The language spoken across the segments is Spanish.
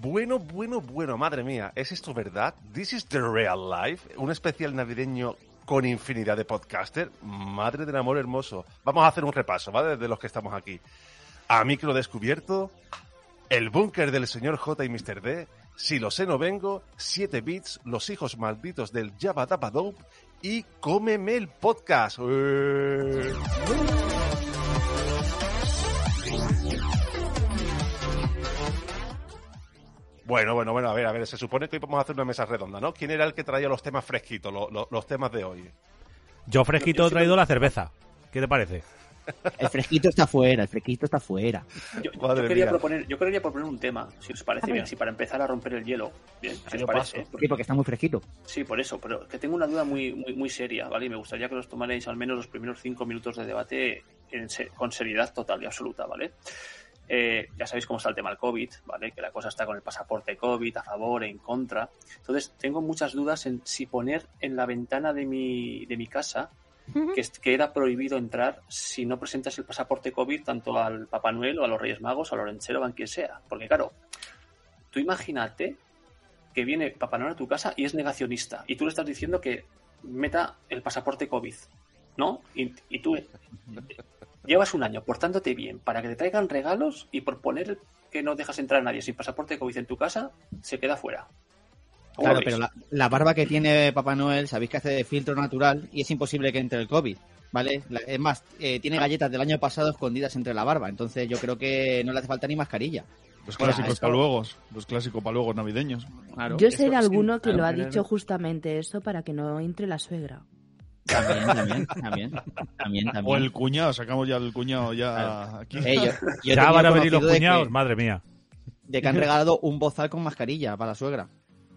Bueno, bueno, bueno, madre mía, ¿es esto verdad? ¿This is the real life? ¿Un especial navideño con infinidad de podcaster? Madre del amor hermoso. Vamos a hacer un repaso, ¿vale? De los que estamos aquí. A micro descubierto, el búnker del señor J y Mr. D, Si lo sé no vengo, 7 bits, Los hijos malditos del Jabba Dabba Dope y Cómeme el podcast. ¡Eh! Bueno, bueno, bueno, a ver, a ver, se supone que hoy vamos a hacer una mesa redonda, ¿no? ¿Quién era el que traía los temas fresquitos, lo- lo- los temas de hoy? Yo fresquito he traído la cerveza. ¿Qué te parece? El fresquito está fuera, el fresquito está fuera. Yo, yo Madre quería mía. proponer, yo quería proponer un tema, si os parece bien, así para empezar a romper el hielo. Bien, si os yo parece. ¿eh? paso. ¿Por qué? Porque está muy fresquito. Sí, por eso, pero que tengo una duda muy, muy, muy seria, ¿vale? Y me gustaría que os tomarais al menos los primeros cinco minutos de debate en se- con seriedad total y absoluta, ¿vale? Eh, ya sabéis cómo está el tema del COVID, ¿vale? Que la cosa está con el pasaporte COVID, a favor, en contra. Entonces, tengo muchas dudas en si poner en la ventana de mi, de mi casa que, es- que era prohibido entrar si no presentas el pasaporte COVID tanto al Papá Noel o a los Reyes Magos o al Lorenchero o a quien sea. Porque, claro, tú imagínate que viene Papá Noel a tu casa y es negacionista. Y tú le estás diciendo que meta el pasaporte COVID, ¿no? Y, y tú eh, llevas un año portándote bien para que te traigan regalos y por poner que no dejas entrar a nadie sin pasaporte COVID en tu casa, se queda fuera. ¿Cómo Claro, lo pero veis? la, la barba que tiene Papá Noel, sabéis que hace de filtro natural y es imposible que entre el COVID, ¿vale? La- Es más, eh, tiene galletas del año pasado escondidas entre la barba, entonces yo creo que no le hace falta ni mascarilla. Pues Los Mira, clásicos eso- paluegos, los clásicos paluegos navideños. Claro. Yo sé de Eso sí, alguno que lo ha claro, dicho claro. justamente eso para que no entre la suegra. También, también, también, también, también. O el cuñado, sacamos ya el cuñado ya aquí. Eh, yo- yo he ya tenido van a venir los conocido de que- cuñados, madre mía. de que han regalado un bozal con mascarilla para la suegra.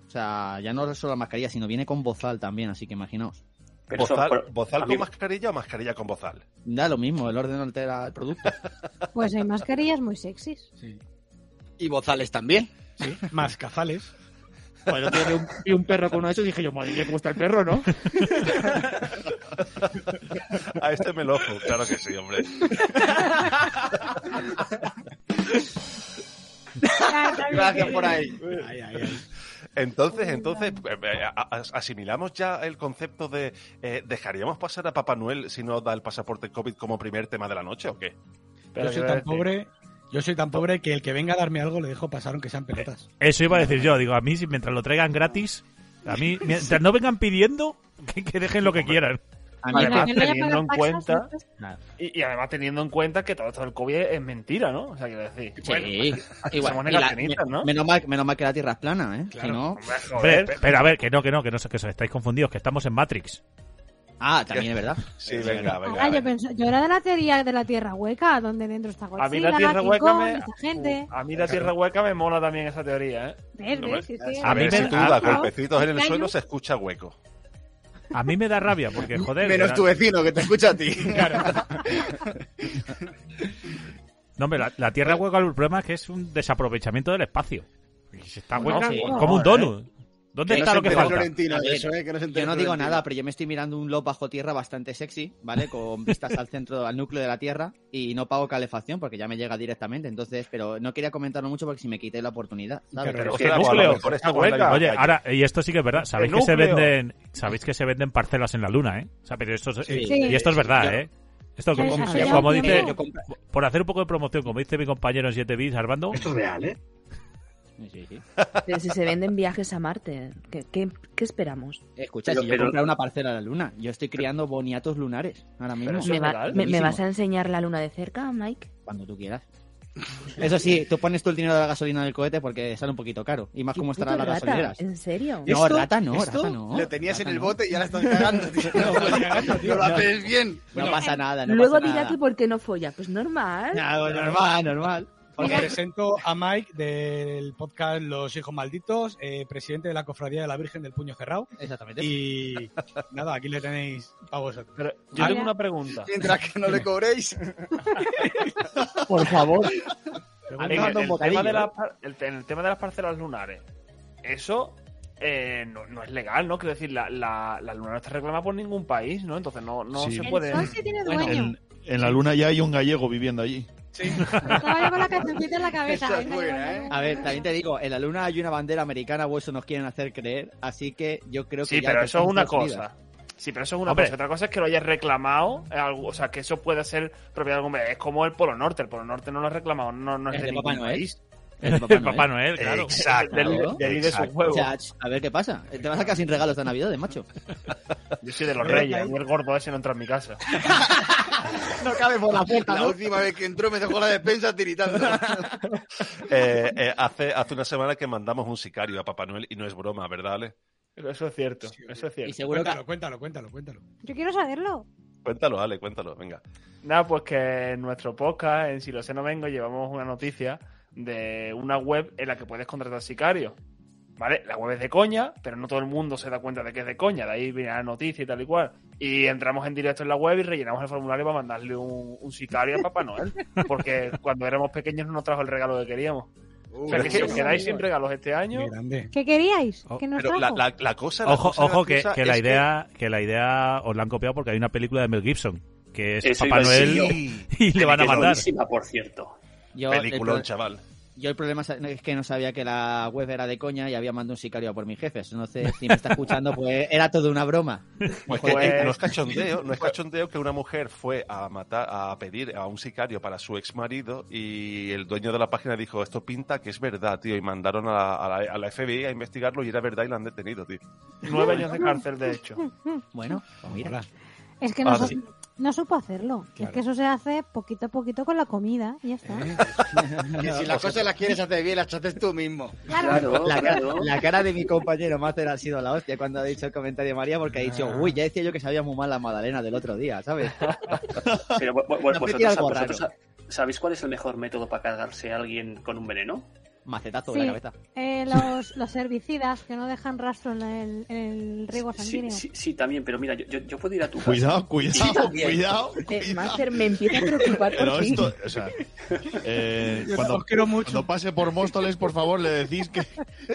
O sea, ya no solo la mascarilla, sino viene con bozal también, así que imaginaos. Pero eso, ¿Bozal, pero- bozal a mí- con mascarilla o mascarilla con bozal? Da lo mismo, el orden altera el producto. Pues hay mascarillas muy sexys. Y bozales también. Sí, más cazales. Bueno, tiene un, vi un perro con uno de esos y dije yo, madre, mía, ¿cómo está el perro, no? A este me lo ojo, claro que sí, hombre. Gracias por ahí. Ay, ay, ay. Entonces, entonces, eh, eh, a- as- asimilamos ya el concepto de eh, ¿dejaríamos pasar a Papá Noel si no da el pasaporte COVID como primer tema de la noche o qué? Yo soy tan pobre. Yo soy tan pobre que el que venga a darme algo le dejo pasar aunque sean pelotas. Eso iba a decir yo. Digo, a mí, si mientras lo traigan gratis, a mí, mientras no vengan pidiendo, que, que dejen lo que quieran. A mí Además, Que no haya teniendo en pagado cuenta, taxas, y, y además teniendo en cuenta que todo esto del COVID es mentira, ¿no? O sea, quiero decir. Sí, bueno, igual. somos y la- negacionistas, ¿no? menos, mal, menos mal que la tierra es plana, ¿eh? Si no- hombre, Hombre, joder, pe- pero a ver, que no, que no, que no sé, que os estáis confundidos, que estamos en Matrix. Ah, también es verdad. Sí, venga, venga. Ah, yo, pensaba- yo era de la teoría de la Tierra Hueca, donde dentro está Godzilla, a mí la tierra King hueca Kong, me, esa gente. a mí la tierra hueca me mola también esa teoría, ¿eh? ¿Ves, no, ves? Sí, sí. Ah, A, A mí ver, me- si tú a- das ¿no? golpecitos en el Hay un- suelo se escucha hueco. A mí me da rabia, porque joder. Menos la- tu vecino que te escucha a ti. No, hombre, la, la Tierra hueca, el problema es que es un desaprovechamiento del espacio. Y si está hueca, No, sí. como un No, eh. donut. ¿Dónde Que está no lo se que puede falta? Florentino, A ver, eso, ¿eh? Que no se entere Yo no digo Florentino. nada, pero yo me estoy mirando un lob bajo tierra bastante sexy, ¿vale? Con vistas al centro, al núcleo de la tierra y no pago calefacción porque ya me llega directamente. Entonces, pero no quería comentarlo mucho porque si me quité la oportunidad, Claro. ¿sabes? Pero Pero es que que a lo núcleo, mejor la estamos en la hueca. misma Oye, calle. ahora, y esto sí que es verdad. Sabéis que se núcleo. venden, sabéis que se venden parcelas en la luna, ¿eh? O sea, pero esto es- Sí. Sí. y esto es verdad, Yo- ¿eh? Esto, Sí, como, sí, sí, como yo- dice, yo- por hacer un poco de promoción, como dice mi compañero en 7 bits, Armando, Esto es real, ¿eh? Sí, sí, sí. Pero si se venden viajes a Marte, ¿qué, qué- qué esperamos? Escucha, Pero- si yo pero- comprara una parcela a la luna, yo estoy criando boniatos lunares ahora mismo. Eso ¿Me, es va- legal, me- me buenísimo. vas a enseñar la luna de cerca, Mike? Cuando tú quieras. Eso sí, tú pones tú el dinero de la gasolina del cohete porque sale un poquito caro. Y más ¿Qué como estarán puto las rata? gasolineras. ¿En serio? No, ¿Esto? rata no, ¿Esto? rata no. Lo tenías en Rata el no. bote y ahora estás cagando, tío. No, lo haces bien. No eh, pasa nada, no Luego pasa dirá nada. que por qué no folla. Pues normal. Nada, normal, normal. Os Porque- presento a Mike del podcast Los Hijos Malditos, eh, presidente de la Cofradía de la Virgen del Puño Cerrado. Exactamente. Y nada, aquí le tenéis a vosotros. Pero yo Ah, tengo ya. una pregunta. Mientras que no le cobréis. Por favor. En Anda el, dando un el bocadillo, tema de ¿eh? las par- el, te- el tema de las parcelas lunares, eso eh, no, no es legal, ¿no? Quiero decir, la, la, la luna no está reclamada por ningún país, ¿no? Entonces no, no Sí. se El puede. sol sí tiene dueño. En, en la luna ya hay un gallego viviendo allí. Estaba yo con la cancioncita en la cabeza. Esa es ahí me buena, digo, ¿eh? no. A ver, también te digo, en la luna hay una bandera americana o eso nos quieren hacer creer, así que yo creo que Sí, ya pero eso es pertenece a una Estados Unidos. cosa. Sí, pero eso es una Hombre. cosa. Otra cosa es que lo hayas reclamado, eh, algo- o sea, que eso pueda ser propiedad de algún país. Es como el Polo Norte, el Polo Norte no lo ha reclamado, no, no es, Es de de ningún Papá Noel. país. El Papá Noel. Papá Noel, claro. Exacto. Del- Claro. del- de su Exacto. juego. O sea, ch, a ver qué pasa. Te vas a quedar sin regalos de Navidades, macho. Yo soy de los reyes, a mí el gordo ese no entra en mi casa. No cabe por la puerta, La última vez que entró me dejó la despensa tiritando. Eh, eh, hace, hace una semana que mandamos un sicario a Papá Noel y no es broma, ¿verdad, Ale? Pero Eso es cierto, eso es Y cierto. seguro que... Cuéntalo, cuéntalo, cuéntalo, cuéntalo. Yo quiero saberlo. Cuéntalo, Ale, cuéntalo, venga. Nada, pues que en nuestro podcast, en Si lo sé no vengo, llevamos una noticia de una web en la que puedes contratar sicarios. ¿Vale? La web es de coña, pero no todo el mundo se da cuenta de que es de coña. De ahí viene la noticia y tal y cual. Y entramos en directo en la web y rellenamos el formulario para mandarle un, un sicario a Papá Noel. Porque cuando éramos pequeños no nos trajo el regalo que queríamos. O sea, que si os quedáis sin regalos este año, Qué grande. ¿Qué queríais? Oh, ¿Qué nos Pero la, trajo? la, la cosa. la Ojo, cosa ojo que, graciosa que la es idea, que la idea os la han copiado porque hay una película de Mel Gibson que es Eso Papá iba a decir Noel Sí, y le van a Que es matar. buenísima, por cierto. Yo, el Peliculón, pro- chaval. yo el problema es que no sabía que la web era de coña y había mandado un sicario a por mis jefes. No sé si me está escuchando, pues era todo una broma. Pues que, Pues- eh, no es cachondeo, no es cachondeo que una mujer fue a matar, a pedir a un sicario para su ex marido y el dueño de la página dijo esto pinta que es verdad, tío, y mandaron a la, a la- a la FBI a investigarlo y era verdad y la han detenido, tío. nueve años de cárcel, de hecho. Bueno, pues mira. Hola. Es que no, Ah, su- sí. no supo hacerlo. Es Claro. que eso se hace poquito a poquito con la comida y ya está. Que si las cosas las quieres hacer bien, las haces tú mismo. Claro, La, cara- claro. la cara de mi compañero Máster ha sido la hostia cuando ha dicho el comentario de María porque ha dicho, uy, ya decía yo que sabía muy mal la Madalena del otro día, ¿sabes? Pero vo- vo- vo- Nos metía vosotros, algo vosotros ¿sabéis cuál es el mejor método para cargarse a alguien con un veneno? Macetazo Sí. de la cabeza. Eh, los, los herbicidas que no dejan rastro en el, en el riego Sí, sanguíneo. sí, sí, también, pero mira, yo, yo- yo puedo ir a tu casa. Cuidado, cuidado, Sí, cuidado. Eh, Master, me empieza a preocupar Pero por ti. esto, o sea, eh, Yo cuando, os quiero mucho. cuando pase por Móstoles, por favor, le decís que,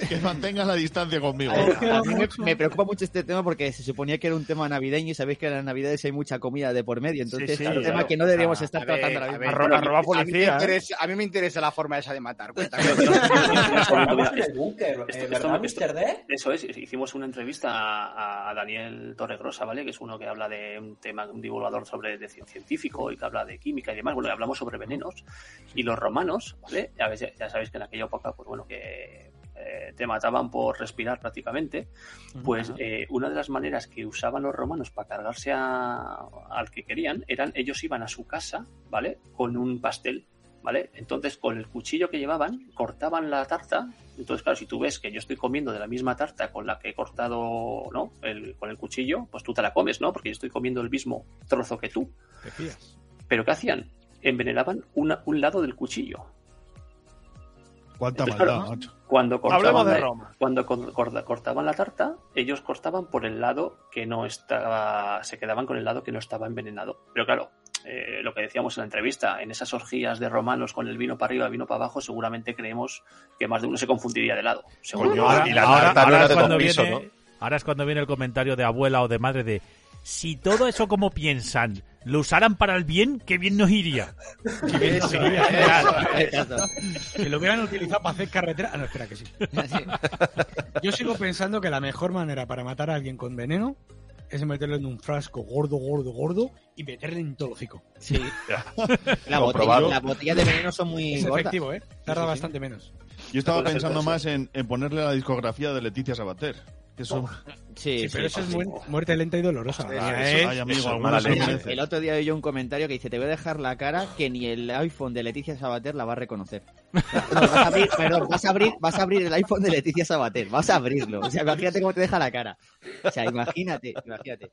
que mantengas la distancia conmigo. A ver, quiero a mí me, mucho. me preocupa mucho este tema porque se suponía que era un tema navideño y sabéis que en las navidades hay mucha comida de por medio, entonces Sí, sí, es un claro. tema que no deberíamos Ah, estar a ver, tratando ahora a mismo. ver. Arro- arroba A mí, me policía. ¿eh? interesa, a mí me interesa la forma esa de matar. cuéntame. búnker, eh, esto- esto- ¿verdad, esto- Mr. D? Eso es, hicimos una entrevista a, a Daniel Torregrosa, ¿vale? Que es uno que habla de un tema, un divulgador sobre de cien- científico y que habla de química y demás. Bueno, y hablamos sobre venenos. Y los romanos, ¿vale? Ya, veis- ya sabéis que en aquella época, pues bueno, que eh, te mataban por respirar prácticamente. Pues eh, una de las maneras que usaban los romanos para cargarse a- al que querían eran ellos iban a su casa, ¿vale? Con un pastel. ¿Vale? Entonces, con el cuchillo que llevaban, cortaban la tarta. Entonces, claro, si tú ves que yo estoy comiendo de la misma tarta con la que he cortado, ¿no? El- con el cuchillo, pues tú te la comes, ¿no? Porque yo estoy comiendo el mismo trozo que tú. Te fías. Pero ¿qué hacían? Envenenaban una- un lado del cuchillo. Cuánta Entonces, maldad, claro, macho. Cuando cortaban, Hablemos de la, Roma. cuando cor- corda- cortaban la tarta, ellos cortaban por el lado que no estaba, se quedaban con el lado que no estaba envenenado. Pero claro, eh, lo que decíamos en la entrevista, en esas orgías de romanos con el vino para arriba, vino para abajo, seguramente creemos que más de uno se confundiría de lado. Seguro. Coño, y la tarta no ahora era es de cuando dos pisos, viene, ¿no? ahora es cuando viene el comentario de abuela o de madre de si todo eso como piensan lo usaran para el bien, qué bien nos iría. Exacto. Que lo hubieran utilizado para hacer carretera. Ah, no, espera que sí. Yo sigo pensando que la mejor manera para matar a alguien con veneno es meterlo en un frasco gordo, gordo, gordo y meterle en todo el hocico. Sí. La botella, Comprobarlo. las botellas de veneno son muy Es gordas. efectivo, ¿eh? Tarda Sí, sí, sí. bastante menos. Yo estaba puede ser, pensando puede más en, en ponerle la discografía de Leticia Sabater. Que son, Sí, Sí, sí. pero eso es mu- muerte lenta y dolorosa. Ah, ¿eh? eso, ay, amigo, eso es alguna mala se leche. merece. El otro día oí yo un comentario que dice, te voy a dejar la cara que ni el iPhone de Leticia Sabater la va a reconocer. No, vas a abrir, perdón, vas a abrir, vas a abrir el iPhone de Leticia Sabater, vas a abrirlo. O sea, imagínate cómo te deja la cara. O sea, imagínate, imagínate.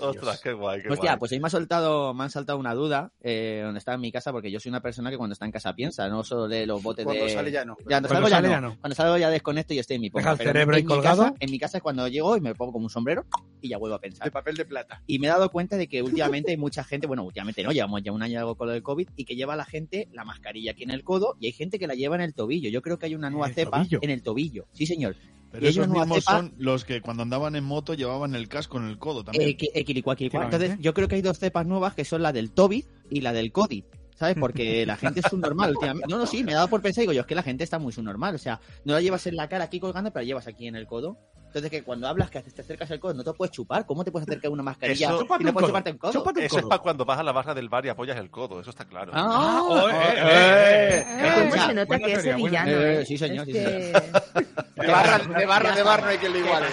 Ostras, qué guay, qué Hostia, guay. pues ahí me, ha soltado, me han saltado una duda eh, donde estaba en mi casa, porque yo soy una persona que cuando está en casa piensa, no solo lee los botes Cuando de... sale ya no. cuando, salgo, ya, no. Cuando salgo ya desconecto y estoy en mi Deja el pero cerebro ahí en mi colgado. casa- en mi casa es cuando llego y me pongo como un sombrero y ya vuelvo a pensar. De papel de plata. Y me he dado cuenta de que últimamente hay mucha gente, bueno, últimamente no, llevamos ya un año y algo con lo del COVID, y que lleva la gente la mascarilla aquí en el codo y hay gente que la lleva en el tobillo. Yo creo que hay una nueva ¿En el cepa tobillo? en el tobillo. Sí, señor. Pero Y ellos esos no mismos hace pa- son los que cuando andaban en moto llevaban el casco en el codo también. Eh, que- equilicuá, equilicuá. Efectivamente. Entonces, yo creo que hay dos cepas nuevas que son la del Toby y la del Cody. ¿Sabes? Porque la gente es subnormal. últimamente. No, no, sí, me he dado por pensar, digo yo, es que la gente está muy subnormal. O sea, no la llevas en la cara aquí colgando, pero la llevas aquí en el codo. Entonces, que cuando hablas, que te acercas al codo, no te puedes chupar. ¿Cómo te puedes acercar a una mascarilla Eso- y no puedes chuparte el codo? Eso es para cuando vas a la barra del bar y apoyas el codo, eso está claro. Ah, oh, eh, eh, eh. ¿Cómo Escucha, se nota buena que es teoría, buena sevillano? teoría. eh? Sí, señor, Es sí, que- De barra, de barra, de barra no hay quien le iguale.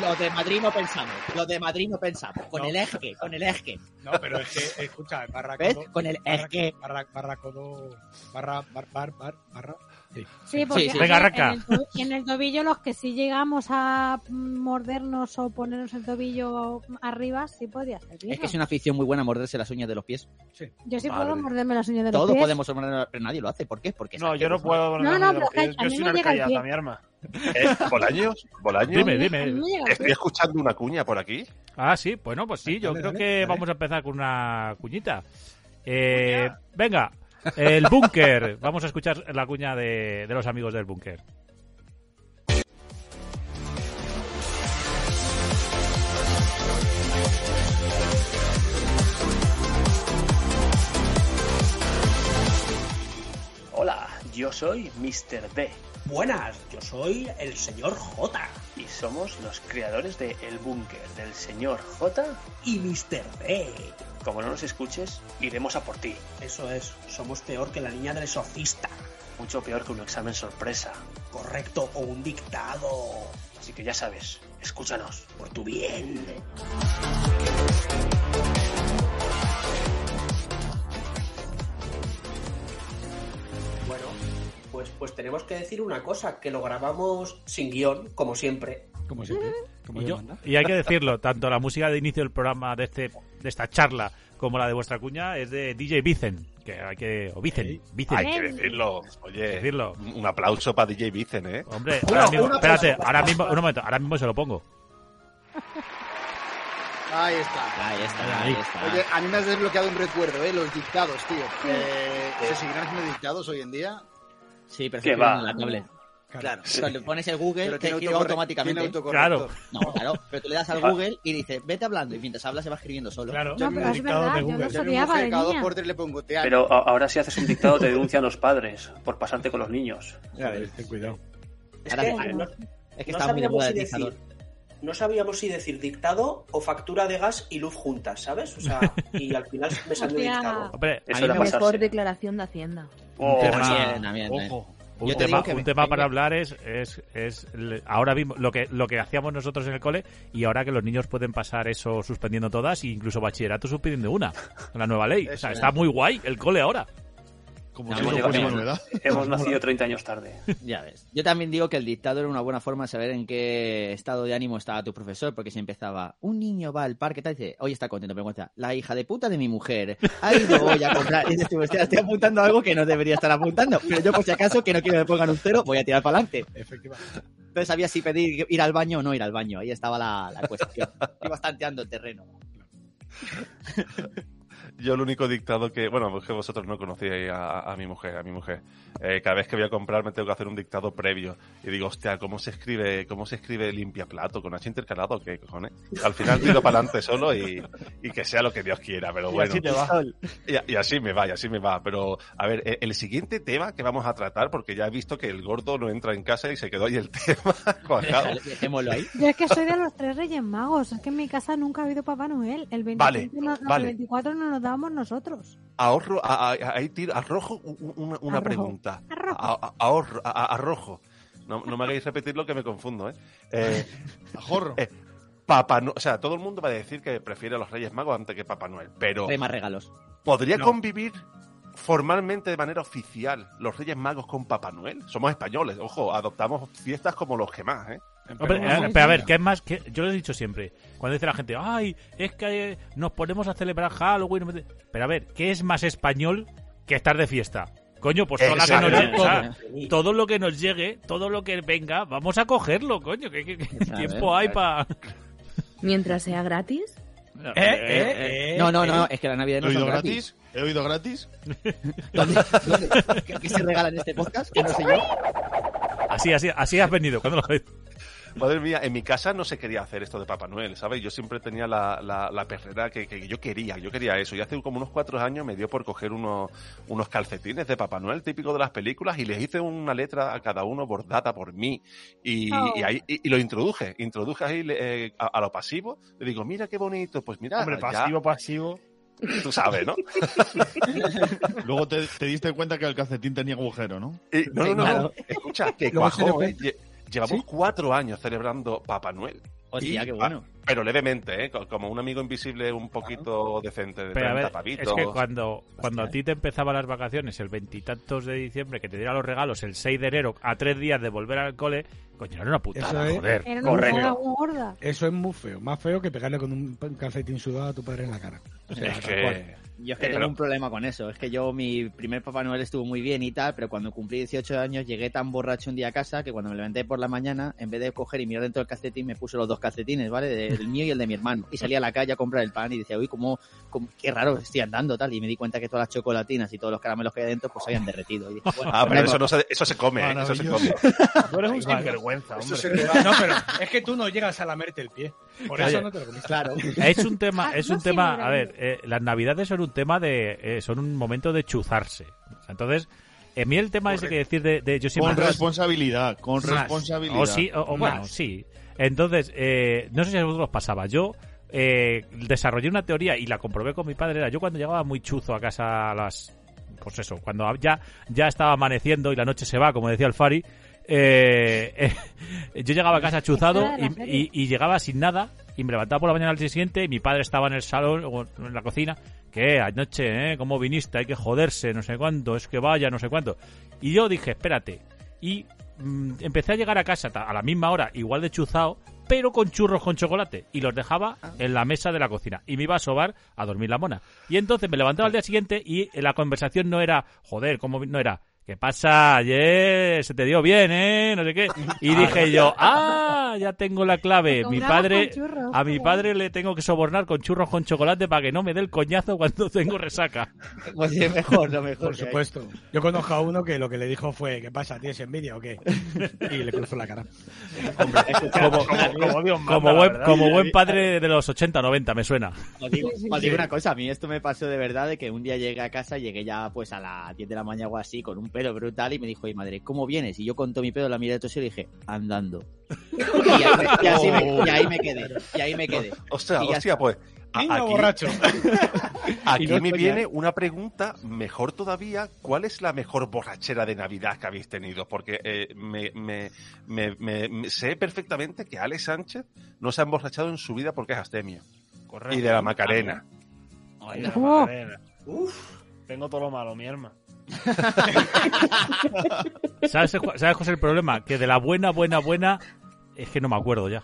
Los de Madrid no pensamos, los de Madrid no pensamos. Con el eje, con el eje. No, pero es que, escucha, el barra ¿Ves? codo- Con el barra- eje. Barra, barra codo. Barra, bar, bar, bar, barra. Sí. Sí, porque Sí, sí. a Venga, ver, En, arranca. el tobillo, en el tobillo los que sí llegamos a mordernos o ponernos el tobillo arriba, sí podía servir. Es que es una afición muy buena morderse las uñas de los pies. Yo sí Madre. puedo morderme las uñas de los Todos pies. podemos morder, pero nadie lo hace. ¿Por qué? Porque No, yo no puedo. No, no, pero yo, a mí me soy una llega el arcaica, pie. mi arma. ¿Eh? ¿Bolaños? ¿Bolaños? Dime, dime. A mí me llega el Estoy pie. escuchando una cuña por aquí. Ah, sí, bueno, pues sí, yo Dale, creo dale, que dale. vamos a empezar con una cuñita. Eh, venga, el búnker. vamos a escuchar la cuña de, de los amigos del búnker. Hola, yo soy Mr. B. Buenas, yo soy el señor J. Y somos los creadores de El Búnker del señor J. Y Mr. B. Como no nos escuches, iremos a por ti. Eso es, somos peor que la niña del exorcista. Mucho peor que un examen sorpresa. Correcto, o un dictado. Así que ya sabes, escúchanos. Por tu bien. Bueno, pues, pues tenemos que decir una cosa, que lo grabamos sin guión, como siempre. Como siempre. Como Y, yo- y hay que decirlo, tanto la música de inicio del programa de este de esta charla como la de vuestra cuña es de DJ Vicen, que hay que o Vicen, Vicen. Hay que decirlo. Oye, decirlo. un aplauso para DJ Vicen, ¿eh? Hombre, Uno, ahora mismo, uno, espérate, aplauso. ahora mismo, un momento, ahora mismo se lo pongo. Ahí está. Ahí Ah, está, ahí está. Oye, a mí me has desbloqueado un recuerdo, ¿eh? Los dictados, tío. Eh, ¿Se seguirán haciendo dictados hoy en día? Sí, pero ¿Qué se va? en la tablet. Claro. Cuando pones el Google, Pero te tiene escribe autocorre- automáticamente. tiene autocorrector. No, claro. Pero tú le das al Google y dices, vete hablando. Y mientras hablas se va escribiendo solo. Claro. No, pero es verdad, yo los Yo en un odiaba de dictado niña. por le pongo te amo. Pero a- ahora si haces un dictado te denuncian los padres por pasarte con los niños. Ten cuidado. Es Ahora que, sí, no, es que está no muy de sabíamos moda si el decir- dictador. No sabíamos si decir dictado o factura de gas y luz juntas, ¿sabes? O sea, y al final me salió Hostia. dictado. Hombre, A mí mejor declaración de Hacienda. Oh. un tema, también, también, también. ojo, un Yo te tema, digo que un me- tema para hablar es, es, es l- ahora mismo lo que, lo que hacíamos nosotros en el cole y ahora que los niños pueden pasar eso suspendiendo todas e incluso bachillerato suspendiendo una, con la nueva ley. O sea, Eso es. está muy guay el cole ahora. Como Pues si eso Hemos, llegado- fuese hemos- novedad. hemos nacido 30 años tarde. Ya ves. Yo también digo que el dictado era una buena forma de saber en qué estado de ánimo estaba tu profesor, porque si empezaba, un niño va al parque, tal, y dice, hoy está contento, pero cuenta, la hija de puta de mi mujer ha ido hoy a comprar. Y dices tú, "Hostia, estoy apuntando algo que no debería estar apuntando, pero yo por si acaso, que no quiero que me pongan un cero, voy a tirar para adelante. Efectivamente. Entonces sabía si pedir ir al baño o no ir al baño, ahí estaba la, la cuestión. Iba tanteando el terreno. Yo el único dictado que, bueno, es que vosotros no conocíais a, a mi mujer, a mi mujer. Eh, cada vez que voy a comprar me tengo que hacer un dictado previo. Y digo, hostia, ¿cómo se escribe, cómo se escribe limpia plato? ¿Con H intercalado o qué cojones? Al final tiro para adelante solo y, y que sea lo que Dios quiera, pero Y bueno. así te va. Y, y así me va, y así me va. Pero, a ver, eh, el siguiente tema que vamos a tratar, porque ya he visto que el gordo no entra en casa y se quedó ahí el tema cuajado. Déjale, dejémoslo ahí. Yo es que soy de los tres Reyes Magos. Es que en mi casa nunca ha habido Papá Noel. El 25 Vale, no- no, vale. el 24 no nos dábamos nosotros. Ahorro, a- a- a- ahí tiro, arrojo u- u- una, una Arrojo. pregunta. A- a- ahorro, a- a- arrojo. No, no me hagáis repetir lo que me confundo, ¿eh? eh Ajorro. eh, Papá No- o sea, todo el mundo va a decir que prefiere a los Reyes Magos antes que Papá Noel, pero Trae más regalos. ¿podría No. convivir formalmente de manera oficial los Reyes Magos con Papá Noel? Somos españoles, ojo, adoptamos fiestas como los que más, ¿eh? Hombre, eh, pero a ver, ¿qué es más? que Yo lo he dicho siempre. Cuando dice la gente, ay, es que eh, nos ponemos a celebrar Halloween. no me- Pero a ver, ¿qué es más español que estar de fiesta? Coño, pues todo lo que Exacto. nos llegue, o sea, todo lo que nos llegue, todo lo que venga, vamos a cogerlo, coño. ¿Qué, qué- qué tiempo hay para...? Mientras sea gratis. eh, no, no, no, es que la ¿He Navidad no es oído gratis. gratis? ¿He oído gratis? ¿Qué, qué se regala en este podcast? Que no sé yo. Así, así, así has venido. ¿Cuándo lo has oído? Madre mía, en mi casa no se quería hacer esto de Papá Noel, ¿sabes? Yo siempre tenía la, la, la perrera que, que yo quería, yo quería eso. Y hace como unos cuatro años me dio por coger unos, unos calcetines de Papá Noel, típico de las películas, y les hice una letra a cada uno bordada por mí. Y, Oh. y ahí y, y lo introduje, introduje ahí le- eh, a, a lo pasivo. Le digo, mira qué bonito, pues mira. Hombre, pasivo, pasivo. Tú sabes, ¿no? Luego te, te diste cuenta que el calcetín tenía agujero, ¿no? Eh, no, no, no, Claro. Escucha, que Luego se cuajó, le ¿eh? Lle- Llevamos cuatro años celebrando Papá Noel. Hostia, Y- qué bueno. ah, Pero levemente, ¿eh? Co- Como un amigo invisible un poquito decente. De Pero a 30 ver, pavitos. es que cuando, cuando a ti te empezaban las vacaciones el veintitantos de diciembre, que te dieran los regalos el 6 de enero, a tres días de volver al cole, coño, era una putada, Eso es. joder. Era una cosa muy gorda. Eso es muy feo. Más feo que pegarle con un calcetín sudado a tu padre en la cara. O sea, Es tal que- cual. Yo es que Eh, tengo pero- un problema con eso. Es que yo, mi primer Papá Noel estuvo muy bien y tal, pero cuando cumplí 18 años llegué tan borracho un día a casa que cuando me levanté por la mañana, en vez de coger y mirar dentro del calcetín, me puse los dos calcetines, ¿vale? El mío y el de mi hermano. Y salí a la calle a comprar el pan y decía, uy, cómo, cómo- qué raro estoy andando, tal. Y me di cuenta que todas las chocolatinas y todos los caramelos que hay dentro, pues se habían derretido. Y dije, bueno, Ah, pero bueno, eso, no se, eso se come, ¿eh? Eso se come. Tú eres Vale. un sinvergüenza, Eso hombre. se te va. No, pero es que tú no llegas a lamerte el pie. Por Oye, eso no te lo comiste. Es un tema, es un no, sí, tema, no, a ver, eh, las navidades son un tema de, eh, son un momento de chuzarse. O sea, Entonces, en mí el tema ese que decir de, de- yo siempre... Con responsabilidad, con Más. responsabilidad. O sí, o, o bueno, Más. sí. Entonces, eh, no sé si a vosotros os pasaba. Yo eh, desarrollé una teoría y la comprobé con mi padre. Era yo cuando llegaba muy chuzo a casa a las. Pues eso, cuando ya, ya estaba amaneciendo y la noche se va, como decía el Fari. eh, eh, yo llegaba a casa chuzado Esa era la y, y- y llegaba sin nada. Y me levantaba por la mañana al día siguiente y mi padre estaba en el salón o en la cocina. Que anoche, ¿eh? ¿Cómo viniste? Hay que joderse, no sé cuánto, es que vaya, no sé cuánto. Y yo dije, espérate. Y mm, empecé a llegar a casa ta- a la misma hora, igual de chuzao, pero con churros con chocolate. Y los dejaba Ah. en la mesa de la cocina. Y me iba a sobar a dormir la mona. Y entonces me levantaba al día siguiente y la conversación no era, joder, ¿cómo vi-?" no era? ¿Qué pasa ayer? Se te dio bien, ¿eh? No sé qué. Y dije yo, ah, ya tengo la clave. Mi Cobramos padre, con churros, a mi joder. padre le tengo que sobornar con churros con chocolate para que no me dé el coñazo cuando tengo resaca. Pues sí, mejor, lo mejor Por que hay. supuesto. Yo conozco a uno que lo que le dijo fue, ¿qué pasa? ¿Tienes envidia o qué? Y le cruzó la cara. Como, como Dios manda, como la buen, verdad. como buen padre de los 80 90 me suena. Os digo, Sí, sí, os digo sí. una cosa, a mí esto me pasó de verdad de que un día llegué a casa, llegué ya pues a las 10 de la mañana o así, con un pelo brutal y me dijo, "Ey, madre, ¿cómo vienes? Y yo con todo mi pelo la miré de tosio y le dije, andando. Y ahí me, y así me- y ahí me quedé, y ahí me quedé. Hostia, Y ya hostia, está. pues. a- Niño aquí, borracho. aquí Y no me coñac. viene una pregunta mejor todavía. ¿Cuál es la mejor borrachera de Navidad que habéis tenido? Porque eh, me, me- me- me- me- sé perfectamente que Alex Sánchez no se ha emborrachado en su vida porque es astemio. Y de la Macarena. Ah, Ay, la Oh. Macarena. Tengo todo lo malo, mi hermano. ¿Sabes, ¿Sabes cuál es el problema? Que de la buena, buena, buena, es que no me acuerdo ya.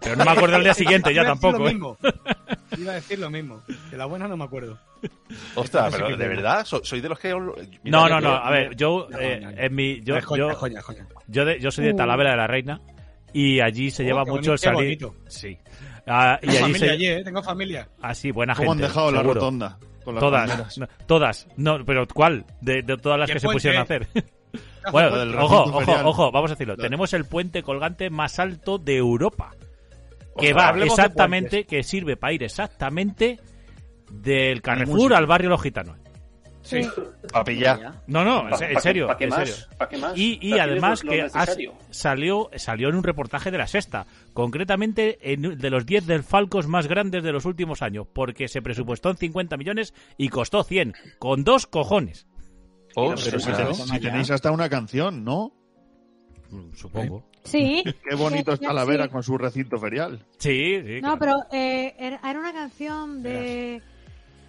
Pero no me acuerdo al día siguiente ya Iba a decir tampoco. Lo ¿eh? mismo. Iba a decir lo mismo. De la buena no me acuerdo. Ostras, Eso sí pero que de bueno. verdad, so- soy de los que. ol- mira, No, yo- no, no. A ver, yo, No, eh, no, no. en mi, yo, Es joya, yo, es joya, es joya. yo, de- yo soy de Uh. Talavera de la Reina y allí se Oh, lleva qué mucho el bonito, qué salir. bonito. Sí. Ah, y Tengo allí familia se- allí, ¿eh? Tengo familia. Ah, sí, buena ¿Cómo han gente. dejado la seguro. rotonda con las palmeras? todas, no, todas, no, pero ¿cuál? De, de todas las Y el que se puente. pusieron a hacer. Caja bueno, del ojo, recinto ojo, ferial. ojo, vamos a decirlo. Tenemos el puente colgante más alto de Europa. Que Ostras, va hablemos de exactamente, que sirve para ir exactamente del Carrefour sitio. al barrio Los Gitanos. Sí. Para pillar. No, no, en, Pa- se- en pa- serio. pa' qué en más, serio. pa' qué más. Y, y O sea, además que tienes lo- lo has- necesario. salió, salió en un reportaje de la sexta, concretamente en un- de los 10 del Falcos más grandes de los últimos años, porque se presupuestó en 50 millones y costó 100, con dos cojones. Oh, pero si tenéis, si tenéis hasta una canción, ¿no? Supongo. Sí. Qué bonito es Sí. Talavera con su recinto ferial. Sí, sí. No, pero eh, era era una canción de.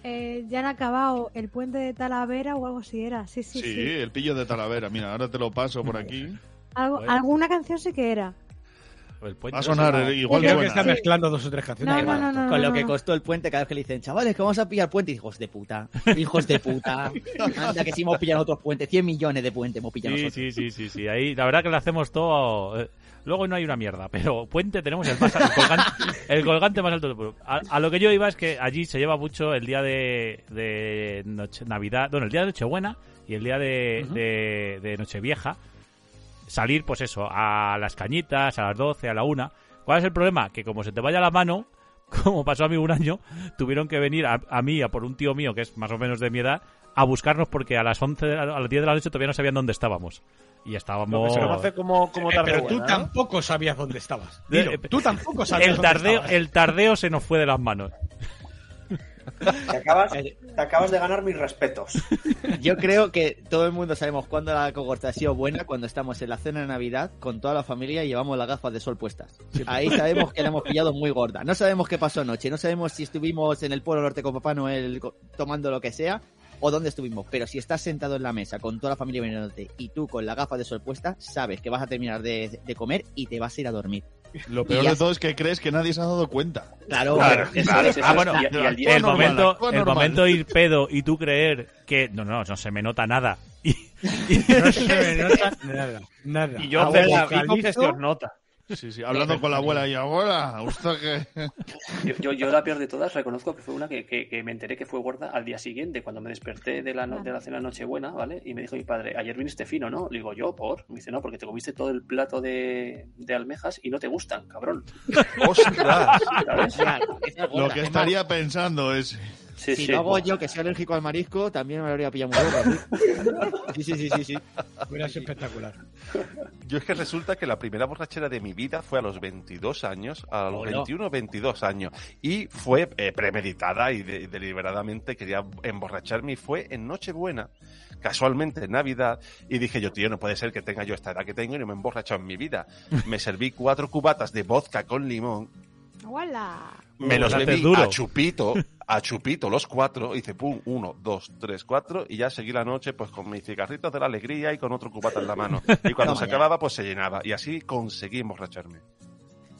Eh, ya han acabado el puente de Talavera o algo así era. Sí, sí, Sí, sí. el pillo de Talavera. Mira, ahora te lo paso por aquí. Algo- Bueno. alguna canción sí que era. Va a sonar eh, igual Creo suena. que está mezclando dos o tres canciones. Además, no, no, no, con lo no, que no. costó el puente, cada vez que le dicen, chavales, que vamos a pillar puente, hijos de puta, hijos de puta, anda que sí hemos pillado otros puentes, 100 millones de puentes hemos pillado Sí, nosotros. sí, sí, sí, sí. Ahí la verdad que lo hacemos todo. eh, Luego no hay una mierda, pero puente tenemos el, más, el, colgante, el colgante más alto del pueblo. A, a lo que yo iba es que allí se lleva mucho el día de, de noche, Navidad, bueno, el día de Nochebuena y el día de, de- de Nochevieja. salir, pues eso, a las cañitas, a las 12, a la 1. ¿Cuál es el problema? Que como se te vaya la mano, como pasó a mí un año, tuvieron que venir a, a mí, a por un tío mío, que es más o menos de mi edad, a buscarnos porque a las 11, de la- a las 10 de la noche todavía no sabían dónde estábamos. Y Lo que estábamos... se conoce como, como Eh, tarde pero tú buena, ¿no? tampoco sabías dónde estabas. De- Dilo, tú tampoco sabías Eh, el, dónde tardeo, estabas. el tardeo se nos fue de las manos. Te acabas, Eh, te acabas de ganar mis respetos. Yo creo que todo el mundo sabemos cuándo la cohorte ha sido buena cuando estamos en la cena de Navidad con toda la familia y llevamos las gafas de sol puestas. Ahí sabemos que la hemos pillado muy gorda. No sabemos qué pasó anoche, no sabemos si estuvimos en el Polo Norte con Papá Noel co- tomando lo que sea o dónde estuvimos. Pero si estás sentado en la mesa con toda la familia mirándote y tú con las gafas de sol puestas, sabes que vas a terminar de, de comer y te vas a ir a dormir. Lo peor de todo es que crees que nadie se ha dado cuenta. Claro, Claro, eso- claro. eso- Ah, bueno, Y- y al día el, normal, momento, actúa el normal. momento de ir pedo y tú creer que no, no, no se me nota nada. Y, y- No se me nota nada, nada. Y yo Abuela, certifico que ¿listo? se os nota. Sí, sí, hablando con la abuela y abuela, usted que... Yo, yo, yo la peor de todas reconozco que fue una que, que- que me enteré que fue gorda al día siguiente, cuando me desperté de la, no- de la cena Nochebuena, ¿vale? Y me dijo mi padre, ayer viniste fino, ¿no? Le digo, yo, ¿por? Me dice, no, porque te comiste todo el plato de, de almejas y no te gustan, cabrón. ¡Ostras! ¿Sabes? Lo que estaría pensando es... Sí, ¿eh? si sí. lo hago yo, que soy alérgico al marisco, también me lo habría pillado muy gordo. Sí, sí, sí, sí. sí. Hubiera sido espectacular. Yo es que resulta que la primera borrachera de mi vida fue a los 22 años, a los Hola. 21 22 años, y fue eh, premeditada y de- deliberadamente quería emborracharme y fue en Nochebuena, casualmente en Navidad, y dije yo, tío, no puede ser que tenga yo esta edad que tengo y no me he emborrachado en mi vida. Me serví cuatro cubatas de vodka con limón, ¡Hola! me los Bastante bebí duro. a chupito, a chupito los cuatro, hice pum, uno, dos, tres, cuatro, y ya seguí la noche pues con mis cigarritos de la alegría y con otro cubata en la mano. Y cuando Toma se ya. acababa pues se llenaba, y así conseguí emborracharme.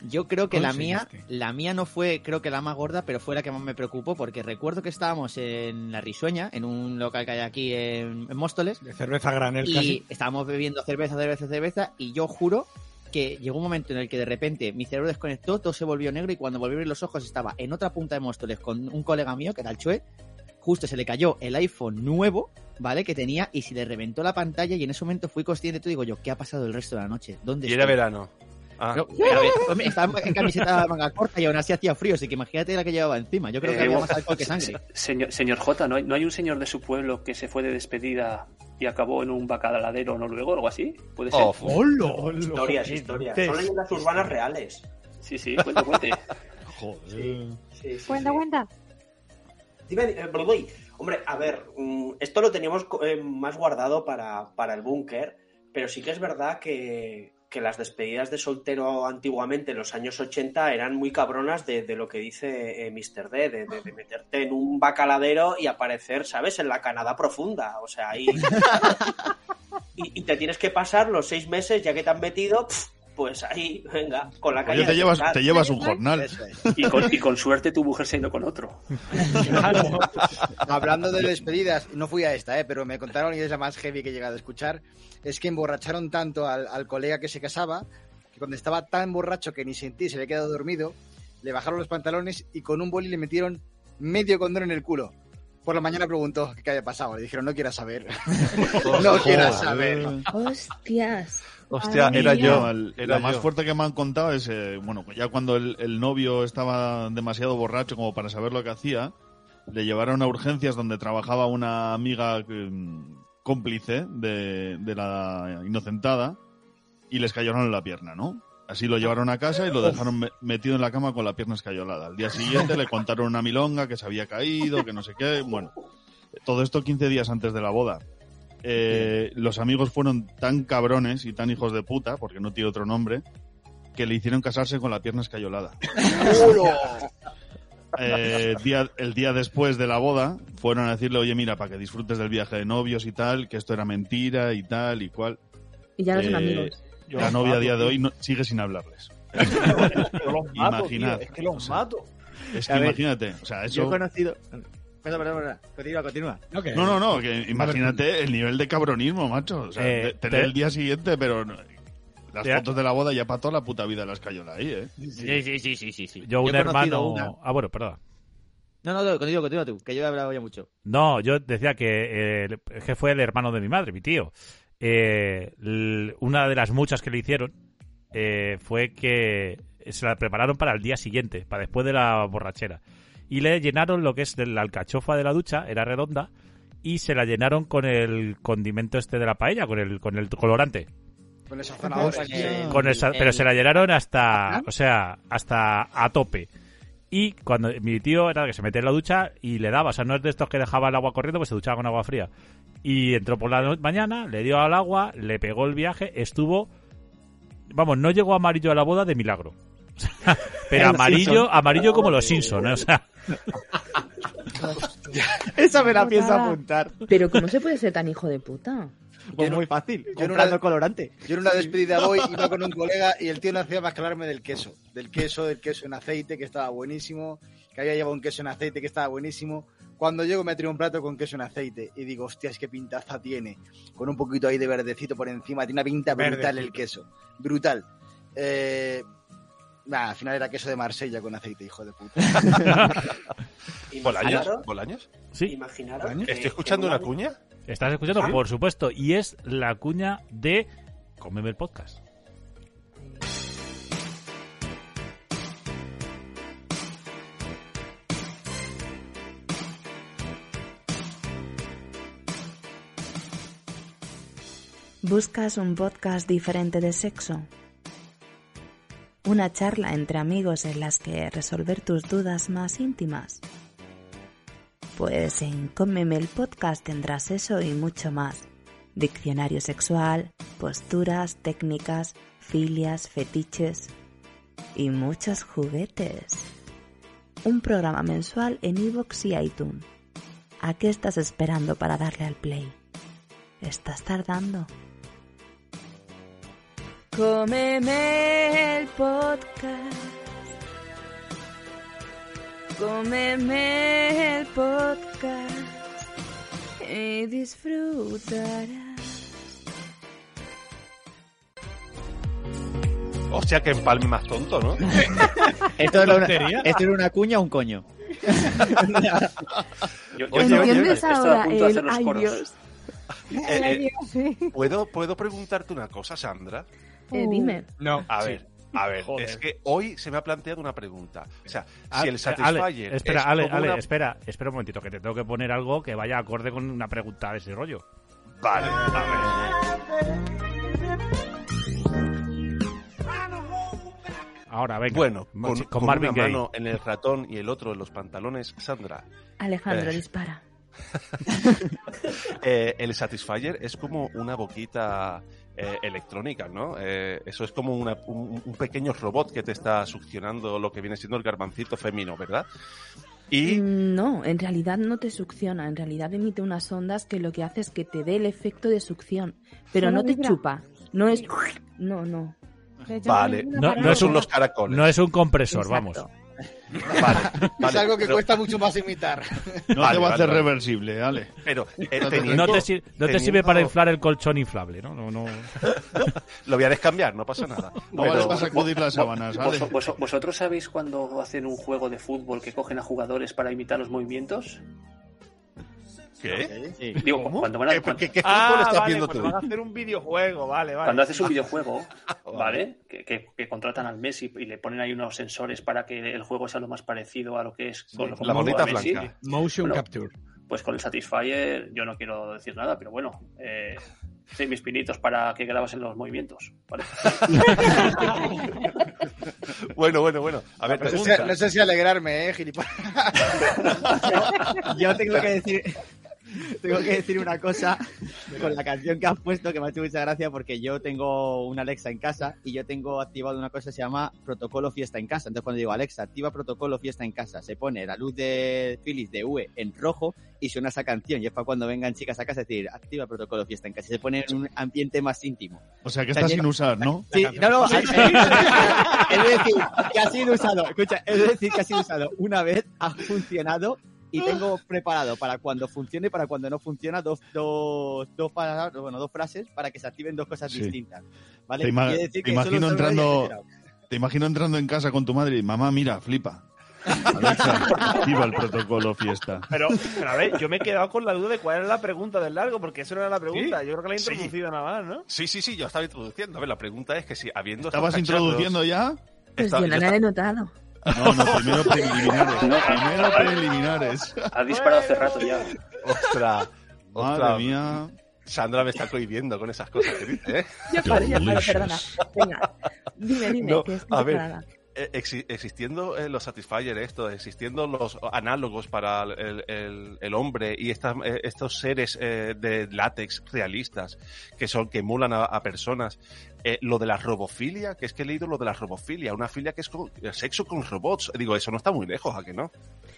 Yo creo que la mía, Conseguiste. la mía no fue, creo que la más gorda, pero fue la que más me preocupó, porque recuerdo que estábamos en La Risueña, en un local que hay aquí en, en Móstoles, De cerveza a granel y casi. estábamos bebiendo cerveza, cerveza, cerveza, y yo juro que llegó un momento en el que de repente mi cerebro desconectó, todo se volvió negro, y cuando volví a abrir los ojos estaba en otra punta de Móstoles con un colega mío, que era el Chue, justo se le cayó el iPhone nuevo, ¿vale?, que tenía, y se le reventó la pantalla, y en ese momento fui consciente, tú digo yo, ¿qué ha pasado el resto de la noche? ¿Dónde Y era estoy?". verano. Ah, No, pero, a ver, hombre, estaba en camiseta de manga corta y aún así hacía frío, así que imagínate la que llevaba encima. Yo creo que Eh, había bueno, más alcohol que sangre. se- Señor, señor J, ¿no hay, ¿no hay un señor de su pueblo que se fue de despedida y acabó en un bacaladero noruego o algo así? ¿Puede ser? Oh, ¡Hola! Historias, historias. Son leyendas urbanas reales. Sí, sí, cuente, cuente. Sí, sí, sí, Cuenta, sí. cuenta. Dime, eh, Broadway. Hombre, a ver, mm, esto lo teníamos co- eh, más guardado para, para el búnker, pero sí que es verdad que, que las despedidas de soltero antiguamente, en los años 80, eran muy cabronas de, de lo que dice eh, Mr. D, de, de- de meterte en un bacaladero y aparecer, ¿sabes?, en la Canadá profunda. O sea, ahí. y, y te tienes que pasar los seis meses ya que te han metido, pf, pues ahí, venga, Pues con la calle. Oye, Pues te llevas, te llevas un jornal. Y con, y con suerte tu mujer se ha ido con otro. Hablando de despedidas, no fui a esta, eh, pero me contaron y es la más heavy que he llegado a escuchar, es que emborracharon tanto al, al colega que se casaba, que cuando estaba tan borracho que ni sentí, se había quedado dormido, le bajaron los pantalones y con un boli le metieron medio condón en el culo. Por la mañana preguntó qué había pasado, le dijeron no quieras saber. no quieras saber. Hostias. Hostia, Madre era mía. yo. No, el- Era la más yo. fuerte que me han contado es, eh, bueno, ya cuando el, el novio estaba demasiado borracho como para saber lo que hacía, le llevaron a urgencias donde trabajaba una amiga eh, cómplice de, de la inocentada y le escayolaron la pierna, ¿no? Así lo llevaron a casa y lo dejaron me- metido en la cama con la pierna escayolada. Al día siguiente le contaron una milonga que se había caído, que no sé qué. Bueno, todo esto 15 días antes de la boda. Eh, los amigos fueron tan cabrones y tan hijos de puta, porque no tiene otro nombre, que le hicieron casarse con la pierna escayolada. Eh, día- el día después de la boda fueron a decirle, oye, mira, para que disfrutes del viaje de novios y tal, que esto era mentira y tal y cual. Y ya no son Eh, amigos. La novia a día de hoy no- sigue sin hablarles. Yo los mato, tío, Imaginad. es que los mato. Es A que ver, imagínate, o sea, Yo he eso... conocido... Perdón, perdón, perdón. Continúa, continúa. No, que- No, no, no, que imagínate el nivel de cabronismo, macho. O sea, Eh, de- tener te- el día siguiente, pero no- las Te- fotos de la boda ya para toda la puta vida las escayola ahí, ¿eh? Sí, sí, sí, sí, sí. Yo, un Yo he conocido hermano. una- Ah, bueno, perdón. No, no, no, continúa, continúa tú, que yo he hablado ya mucho. No, yo decía que, eh, el- es que fue el hermano de mi madre, mi tío. eh, l- una de las muchas que le hicieron eh, fue que se la prepararon para el día siguiente, para después de la borrachera. Y le llenaron lo que es de la alcachofa de la ducha, era redonda, y se la llenaron con el condimento este de la paella, con el, con el colorante. Con esa zona eh, osa que- Con el sa- pero el- se la llenaron hasta, o sea, hasta a tope. Y cuando mi tío era el que se metía en la ducha y le daba, o sea, no es de estos que dejaba el agua corriendo, pues se duchaba con agua fría. Y entró por la no- mañana, le dio al agua, le pegó el viaje, estuvo, vamos, no llegó amarillo a la boda de milagro. O sea, pero Los Simpson. amarillo, amarillo como los Simpson, ¿eh? o sea, Esa me la pienso apuntar. Pero ¿cómo se puede ser tan hijo de puta? Pues muy fácil, en una- comprando colorante. Yo en una despedida voy, iba con un colega y el tío no hacía más que hablarme del queso. Del queso, del queso en aceite, que estaba buenísimo. Que había llevado un queso en aceite, que estaba buenísimo. Cuando llego me trae un plato con queso en aceite y digo, hostias, qué pintaza tiene. Con un poquito ahí de verdecito por encima. Tiene una pinta brutal Verdecito. el queso. Brutal. Eh, nah, al final era queso de Marsella con aceite, hijo de puta. ¿Bolaños? Claro. ¿Bolaños? Sí. Imaginaros. ¿Eh? que- ¿Estoy escuchando que una cuña? ¿Estás escuchando? Sí. Por supuesto. Y es la cuña de Cómeme el podcast. ¿Buscas un podcast diferente de sexo? Una charla entre amigos en las que resolver tus dudas más íntimas. Pues en Cómeme el podcast tendrás eso y mucho más. Diccionario sexual, posturas, técnicas, filias, fetiches y muchos juguetes. Un programa mensual en iVoox y iTunes. ¿A qué estás esperando para darle al play? Estás tardando. Cómeme el podcast. Cómeme el podcast. Y disfrutarás. Hostia, que empalme más tonto, ¿no? Esto era, una, ¿Tontería? esto era una cuña o un coño. Yo, yo- Oye, yo ¿entiendes estaba ahora a punto de hacer el- los ay, coros. Dios. Eh, eh, ¿puedo, ¿Puedo preguntarte una cosa, Sandra? Eh, dime. No, A sí. ver, a ver, Joder. es que hoy se me ha planteado una pregunta. O sea, si Ale, el Satisfyer Ah, eh, Ale, espera, es Ale, como Ale, una- espera, espera un momentito, que te tengo que poner algo que vaya acorde con una pregunta de ese rollo. Vale, a ver. Ahora, venga. Bueno, Machi- con, con con Marvin una Gaye. mano en el ratón y el otro en los pantalones, Sandra, Alejandro, Eh. dispara. eh, el Satisfyer es como una boquita eh, electrónica, ¿no? Eh, eso es como una- un, un pequeño robot que te está succionando lo que viene siendo el garbancito femino, ¿verdad? Y Mm, No, en realidad no te succiona. En realidad emite unas ondas que lo que hace es que te dé el efecto de succión. Pero Solo no te vibra. chupa. No es. No, no. De Pues hecho, vale, hay una No, parada no es un para- los caracoles. No es un compresor, Exacto. vamos. es algo que pero- cuesta mucho más imitar. Vale, No te va vale, a hacer vale. reversible, Ale. Pero eh, No te- teniendo- No te, sir- no te teniendo- sirve para inflar el colchón inflable, ¿no? no, no. Lo voy a descambiar, no pasa nada. No Pero- vale para sacudir las sábanas, Vos- Ale. vos- ¿Vosotros sabéis cuando hacen un juego de fútbol que cogen a jugadores para imitar los movimientos? ¿Qué? Sí. Digo, cuando van a- ¿Qué, cuando- qué- qué fútbol Ah, estás vale, viendo cuando tú? van a hacer un videojuego, vale, Ah, vale. Cuando haces un videojuego, ¿vale? Que, que- que contratan al Messi y le ponen ahí unos sensores para que el juego sea lo más parecido a lo que es con los la juegos bolita de Messi, blanca. Motion Bueno. Capture. Pues con el Satisfyer yo no quiero decir nada, pero bueno, eh, sí, mis pinitos para que grabasen los movimientos. ¿vale? Bueno, bueno, bueno. A ver, No sé, pregunta. si, no sé si alegrarme, eh, gilipollas. Yo tengo que decir. Tengo que decir una cosa con la canción que has puesto que me ha hecho mucha gracia porque yo tengo una Alexa en casa y yo tengo activado una cosa que se llama protocolo fiesta en casa. Entonces cuando digo Alexa, activa protocolo fiesta en casa, se pone la luz de Philips de UE en rojo y suena esa canción y es para cuando vengan chicas a casa es decir, activa protocolo fiesta en casa. Se pone en un ambiente más íntimo. O sea, que está sin usar, ¿no? Sí, no, no, es decir, que ha sido usado, escucha, es decir, que ha sido usado una vez, ha funcionado y tengo preparado para cuando funcione y para cuando no funciona dos, dos, dos, palabras, bueno, dos frases para que se activen dos cosas Sí. distintas. ¿vale? Te ima- Quiere te decir que solo imagino sabrá entrando- ella, pero- Te imagino entrando en casa con tu madre y mamá, mira, flipa. Alexa, activa el protocolo fiesta. Pero, pero a ver, yo me he quedado con la duda de cuál era la pregunta del largo, porque eso no era la pregunta. Sí. Yo creo que la he Sí. introducido nada más, ¿no? Sí, sí, sí, yo estaba introduciendo. A ver, la pregunta es que si habiendo. ¿Estabas estos cacharros- introduciendo ya? Pues Está- yo no ya la está. he notado. No, no, primero preliminares. No, primero preliminares. Has disparado hace rato ya. Ostras. Madre ostras. mía. Sandra me está cohibiendo con esas cosas que dice, ¿eh? Yo paro, yo paro, perdona. Venga, dime, dime, No, que estoy a ver, preparada. eh, exi- existiendo eh, los Satisfyer estos, existiendo los análogos para el, el- el hombre y estas, eh, estos seres eh, de látex realistas que son que emulan a, a personas, eh, lo de la robofilia, que es que he leído lo de la robofilia, una filia que es con- el sexo con robots. Digo, eso no está muy lejos, ¿a que no?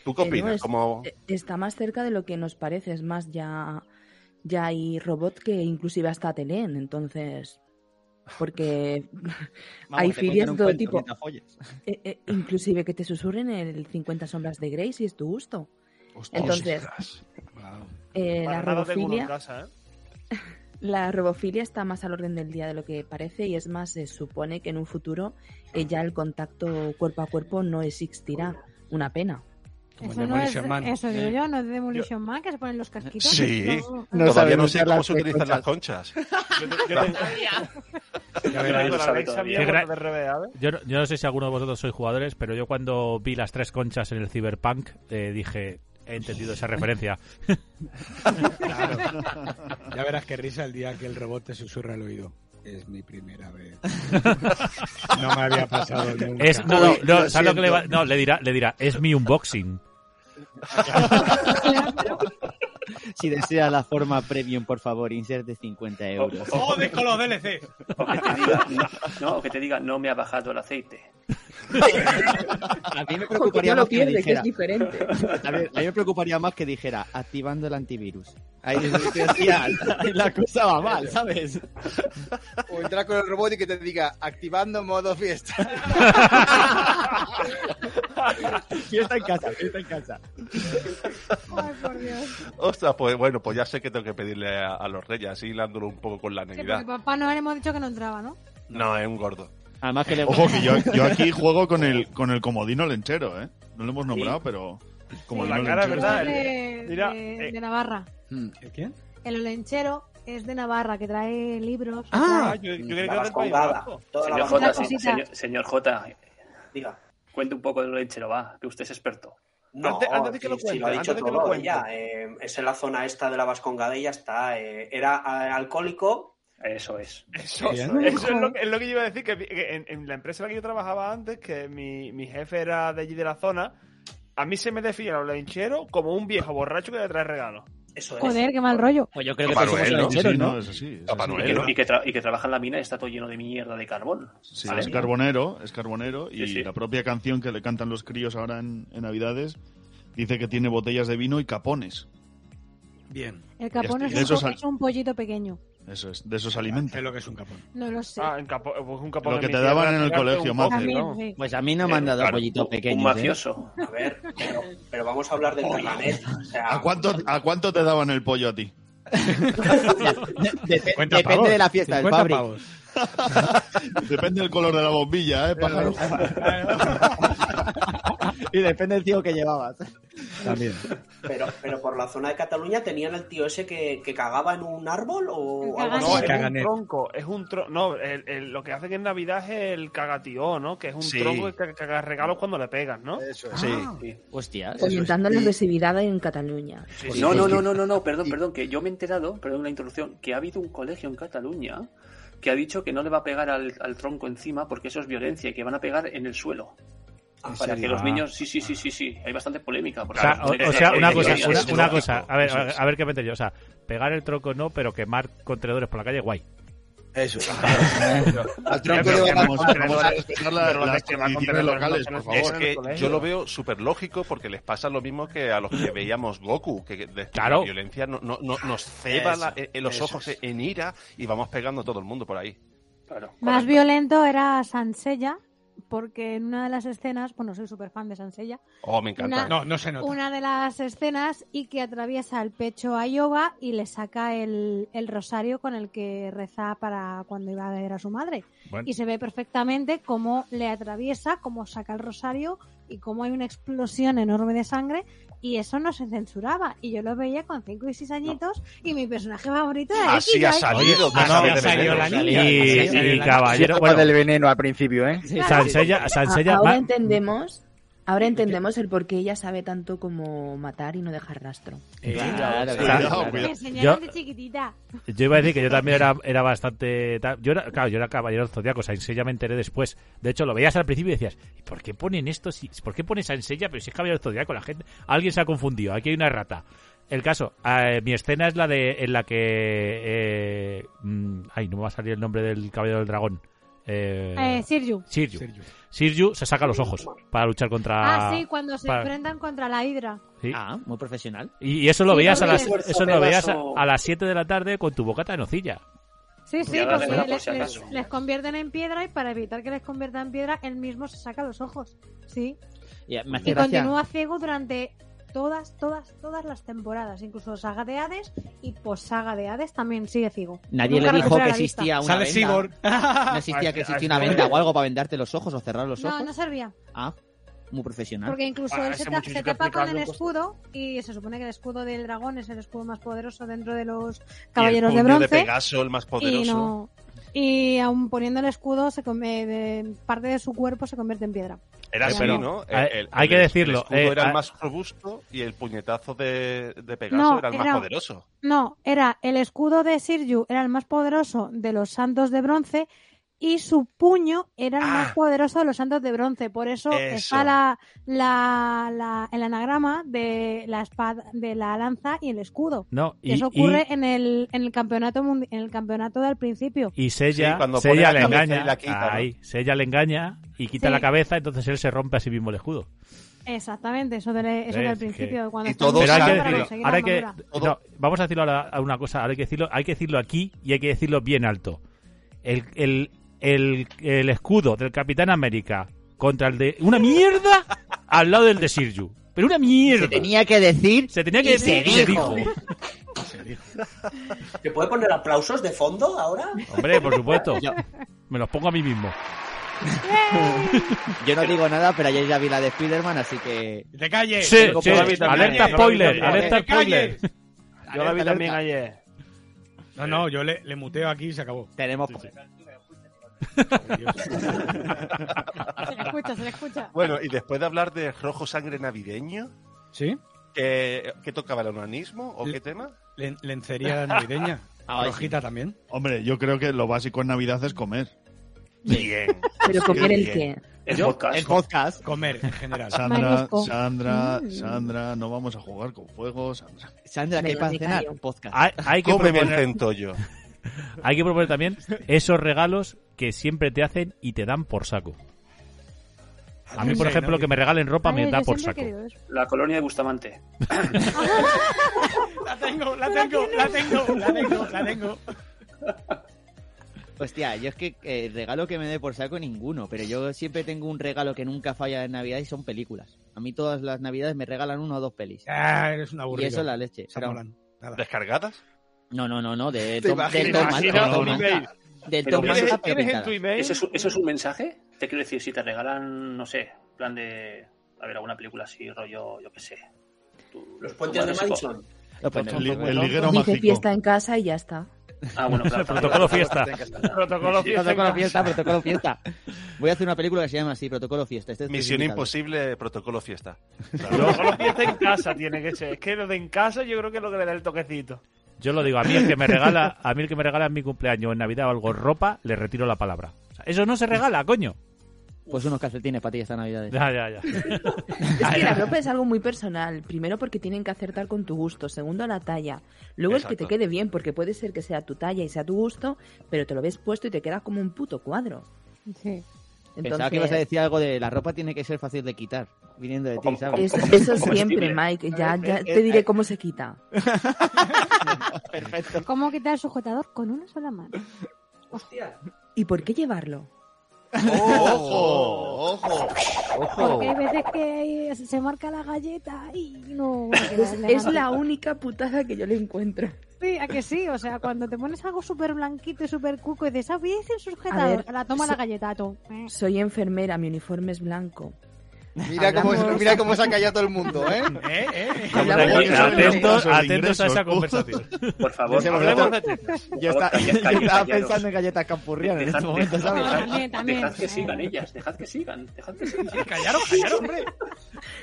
¿Tú qué Eh, no, opinas? es- Como- eh, Está más cerca de lo que nos parece. Es más, ya, ya hay robot que inclusive hasta te leen, entonces... Porque hay te cuentan filias de un todo cuento tipo. mientras follas. Eh, eh, inclusive que te susurren el 50 sombras de Grey si es tu gusto. Hostia, Entonces, ostras. Wow. eh, la Para nada tengo uno robofilia... en casa, ¿eh? La robofilia está más al orden del día de lo que parece y es más, se supone que en un futuro eh, ya el contacto cuerpo a cuerpo no existirá. Una pena. Como Eso el no es, Demolition Man. eso digo Eh. yo, no es Demolition Man que se ponen los casquitos. Sí, No. todavía saben no sé usar cómo las se utilizan las conchas. Yo, te- yo tengo- Ya yo verás. tengo la sabe Alexa todavía. mía Qué gran- cuando me reveaba. Yo no, yo no sé si alguno de vosotros sois jugadores, pero yo cuando vi las tres conchas en el Cyberpunk eh, dije, he entendido esa referencia. Ya verás qué risa el día que el robot te susurra al oído. Es mi primera vez. No me había pasado nunca. Es, no, no, Uy, no, lo ¿sabes lo que le va- siento. no, le dirá, le dirá, es mi unboxing. Si desea la forma premium, por favor, inserte 50 euros. Oh, ¡Joder con los DLC! O que te diga, no, no, o que te diga, no me ha bajado el aceite. A mí me Ojo, que preocuparía no lo más que pierde, que es dijera. diferente. A ver, a mí me preocuparía más que dijera activando el antivirus. Ahí te decía, la cosa va mal, ¿sabes? O entrar con el robot y que te diga activando modo fiesta. Fiesta en casa, fiesta en casa. Ay, por Dios. Ostras, pues bueno, pues ya sé que tengo que pedirle a, a los reyes, así hilándolo un poco con la Sí, Navidad. porque Papá Noel hemos dicho que no entraba, ¿no? No, es un gordo. Además que le Ojo que yo, yo aquí juego con el con el comodino lenchero, ¿eh? No lo hemos nombrado, pero Con comodino la cara, lenchero. ¿verdad? De, Mira, de- eh. de Navarra. ¿El quién? El olenchero es de Navarra, que trae libros. Ah, yo, yo creo que La era del País vascongada. Vasco. Toda la Señor bajada. J, vascongada. Una se- cosita. señor, señor J, Diga. cuente un poco de lo lechero, va, que usted es experto. No, Antes- antes de que lo si- si lo ha cuente, dicho antes de que lo todo cuente. ella. eh, es en la zona esta de la Vascongada y ya está. eh, era eh, alcohólico. Eso es. Eso, Bien. eso es, lo, que- es lo que yo iba a decir, que, mi- que en, en la empresa en la que yo trabajaba antes, que mi, mi jefe era de allí de la zona, a mí se me define a los lincheros como un viejo borracho que le trae regalos. Eso es. Joder, qué mal rollo. Pues yo creo que que todos todos somos somos Manuel, ¿no? Pero Sí, sí, no, ¿no? es así. es Papá así. Y Noel. que, Bueno. y que tra- y que trabaja en la mina y está todo lleno de mierda de carbón. Sí, ¿sabes? es carbonero, es carbonero y Sí, sí. la propia canción que le cantan los críos ahora en, en Navidades dice que tiene botellas de vino y capones. Bien. El capón Ya es está. un, Eso po- sal- es un pollito pequeño. Eso es, de esos Sé alimentos. lo que es un capón. No lo sé. Ah, en capo, pues un capón Lo que en te mi tierra, daban en el tirarte colegio, un mazo. bote, También, ¿no? sí. Pues a mí no me han dado Claro, pollitos Un- Un pequeños. ¿eh? mafioso. A ver, pero, pero vamos a hablar del carnanet. O sea, ¿A cuánto, ¿A cuánto te daban el pollo a ti? Depe- 50 depende pavos. de la fiesta, del 50 Fabri. pavos. Depende del color de la bombilla, ¿eh, pájaro? Y depende del tío que llevabas. También. pero, pero por la zona de Cataluña tenían el tío ese que, que cagaba en un árbol o El algo El No, es así. un caganet. tronco, es un tronco. No, el- el- lo que hacen en Navidad es el cagatío, ¿no? Que es un Sí. tronco que ca- caga regalos cuando le pegas, ¿no? Ah. Eso es. Sí. Hostias. Orientando la agresividad en Cataluña. Pues No, no, no, no, no, no, perdón, perdón, que yo me he enterado, perdón la interrupción, que ha habido un colegio en Cataluña que ha dicho que no le va a pegar al, al tronco encima porque eso es violencia y que van a pegar en el suelo. Para que los niños, sí, sí, sí, sí, sí, hay bastante polémica. Ah, O porque- sea, o, o sea, una Sí, cosa, sí, una, sí, una sí. cosa, a ver, a a ver qué me enteré yo. O sea, pegar el tronco no, pero quemar contenedores por la calle, guay. Eso. Al Pero tronco de que Badajoz. vamos- Vamos a respetar la- pero las que quema condiciones contenedores locales, no por se favor. les- Es que colegio. yo lo veo súper lógico porque les pasa lo mismo que a los que veíamos Goku, que de- Claro. la violencia no, no- no- nos ceba Eso, la- eh, eh, los eso ojos es. en ira y vamos pegando a todo el mundo por ahí. Claro, Más correcto. violento era Sansella, porque en una de las escenas, bueno, soy súper fan de Sansella, Oh, me encanta. No, no se nota. una de las escenas y que atraviesa el pecho a Yoga y le saca el, el rosario con el que reza para cuando iba a ver a su madre. Bueno. Y se ve perfectamente cómo le atraviesa, cómo saca el rosario, y cómo hay una explosión enorme de sangre y eso no se censuraba y yo lo veía con 5 y 6 añitos y mi personaje favorito era Así Ikigai. ha salido, ah, Oye, no, ha salido la niña. Y- Ha salido y la- caballero, Sí, bueno. del veneno al principio, ¿eh? Sí, Sansella- Sansella- A- ahora ma- entendemos, ahora entendemos el por qué ella sabe tanto como matar y no dejar rastro. Eh, Claro, o sea, claro, yo- claro. Me Yo, enseñaron de chiquitita. yo iba a decir que yo también era, era bastante. ta- Yo era, claro, yo era caballero zodiaco, Sansella me enteré después. De hecho, lo veías al principio y decías, "¿Y ¿por qué ponen esto? Si, ¿Por qué pones Sansella? Pero si es caballero zodiaco, la gente. Alguien se ha confundido, aquí hay una rata. El caso, eh, mi escena es la de en la que. eh, mm, ay, no me va a salir el nombre del caballero del dragón. Eh, Eh, Sirju. Sirju. Sirju se saca los ojos para luchar contra. Ah, sí, cuando se para- enfrentan contra la hidra. Ah, muy profesional. Y, y eso lo Sí, veías a también. las eso lo veías a, Pedazo. a las 7 de la tarde con tu bocata de nocilla. Sí, sí, Ya dale, porque dale, por les, si acaso. les- les convierten en piedra y para evitar que les conviertan en piedra, él mismo se saca los ojos. Sí. Y, eh, me hace Y gracia- continúa ciego durante todas, todas, todas las temporadas. Incluso Saga de Hades y post-Saga de Hades también sigue ciego. Nadie Nunca le dijo recupera que la vista. existía una Sale venda. Sigurd. No existía que existía una venda o algo para vendarte los ojos o cerrar los No, ojos. no servía. Ah, muy profesional. Porque incluso Ah, él ese se, ta- muchacho se que tapa con el aplicaba un escudo y se supone que el escudo del dragón es el escudo más poderoso dentro de los caballeros de puño bronce. de Pegaso, el más poderoso. Y, no- y aún poniendo el escudo, se come- de- parte de su cuerpo se convierte en piedra. Era así, Pero, ¿no? eh, hay que decirlo, El escudo eh, era ah. el más robusto y el puñetazo de, de Pegaso era el más poderoso. No, era el escudo de Sirju, era el más poderoso de los santos de bronce y su puño era el Ah. más poderoso de los santos de bronce. Por eso, Eso. está la, la- la- el anagrama de la espada, de la lanza y el escudo. No, y- Eso ocurre y- en, el, en el campeonato mundi- en el campeonato del principio. Y Sella, Sí, cuando pone la Sella le cabeza engaña. y la quita, ¿no? Ahí, Sella le engaña y quita Sí. la cabeza, entonces él se rompe a sí mismo el escudo. Exactamente, eso, del- eso ¿Ves? del principio. Que- cuando están Pero hay que luchando para decirlo. conseguir Ahora la hay que- armadura. no, vamos a decirlo ahora a una cosa, ahora hay que decirlo, hay que decirlo aquí y hay que decirlo bien alto. El, el, el, el escudo del Capitán América contra el de una mierda al lado del de Sirju. Pero una mierda. Se tenía que decir. Se tenía que y decir se y se dijo. dijo. ¿Te puede poner aplausos de fondo ahora? Hombre, por supuesto. Me los pongo a mí mismo. Yo no digo nada, pero ayer ya vi la de Spider-Man, así que. ¡De calle! Sí, sí. Alerta spoiler, alerta spoiler. Yo la vi también ayer. No, no, yo le, le muteo aquí y se acabó. Tenemos. Se le escucha, se le escucha. Bueno, y después de hablar de rojo sangre navideño, ¿Sí? ¿qué, qué tocaba el onanismo o qué tema? Len- lencería navideña. Rojita también. Hombre, yo creo que lo básico en Navidad es comer. Bien. ¿Pero comer el qué? El Yo- podcast. el podcast. Comer, en general. Sandra, Marisco. Sandra, Mm. Sandra, no vamos a jugar con fuego, Sandra. Sandra, ¿qué hay para cenar? Un podcast. Hay, hay que Cómeme proponer, el centollo. Hay que proponer también esos regalos que siempre te hacen y te dan por saco. A mí, por Sí, ejemplo, ¿no? que me regalen ropa me da por saco. La colonia de Bustamante. La tengo, la tengo, la tengo, la tengo, la tengo. Hostia, yo es que eh, regalo que me dé por saco ninguno, pero yo siempre tengo un regalo que nunca falla en Navidad y son películas. A mí todas las Navidades me regalan una o dos pelis. Ah, eres un aburrido. Y eso es la leche. Se Pero- molan, nada. ¿Descargadas? No, no, no, no, de Te Tom, de imaginas, Tom Hanks, te de imaginas Tom un Hanks. email. Del Pero Tom ¿tienes- Hanks, pero tienes en pintada. tu email? ¿Eso es, un- eso es un mensaje? Te quiero decir, si te regalan, no sé, plan de. A ver, alguna película así, rollo, yo qué sé. Los puentes de Madison. El, el liguero Dice mágico. fiesta en casa y ya está. Ah, bueno, claro. Protocolo fiesta. Protocolo Sí, fiesta en Protocolo casa. fiesta, protocolo fiesta. Voy a hacer una película que se llama así, Protocolo fiesta. Este es Misión justificado. imposible, protocolo fiesta. Solo fiesta en casa tiene que ser. Es que lo de en casa yo creo que es lo que le da el toquecito. Yo lo digo, a mí el que me regala, a mí el que me regala en mi cumpleaños, en Navidad o algo, ropa, le retiro la palabra. O sea, eso no se regala, coño. Pues unos calcetines para ti esta Navidad. Ya, ya, ya. Es que la ropa es algo muy personal. Primero porque tienen que acertar con tu gusto. Segundo la talla. Luego el que Exacto. te quede bien porque puede ser que sea tu talla y sea tu gusto, pero te lo ves puesto y te queda como un puto cuadro. Sí. Pensaba que ibas a decir algo de la ropa tiene que ser fácil de quitar, viniendo de ti, ¿sabes? Eso, eso siempre, Mike. Ya, ya te eh, diré cómo se quita. ¿Cómo quitar el sujetador con una sola mano? Hostia. ¿Y por qué llevarlo? Oh, ¡Ojo! ¡Ojo! Porque hay veces que eh, se marca la galleta y no. Es, es la única putada que yo le encuentro. Sí, a que sí, o sea, cuando te pones algo súper blanquito y súper cuco y dices, ah, voy a ir sin A sujetador, ver, la toma la so- galleta, tú. eh". Soy enfermera, mi uniforme es blanco. Mira cómo, Hablamos- mira cómo se ha callado todo el mundo, ¿eh? ¿Eh? ¿Eh? Atentos, atentos a esa conversación. Por favor, Yo hablemos estaba- de tetas. Por Yo, favor, estaba- calle- yo estaba calle- pensando en galletas campurrianas en este momento, ¿sabes? Dejad- Dejad que sigan ellas, dejad que sigan, dejad que sigan. Callaros, callaros, hombre.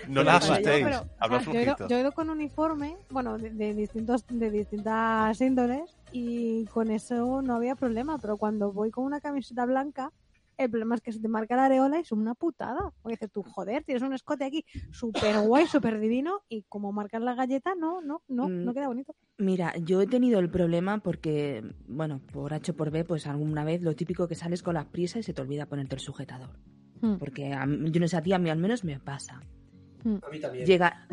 No las Yo, asustéis. pero, Hablad ah, yo, he ido, flojito. yo he ido con uniforme, bueno, de, de distintos de distintas índoles y con eso no había problema, pero cuando voy con una camiseta blanca, el problema es que se te marca la areola y es una putada. Porque dices tú, joder, tienes un escote aquí súper guay, súper divino y como marcas la galleta, no, no, no, Mm. no queda bonito. Mira, yo he tenido el problema porque, bueno, por H o por B, pues alguna vez lo típico que sales con las prisas y se te olvida ponerte el sujetador. Mm. Porque a mí- yo no sé, a ti, a mí al menos me pasa. A mí también. Llega.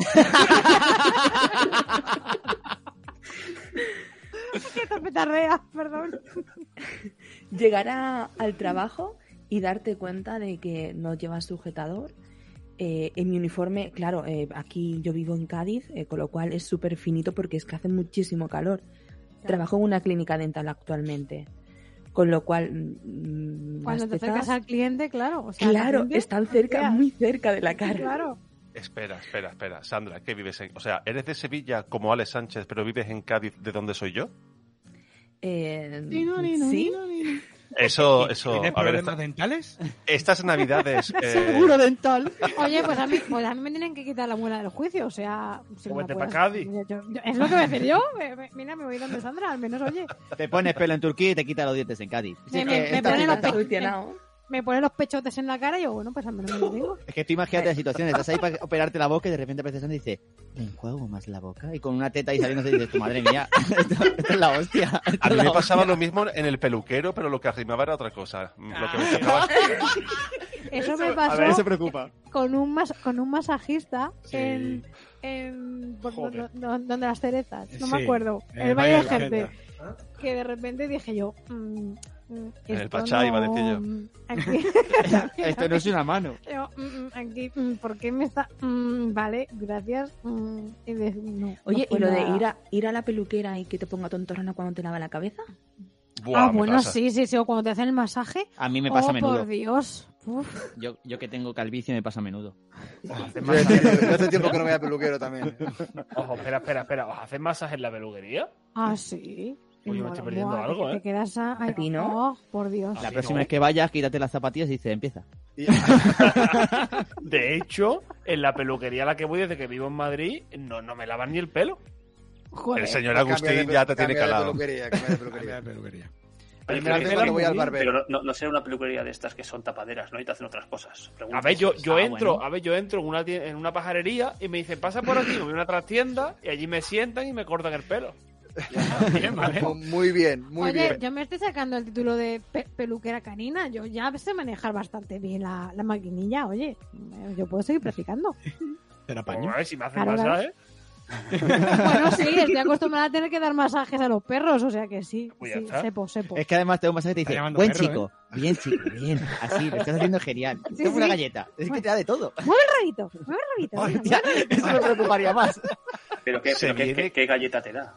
Esta petardea, perdón. Llegar a- al trabajo y darte cuenta de que no llevas sujetador. Eh, en mi uniforme, claro, eh, aquí yo vivo en Cádiz, eh, con lo cual es súper finito porque es que hace muchísimo calor. Trabajo en una clínica dental actualmente. Con lo cual. mm, mm, Cuando las te acercas tetas- al cliente, claro. O sea, Claro, realmente- están cerca, muy cerca de la cara. Claro. Espera, espera, espera. Sandra, ¿qué vives en...? O sea, ¿eres de Sevilla como Alex Sánchez, pero vives en Cádiz de donde soy yo? Eh, Ni no, ni no, ni ¿Sí? no, ni no. Eso, eso... ¿Tienes a ver, problemas esta- dentales? estas navidades... eh, dental. Oye, pues a, mí, pues a mí me tienen que quitar la muela del juicio, o sea... si no me Vete pa' apuras- Cádiz. yo- yo- es lo que voy a decir yo. me- me- Mira, me voy donde Sandra, al menos, oye. Te pones pelo en Turquía y te quita los dientes en Cádiz. Me, es, me- que, me ponen los está pe- solucionado. me ponen los pechotes en la cara y yo, bueno, pues al menos me lo digo. es que tú imagínate la situación, estás ahí para operarte la boca y de repente aparece Sandra y dice, te enjuago más la boca. Y con una teta ahí saliendo dices, tu madre mía, esto, esto es la hostia. esto A es mí la me hostia". pasaba lo mismo en el peluquero, pero lo que arrimaba era otra cosa. Mm, Lo Ah. que me tocaba- Eso me A ver, pasó eso preocupa. con un, mas- con un masajista Sí. en... en- por- Joder. do- do- donde las cerezas, no me Sí, acuerdo. Eh, en el Valle de la Gente. Gente. Que de repente dije yo... mm, mm, En el esto Pachá iba a no, decir yo. mm, aquí- Esto no es una mano. Yo, mm, mm, aquí, mm, ¿por qué me está...? Mm, vale, gracias. mm, y de- no, Oye, no fue ¿y lo de nada. ir a, ir a la peluquera y que te ponga tontorrona cuando te lava la cabeza? Buah, Ah, me bueno, pasa. sí, sí, sí. O cuando te hacen el masaje. A mí me pasa oh, a menudo. por Dios. Uf. Yo, yo que tengo calvicie me pasa a menudo. Yo hace tiempo que no voy a peluquero también. Ojo, espera, espera, espera. ¿Os hacéis masas en la peluquería? Ah, sí. Oye, me Mola, estoy perdiendo mola, algo, que ¿eh? Te quedas a... ay, ¿A ti no? oh, por Dios. Ah. La Sí, próxima no. vez que vayas, quítate las zapatillas y dice, empieza. De hecho, en la peluquería a la que voy desde que vivo en Madrid, no, no me lavan ni el pelo. Joder. El señor Agustín ya te tiene calado. Mira, calado. peluquería. Pero Primera que vez te cuando la- voy al Pero barbero. no, no, no será una peluquería de estas que son tapaderas, ¿no? Y te hacen otras cosas. Pregunto. A ver, yo, yo Ah, entro, bueno. a ver, yo entro en una, tie- en una pajarería y me dicen, pasa por aquí, me voy a una trastienda y allí me sientan y me cortan el pelo. Bien, ¿vale? Muy bien, muy Oye, bien. yo me estoy sacando el título de pe- peluquera canina. Yo ya sé manejar bastante bien la, la maquinilla. Oye, eh, yo puedo seguir practicando. Te la Pues, apaño. a ver si me hacen Claro, pasar, claro. ¿eh? bueno, sí, estoy acostumbrada a tener que dar masajes a los perros. O sea que sí. Pues ya sí está. sepo, sepo. Es que además te da un masaje y te Está dice, llamando buen perro, chico, ¿eh? bien chico, bien. Así, lo estás haciendo genial. Sí, Tengo una sí. galleta. Es que te da de todo. Mueve el rabito, mueve el rabito. venga, Hostia, eso me preocuparía más. Pero, qué, Se pero qué- viene- qué- qué galleta te da.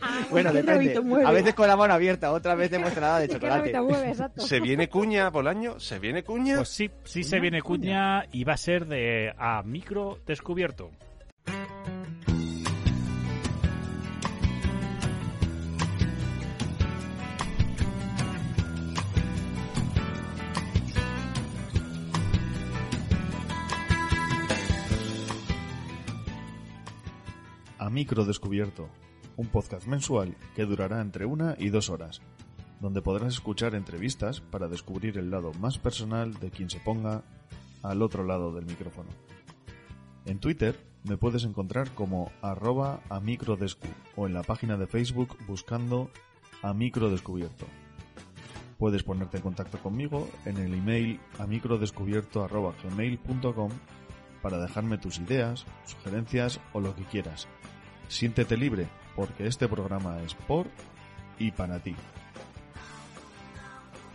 Ah, Bueno, qué rabito depende. mueve. A veces con la mano abierta, otras veces mostrada de Es que chocolate. rabito mueve, exacto. ¿Se viene cuña, Bolaño? ¿Se viene cuña? Pues sí, sí se viene cuña y va a ser de a micro descubierto. A Micro Descubierto, un podcast mensual que durará entre una y dos horas, donde podrás escuchar entrevistas para descubrir el lado más personal de quien se ponga al otro lado del micrófono. En Twitter me puedes encontrar como arroba a microdescu o en la página de Facebook buscando a micro descubierto. Puedes ponerte en contacto conmigo en el email a microdescubierto.gmail.com para dejarme tus ideas, sugerencias o lo que quieras. Siéntete libre, porque este programa es por y para ti.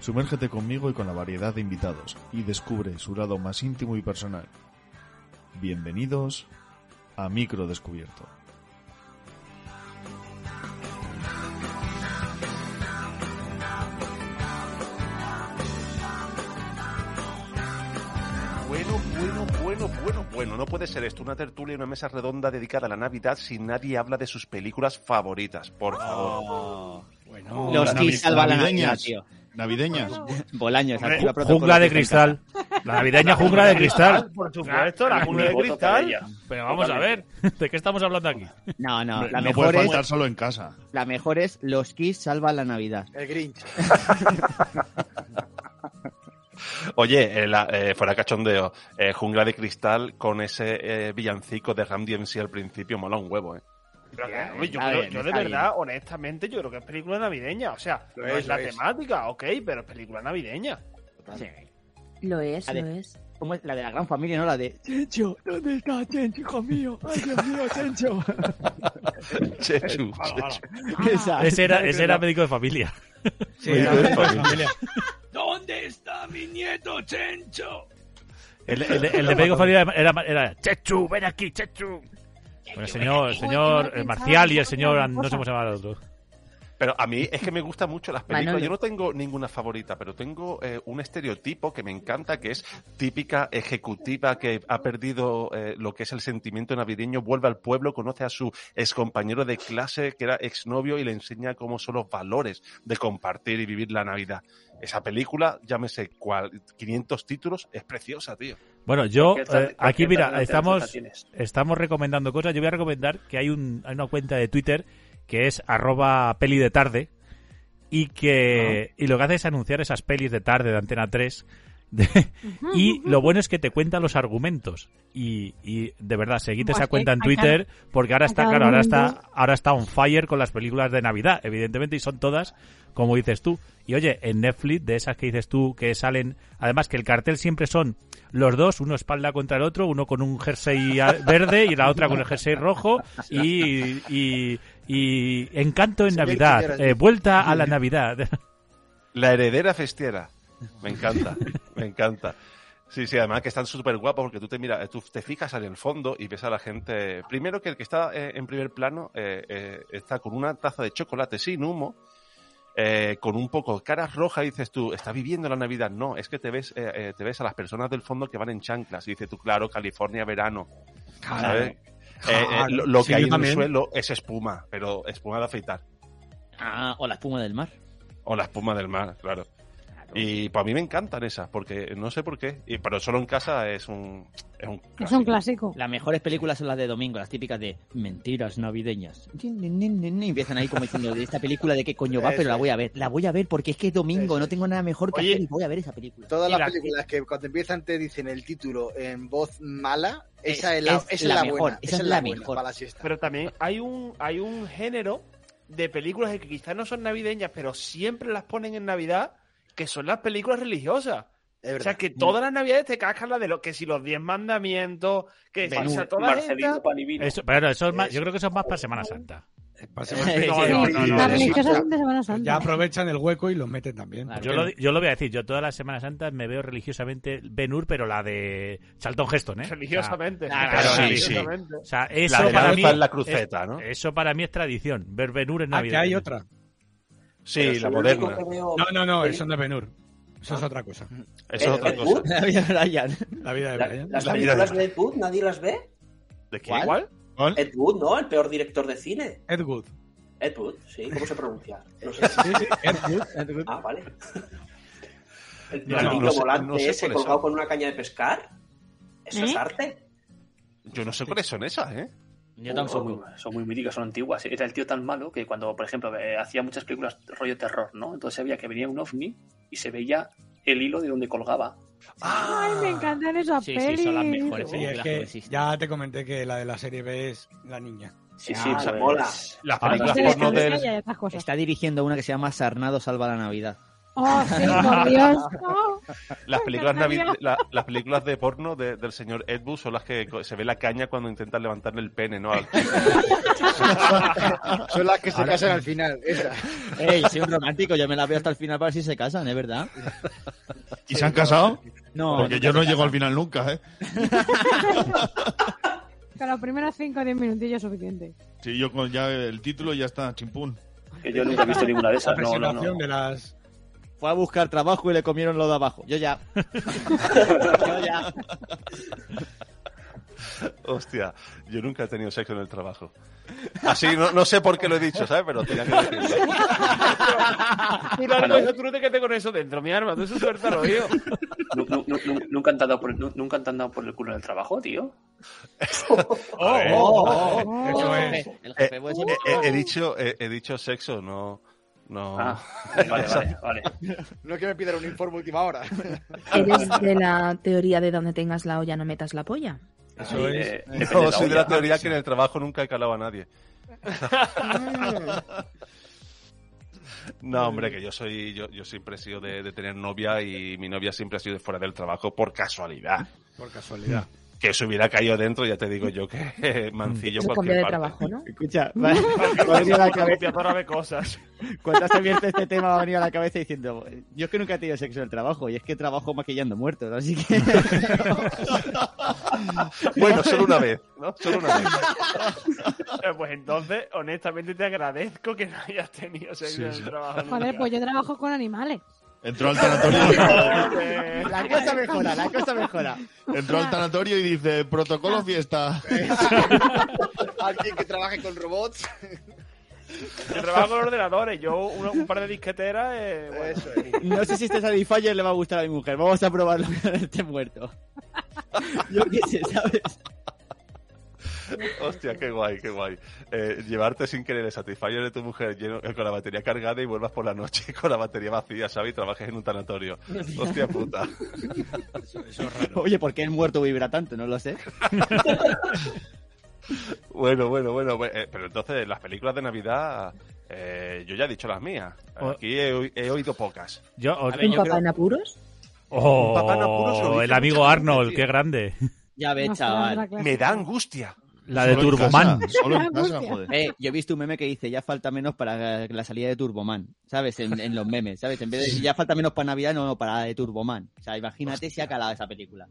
Sumérgete conmigo y con la variedad de invitados y descubre su lado más íntimo y personal. Bienvenidos a Micro Descubierto. Bueno, bueno, bueno, bueno, bueno, bueno. No puede ser esto una tertulia y una mesa redonda dedicada a la Navidad si nadie habla de sus películas favoritas, por favor. Oh, Bueno, Los Kiss salvan la Navidad, tío. Navideñas. Bolaños, Hombre, activa ju- protocolo jungla de defensa. cristal. La navideña jungla de cristal. Por supuesto, la jungla de cristal. Pero vamos a ver, ¿de qué estamos hablando aquí? No, no, Hombre, la no mejor puede es... faltar solo en casa. La mejor es Los Kiss salvan la Navidad. El Grinch. Oye, eh, la- eh, fuera cachondeo, eh, Jungla de Cristal con ese eh, villancico de Ram DMC al principio mola un huevo, ¿eh? Pero que, hombre, yo Está creo- bien, yo de está verdad, honestamente, yo creo que es película navideña. O sea, Lo no es, es, la lo es. temática, ok, pero es película navideña. Sí. Lo es, A ver. lo es. ¿Cómo es? La de la gran familia, ¿no? La de... Chencho, ¿dónde está Chencho, hijo mío? Ay, Dios mío, Chencho. Che, chu, che, chu. Esa. Ese era, ese era médico de familia. Sí, Muy la- bien, la Fabi. familia. ¿Dónde está mi nieto, Chencho? El, el- el de médico de familia era, era Chechu, ven aquí, Chechu. Bueno, el señor, el señor eh, Marcial y el señor, no sé cómo se llama el otro. Pero a mí es que me gustan mucho las películas. Manolo. Yo no tengo ninguna favorita, pero tengo eh, un estereotipo que me encanta, que es típica ejecutiva que ha perdido eh, lo que es el sentimiento navideño, vuelve al pueblo, conoce a su excompañero de clase que era exnovio y le enseña cómo son los valores de compartir y vivir la Navidad. Esa película, llámese cual, 500 títulos, es preciosa, tío. Bueno, yo, Cualquier tar- eh, aquí cualquier mira, tarde estamos, alternativa tienes. estamos recomendando cosas. Yo voy a recomendar que hay, un, hay una cuenta de Twitter que es arroba peli de tarde y Ah. que y lo que hace es anunciar esas pelis de tarde de Antena 3 de- y lo bueno es que te cuenta los argumentos y, y de verdad seguid Buah, esa Pues es que cuenta en acá- Twitter porque ahora está acá claro ahora está mundo- ahora está on fire con las películas de Navidad evidentemente y son todas como dices tú y oye en Netflix de esas que dices tú que salen además que el cartel siempre son los dos uno espalda contra el otro uno con un jersey a- verde y la otra con el jersey rojo y, y, y encanto en Señor Navidad Quiñones. eh, vuelta a la Navidad La heredera festiera. Me encanta, me encanta. Sí, sí, además que están súper guapos porque tú te miras, tú te fijas en el fondo y ves a la gente. Primero que el que está eh, en primer plano eh, eh, está con una taza de chocolate sin humo, eh, con un poco cara roja y dices tú, ¿está viviendo la Navidad? No, es que te ves, eh, eh, te ves a las personas del fondo que van en chanclas y dices tú, claro, California, verano. ¿sabes? Eh, eh, lo, lo Sí, que hay yo en el también. suelo es espuma, pero espuma de afeitar. Ah, o la espuma del mar. O la espuma del mar, claro. Y para mí me encantan esas, porque no sé por qué. Y, pero solo en casa es un. Es un Es un clásico. clásico. Las mejores películas son las de domingo, las típicas de mentiras navideñas. Nin, nin, nin, nin, nin. Empiezan ahí como diciendo, ¿de esta película de qué coño va? Eso Pero la es. voy a ver. La voy a ver porque es que es domingo, Eso no tengo nada mejor que Oye. hacer y voy a ver esa película. Todas Y las la- películas que cuando empiezan te dicen el título en voz mala, esa es, la, es esa es la la mejor, buena. Esa es la, buena mejor. para la siesta. Pero también hay un, hay un género de películas que quizás no son navideñas, pero siempre las ponen en Navidad, que son las películas religiosas. Es O verdad. sea, que todas las navidades te cascan la de lo que si los diez mandamientos, que si Menú. o sea, todas Marcelino estas- Panivino. Eso- pero eso es más- yo creo que eso es más para Semana Santa No, no, no, no. Las Sí, religiosas ya- son de Semana Ya Santa. aprovechan el hueco y los meten también. Claro. yo lo, yo lo voy a decir yo todas las Semanas Santas me veo religiosamente Ben Hur pero la de Charlton Heston ¿eh? O sea, religiosamente. Ah, claro, sí, religiosamente. O sea, La eso de la para alfa mí es la cruceta, es- ¿no? Eso para mí es tradición, ver Ben Hur en Ah, que Navidad. hay otra. Sí, Pero la soy el único moderna. que veo- No, no, no, son de Benur. Eso es otra cosa. Eso es otra ¿El cosa. Deadwood? La vida de Brian. La vida de La- Brian. ¿Las La vida películas de- de Ed Wood nadie las ve? ¿De qué? ¿Cuál? ¿Cuál? Ed Wood, ¿no? El peor director de cine. Ed Wood. Ed Wood, sí. ¿Cómo se pronuncia? No sé. Sí, sí, Ed Wood. Ed Wood. Ah, vale. El No, platillo no sé- volante no sé cuáles ese son. colgado con una caña de pescar. Eso es ¿Eh? arte. Yo no sé cuáles son esas, ¿eh? Yo son, tampoco. muy, son muy míticas, son antiguas. Era el tío tan malo que cuando, por ejemplo, eh, hacía muchas películas rollo terror, ¿no? Entonces había que venía un ovni y se veía el hilo de donde colgaba. Ay, me encantan esas Sí, sí, pelis. son las mejores. Sí, es Películas que progresistas. ya te comenté que la de la serie B es la niña. Sí, Ah, sí, me pues, mola. Las Ah, películas Entonces, porno descansa del. y hay otras cosas. Está dirigiendo una que se llama Sarnado salva la Navidad. Oh, sí, por Dios. Oh, Las películas, encantaría. navi- la- las películas de porno de- del señor Ed Wood son las que co- se ve la caña cuando intentan levantarle el pene, ¿no? Al- Son las que se casan al final. Esa. Ey, soy un romántico, yo me la veo hasta el final para ver si se casan, ¿es verdad? ¿Y se han casado? No, Porque yo no llego al final nunca, ¿eh? Con los primeros 5 o 10 minutillos es suficiente. Sí, yo con ya el título ya está, chimpún. que yo nunca he visto ninguna de La esas. No, no, presentación no. de las Fue a buscar trabajo y le comieron lo de abajo. Yo ya. Yo ya. Hostia, yo nunca he tenido sexo en el trabajo. Así, no, no sé por qué lo he dicho, ¿sabes? Pero tenía que decirlo. Tú no, no, tú no te quedes con eso dentro, mi arma. Tú eso suéltalo, tío. Nu- nu- nu- nu- Nunca han dado por, nu- nunca te han dado por el culo en el trabajo, tío. oh, oh, eso es. El jefe puede ser Eh, eh, mucho. he, dicho, eh, he dicho sexo, no. no. Ah, vale, vale, vale, vale. No es que me pidan un informe última hora. ¿Eres de la teoría de donde tengas la olla no metas la polla? Eso Ahí, es. eh, No, depende de la soy de olla. la teoría que en el trabajo nunca he calado a nadie. No, hombre, que yo soy, yo, yo siempre he sido de, de tener novia y mi novia siempre ha sido de fuera del trabajo por casualidad. Por casualidad. Que se hubiera caído dentro, ya te digo yo que mancillo Eso cambia cualquier de parte. trabajo, ¿no? Escucha, vale. me ha venido a la cabeza. Copiadora de cosas. Cuando has abierto este tema me ha venido a la cabeza diciendo, yo es que nunca he tenido sexo en el trabajo y es que trabajo maquillando muertos, así que... Bueno, solo una vez, ¿no? Solo una vez. Eh, Pues entonces, honestamente, te agradezco que no hayas tenido sexo Sí, en el sí. trabajo. Joder, nunca. pues yo trabajo con animales. Entró al tanatorio, Eh, La cosa mejora, la cosa mejora. entró al tanatorio y dice, protocolo fiesta. Alguien que trabaje con robots. Yo trabajo con ordenadores, yo uno- un par de disqueteras. eh, bueno. Eso es. No sé si este Satisfyer le va a gustar a mi mujer. Vamos a probarlo cuando esté muerto. Yo qué sé, ¿sabes? Hostia, qué guay, qué guay. Eh, llevarte sin querer el satisfier de tu mujer lleno, eh, con la batería cargada y vuelvas por la noche con la batería vacía, ¿sabes? Y trabajes en un tanatorio. Hostia puta. Oye, ¿por qué el muerto vibra tanto? No lo sé. Bueno, bueno, bueno. bueno, eh, pero entonces, las películas de Navidad, eh, yo ya he dicho las mías. Aquí he, oi- he oído pocas. Yo, A ver, ¿Un yo papá creo- en apuros? Oh, Un papá en apuros lo dice el amigo muchas Arnold, veces, qué tío. grande. Ya ves, No sé, otra chaval. clase. Me da angustia. La de Solo en Turboman. casa, Solo en casa, Hostia. joder. Eh, yo he visto un meme que dice, ya falta menos para la salida de Turboman, ¿sabes? En, en los memes, ¿sabes? En vez de decir, ya falta menos para Navidad, no, no, para la de Turboman. O sea, imagínate si ha calado esa película.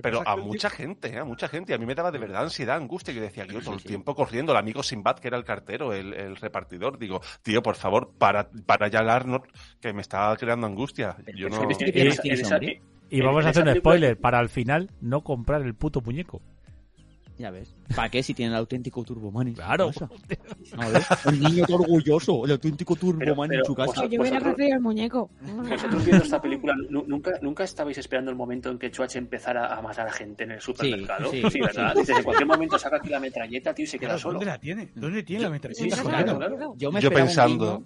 Pero pasa a que el mucha gente, eh, a mucha gente. A mí me daba de verdad ansiedad, angustia. Yo decía, yo todo el sí. tiempo corriendo, el amigo Sinbad, que era el cartero, el, el repartidor, digo, tío, por favor, para, para ya el Arnold, que me está creando angustia. Yo no... es que- En esa- Sí, en sí, esa- hombre. Eh, Y vamos en a hacer esa un película- spoiler. Para al final no comprar el puto muñeco. Ya ves. ¿Para qué si tienen el auténtico Turboman en Claro. su casa? No, ¿ves? Un niño todo orgulloso, el auténtico Turboman pero, en su casa. Pues yo hubiera Vosotros- preferido el muñeco. Vosotros viendo esta película, nu- nunca, nunca estabais esperando el momento en que Chuache empezara a matar a gente en el supermercado. Sí, Sí, sí, ¿verdad? sí. Dices, en cualquier momento saca aquí la metralleta, tío, y se queda Claro, solo. ¿Dónde la tiene? ¿Dónde tiene la Sí, metralleta? sí, Claro. claro, claro. Yo, me Yo esperaba un pensando- guiño-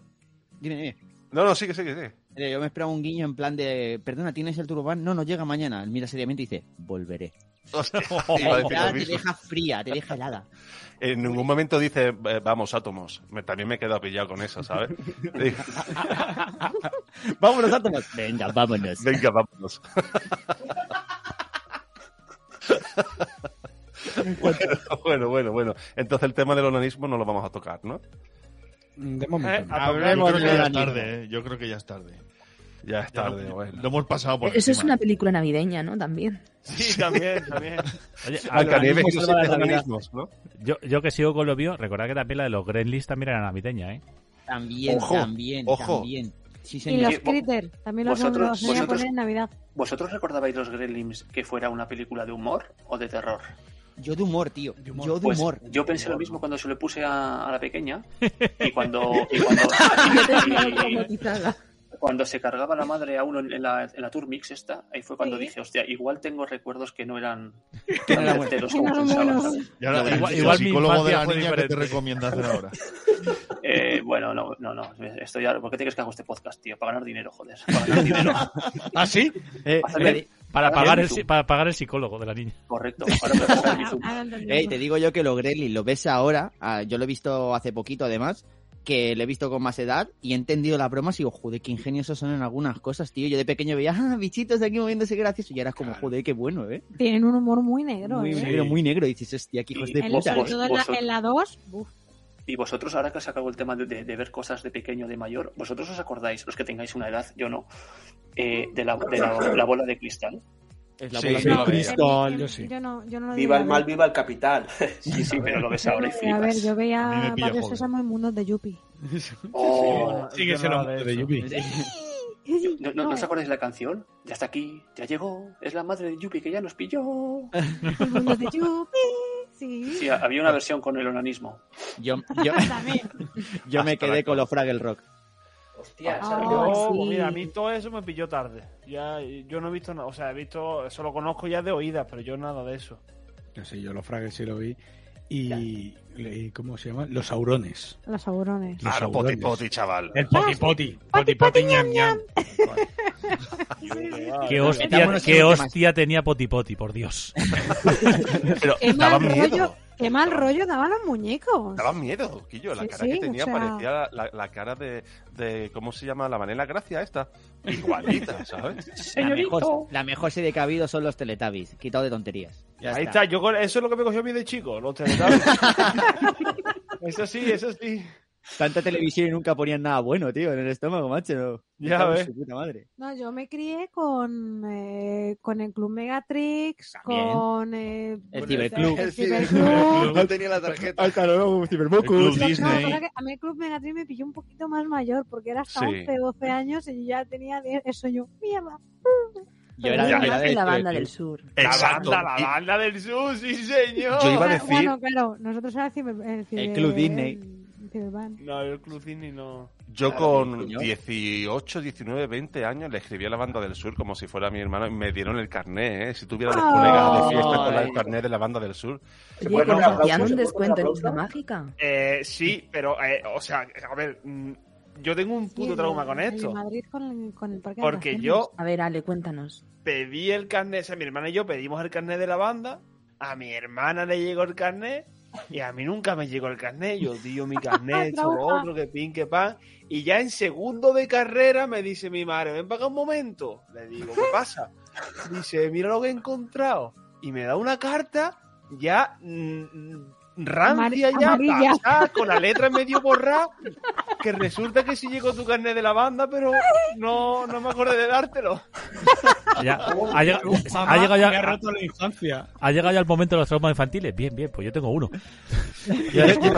Dime, dime. No, no, sigue, sigue, sigue. Mira, Yo me esperaba un guiño en plan de, perdona, ¿tienes el turban? No, no llega mañana. Él mira seriamente y dice, volveré. Hostia, iba a decir Ya lo te mismo. deja fría, te deja helada. En ningún momento dice, eh, vamos, átomos. Me- también me he quedado pillado con eso, ¿sabes? Digo, Vámonos, átomos. Venga, vámonos. Venga, vámonos. bueno, bueno, bueno, bueno. Entonces el tema del onanismo no lo vamos a tocar, ¿no? De Eh, momento. no. Yo Hablemos creo que de ya la es tarde, eh. Yo creo que ya es tarde. Ya es Ya tarde, lo, bueno. lo hemos pasado por Eso es encima. una película navideña, ¿no? También. Sí, también, también. Oye, Blancanieves y onanismo los salva siete la Navidad. enanismos, ¿no? yo, yo que sigo con lo mío, recordad que también la de los Gremlins también era navideña, ¿eh? También, Ojo, también, ojo. también. Sí, Y señor. los critters, también los Vosotros- los voy a vosotros- poner en Navidad. ¿Vosotros recordabais los Gremlins que fuera una película de humor o de terror? Yo de humor, tío. De humor. Yo de Pues humor. yo pensé lo mismo cuando se lo puse a, a la pequeña y cuando y cuando, Yo te veo y- traumatizada. cuando se cargaba la madre a uno en en la, en la tour mix esta, ahí fue cuando Sí. dije, hostia, igual tengo recuerdos que no eran Que no era tan bueno. certeros Que como no era pensaba, bueno. ¿sabes? Y ahora, Igual- el, igual mi psicólogo de infancia la fue niña, ¿qué te diferente. recomienda hacer ahora? Eh, bueno, no, no, no, esto ya, ¿por qué te crees que hago este podcast, tío? Para ganar dinero, joder, para ganar dinero. ¿Ah, sí? Eh, Pásame- eh, Para Ahora pagar, bien, el, tú. si- para pagar el psicólogo de la niña. Correcto, ahora me voy a pasar mi Zoom. Ahora entendí. eh, te digo yo que los Gremlins lo ves ahora. ah, yo lo he visto hace poquito, además. Que lo he visto con más edad y he entendido las bromas y digo, joder, qué ingeniosos son en algunas cosas, tío. Yo de pequeño veía, ah, bichitos de aquí moviéndose graciosos. Y ahora es como, joder, qué bueno, ¿eh? Tienen un humor muy negro. muy ¿eh? negro, muy negro. Y dices, hostia, qué hijos de En- Vos- puta. sobre vos- todo en la- vos- en la 2, uf, Y vosotros, ahora que se acabó el tema de, de- de ver cosas de pequeño, de mayor, ¿vosotros os acordáis, los que tengáis una edad, yo no, eh, de, la, de la- la bola de cristal? Es la Sí, bola sí, de lo Cristo. Cristal, en- yo sí. Yo no, yo no lo Viva llegué el a mal, ver. viva el capital. Sí, sí, pero lo ves Yo no ahora y lo llegué A ver, flipas. yo A mí me veía pilla varios joven. sésamo inmundos de Yuppie. Oh, Sigue Yo siendo nada de de eso. Yubi. ¿No, no, no eh. os acordáis de la canción? Ya está aquí, ya llegó, es la madre de Yuppie que ya nos pilló. El mundo es de Yupi. Sí. Sí, había una versión con el onanismo. Yo, yo, yo me quedé con los Fraggle Rock. Ah, Hostia, esa yo, sí. Oh, pues mira, a mí todo eso me pilló tarde. Ya, yo no he visto nada, o sea, he visto, eso lo conozco ya de oídas, pero yo nada de eso. No sé, yo los Fraggles sí lo vi. Y, le- ¿Cómo se llama? Los Saurones. Los saurones. Los Claro, saurones. poti poti, chaval. El poti poti. Poti poti ñam ñam. Qué Pero hostia, metámonos en qué un tema. hostia tenía Potipoti, por Dios. Pero Qué daba mal rollo, miedo. qué mal rollo daban los muñecos. Daba miedo, Quillo. La Sí, cara sí, que tenía o sea- parecía la, la- la cara de, de- ¿Cómo se llama? La manela gracia esta. Igualita, ¿sabes? La mejor, Señorito. la mejor serie que ha habido son los Teletubbies, quitado de tonterías. Ya Ahí está, yo con- eso es lo que me cogió a mí de chico, los teletubbies. eso sí, eso sí. Tanta televisión y nunca ponían nada bueno, tío, en el estómago, macho. Ya Me cago en ves. su puta madre. No, yo me crié con, eh, con el Club Megatrix, También. con eh, El bueno, ciberclub. el Sí, Ciberclub. No tenía la tarjeta. Hasta luego, Cibermoco. Club No, no, Disney. recuerda que a mí el Club Megatrix me pilló un poquito más mayor, porque era hasta Sí. 11, 12 años y yo ya tenía 10. Eso yo, mierda. Yo Ya, era, este, era de la banda Ciberclub. del sur. La Exacto. banda, Y- la banda del sur, sí señor. Yo iba a Claro, decir- Bueno, claro, nosotros era el, ciber, el, ciber- El Club Disney. el Ciberban. No, el Club Disney no. Yo Claro, con coño. 18, 19, 20 años le escribí a la banda del sur como si fuera mi hermano y me dieron el carné, ¿eh? Si tuviera los Ay. colegas de fiesta con la- el carné de la banda del sur. Oye, que puede nos poner aplauso? hacían ¿Se un puede poner descuento en aplauso? Isla Mágica. Eh, sí, pero, eh, o sea, a ver, mm, yo tengo un Sí, puto el- trauma con el de esto. Madrid con el, con el parque de Porque atracciones. yo A ver, Ale, cuéntanos. pedí el carnet, o sea, mi hermana y yo pedimos el carnet de la banda, a mi hermana le llegó el carnet y a mí nunca me llegó el carnet, yo dio mi carnet, esto, lo Trauma. otro, que pin, que pan, y ya en segundo de carrera me dice mi madre, ven para acá un momento, le digo, ¿qué pasa? Dice, mira lo que he encontrado, y me da una carta ya mm, rancia, Amar- ya amarilla. pasada, con la letra medio borrada, que resulta que sí llegó tu carnet de la banda, pero no, no me acordé de dártelo. Ya, ha, llegado, Mamá, ha llegado me ha ya, roto la infancia. ha llegado ya el momento de los traumas infantiles. Bien, bien, pues yo tengo uno. Yo también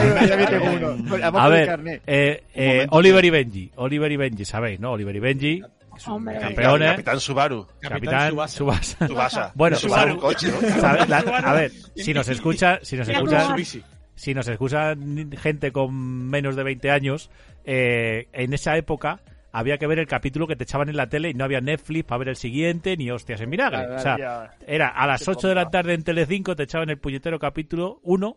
tengo uno. Vamos A con el ver, carnet. eh, eh, momento, Oliver y Benji. Oliver y Benji, sabéis, ¿no? Oliver y Benji, Hombre, Capitán, campeones, Capitán Subaru. Capitán capitán, Tsubasa. Subasa. Subasa. Bueno, Subaru, Subaru. un coche, ¿no? ¿Sabes? La- a ver, si nos escucha, si nos Ya escucha, probar. Mitsubishi. si nos escuchan gente con menos de 20 años, eh, en esa época había que ver el capítulo que te echaban en la tele y no había Netflix para ver el siguiente ni hostias en vinagre. Claro, o sea, ya. era a las 8 de la tarde en Telecinco te echaban el puñetero capítulo 1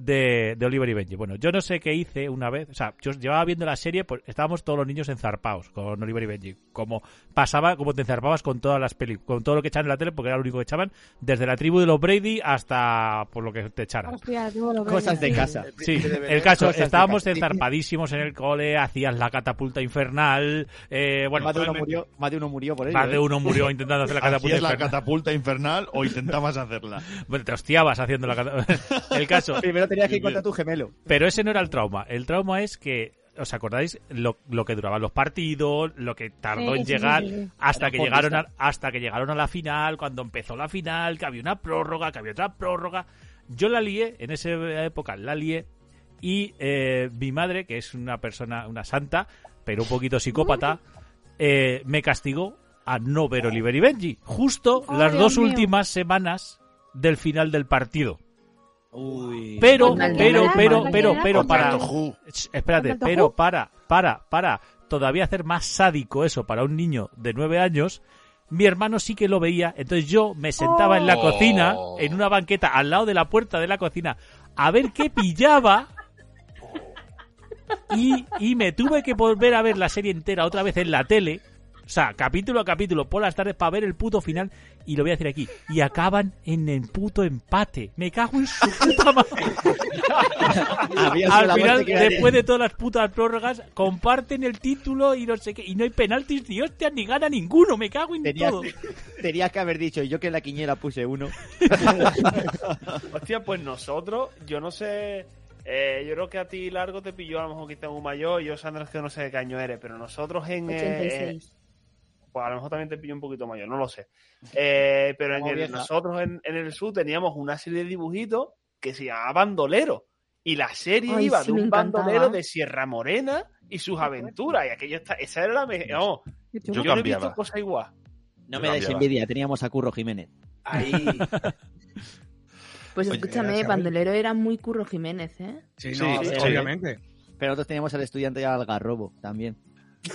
de, de Oliver y Benji. Bueno, yo no sé qué hice una vez, o sea, yo llevaba viendo la serie, pues estábamos todos los niños enzarpados con Oliver y Benji, como pasaba, como te enzarpabas con todas las peli, con todo lo que echaban en la tele, porque era lo único que echaban, desde la tribu de los Brady hasta por lo que te echaran. Hostia, tío, lo Cosas veo, sí. de casa. Sí, príncipe de Belén. el caso, Cosas de estábamos casa. enzarpadísimos en el cole, hacías la catapulta infernal, eh, bueno, Más de uno murió, más de uno murió por ello. más de ¿eh? uno murió intentando hacer la catapulta ¿Hacías la infernal. catapulta infernal o intentabas hacerla? Bueno, te hostiabas haciendo la catapulta. el caso. Primero tenías que encontrar tu gemelo. Pero ese no era el trauma. El trauma es que, ¿os acordáis lo, lo que duraban los partidos, lo que tardó Sí, en sí, llegar sí, sí. hasta Era que un llegaron a, hasta que llegaron a la final, cuando empezó la final, que había una prórroga, que había otra prórroga? Yo la lié, en esa época la lié, y eh, mi madre, que es una persona, una santa, pero un poquito psicópata, eh, me castigó a no ver Oliver y Benji. Justo Oh, las Dios dos mío. últimas semanas del final del partido. Uy. Pero, Con Almeida, pero, con pero, Almeida, pero, pero, con para. Toju. Ch, Espérate, ¿Con Doctor pero Who? para, para, para. Todavía hacer más sádico eso para un niño de nueve años. Mi hermano sí que lo veía, entonces yo me sentaba en la Oh. cocina, en una banqueta al lado de la puerta de la cocina, a ver qué pillaba. Y, y me tuve que volver a ver la serie entera otra vez en la tele. O sea, capítulo a capítulo, por las tardes, para ver el puto final. Y lo voy a decir aquí. Y acaban en el puto empate. Me cago en su puta madre. Había sido Al la final, muerte que era- después de todas las putas prórrogas, comparten el título y no sé qué. Y no hay penaltis ni hostias ni gana ninguno. Me cago en Tenías, todo. tenías que haber dicho, yo que en la quiniela puse uno. Hostia, pues nosotros, yo no sé. eh, yo creo que a ti largo te pilló a lo mejor quizá un mayor. Yo, Sandra, es que no sé de qué año eres, pero nosotros en. eh, eh, 86. pues a lo mejor también te pilló un poquito mayor, no lo sé. Eh, pero en Como el- vieja. nosotros en, en el sur teníamos una serie de dibujitos que se llamaba Bandolero. Y la serie Ay, iba sí, de me un encantaba. bandolero de Sierra Morena y sus aventuras. Y aquello está, esa era la mejor. No, Yo yo, no he cambiaba. visto cosa igual. No me des envidia, teníamos a Curro Jiménez. Ahí. Pues Oye, escúchame, gracias, Bandolero era muy Curro Jiménez, ¿eh? obviamente. Pero nosotros teníamos al estudiante y al garrobo también.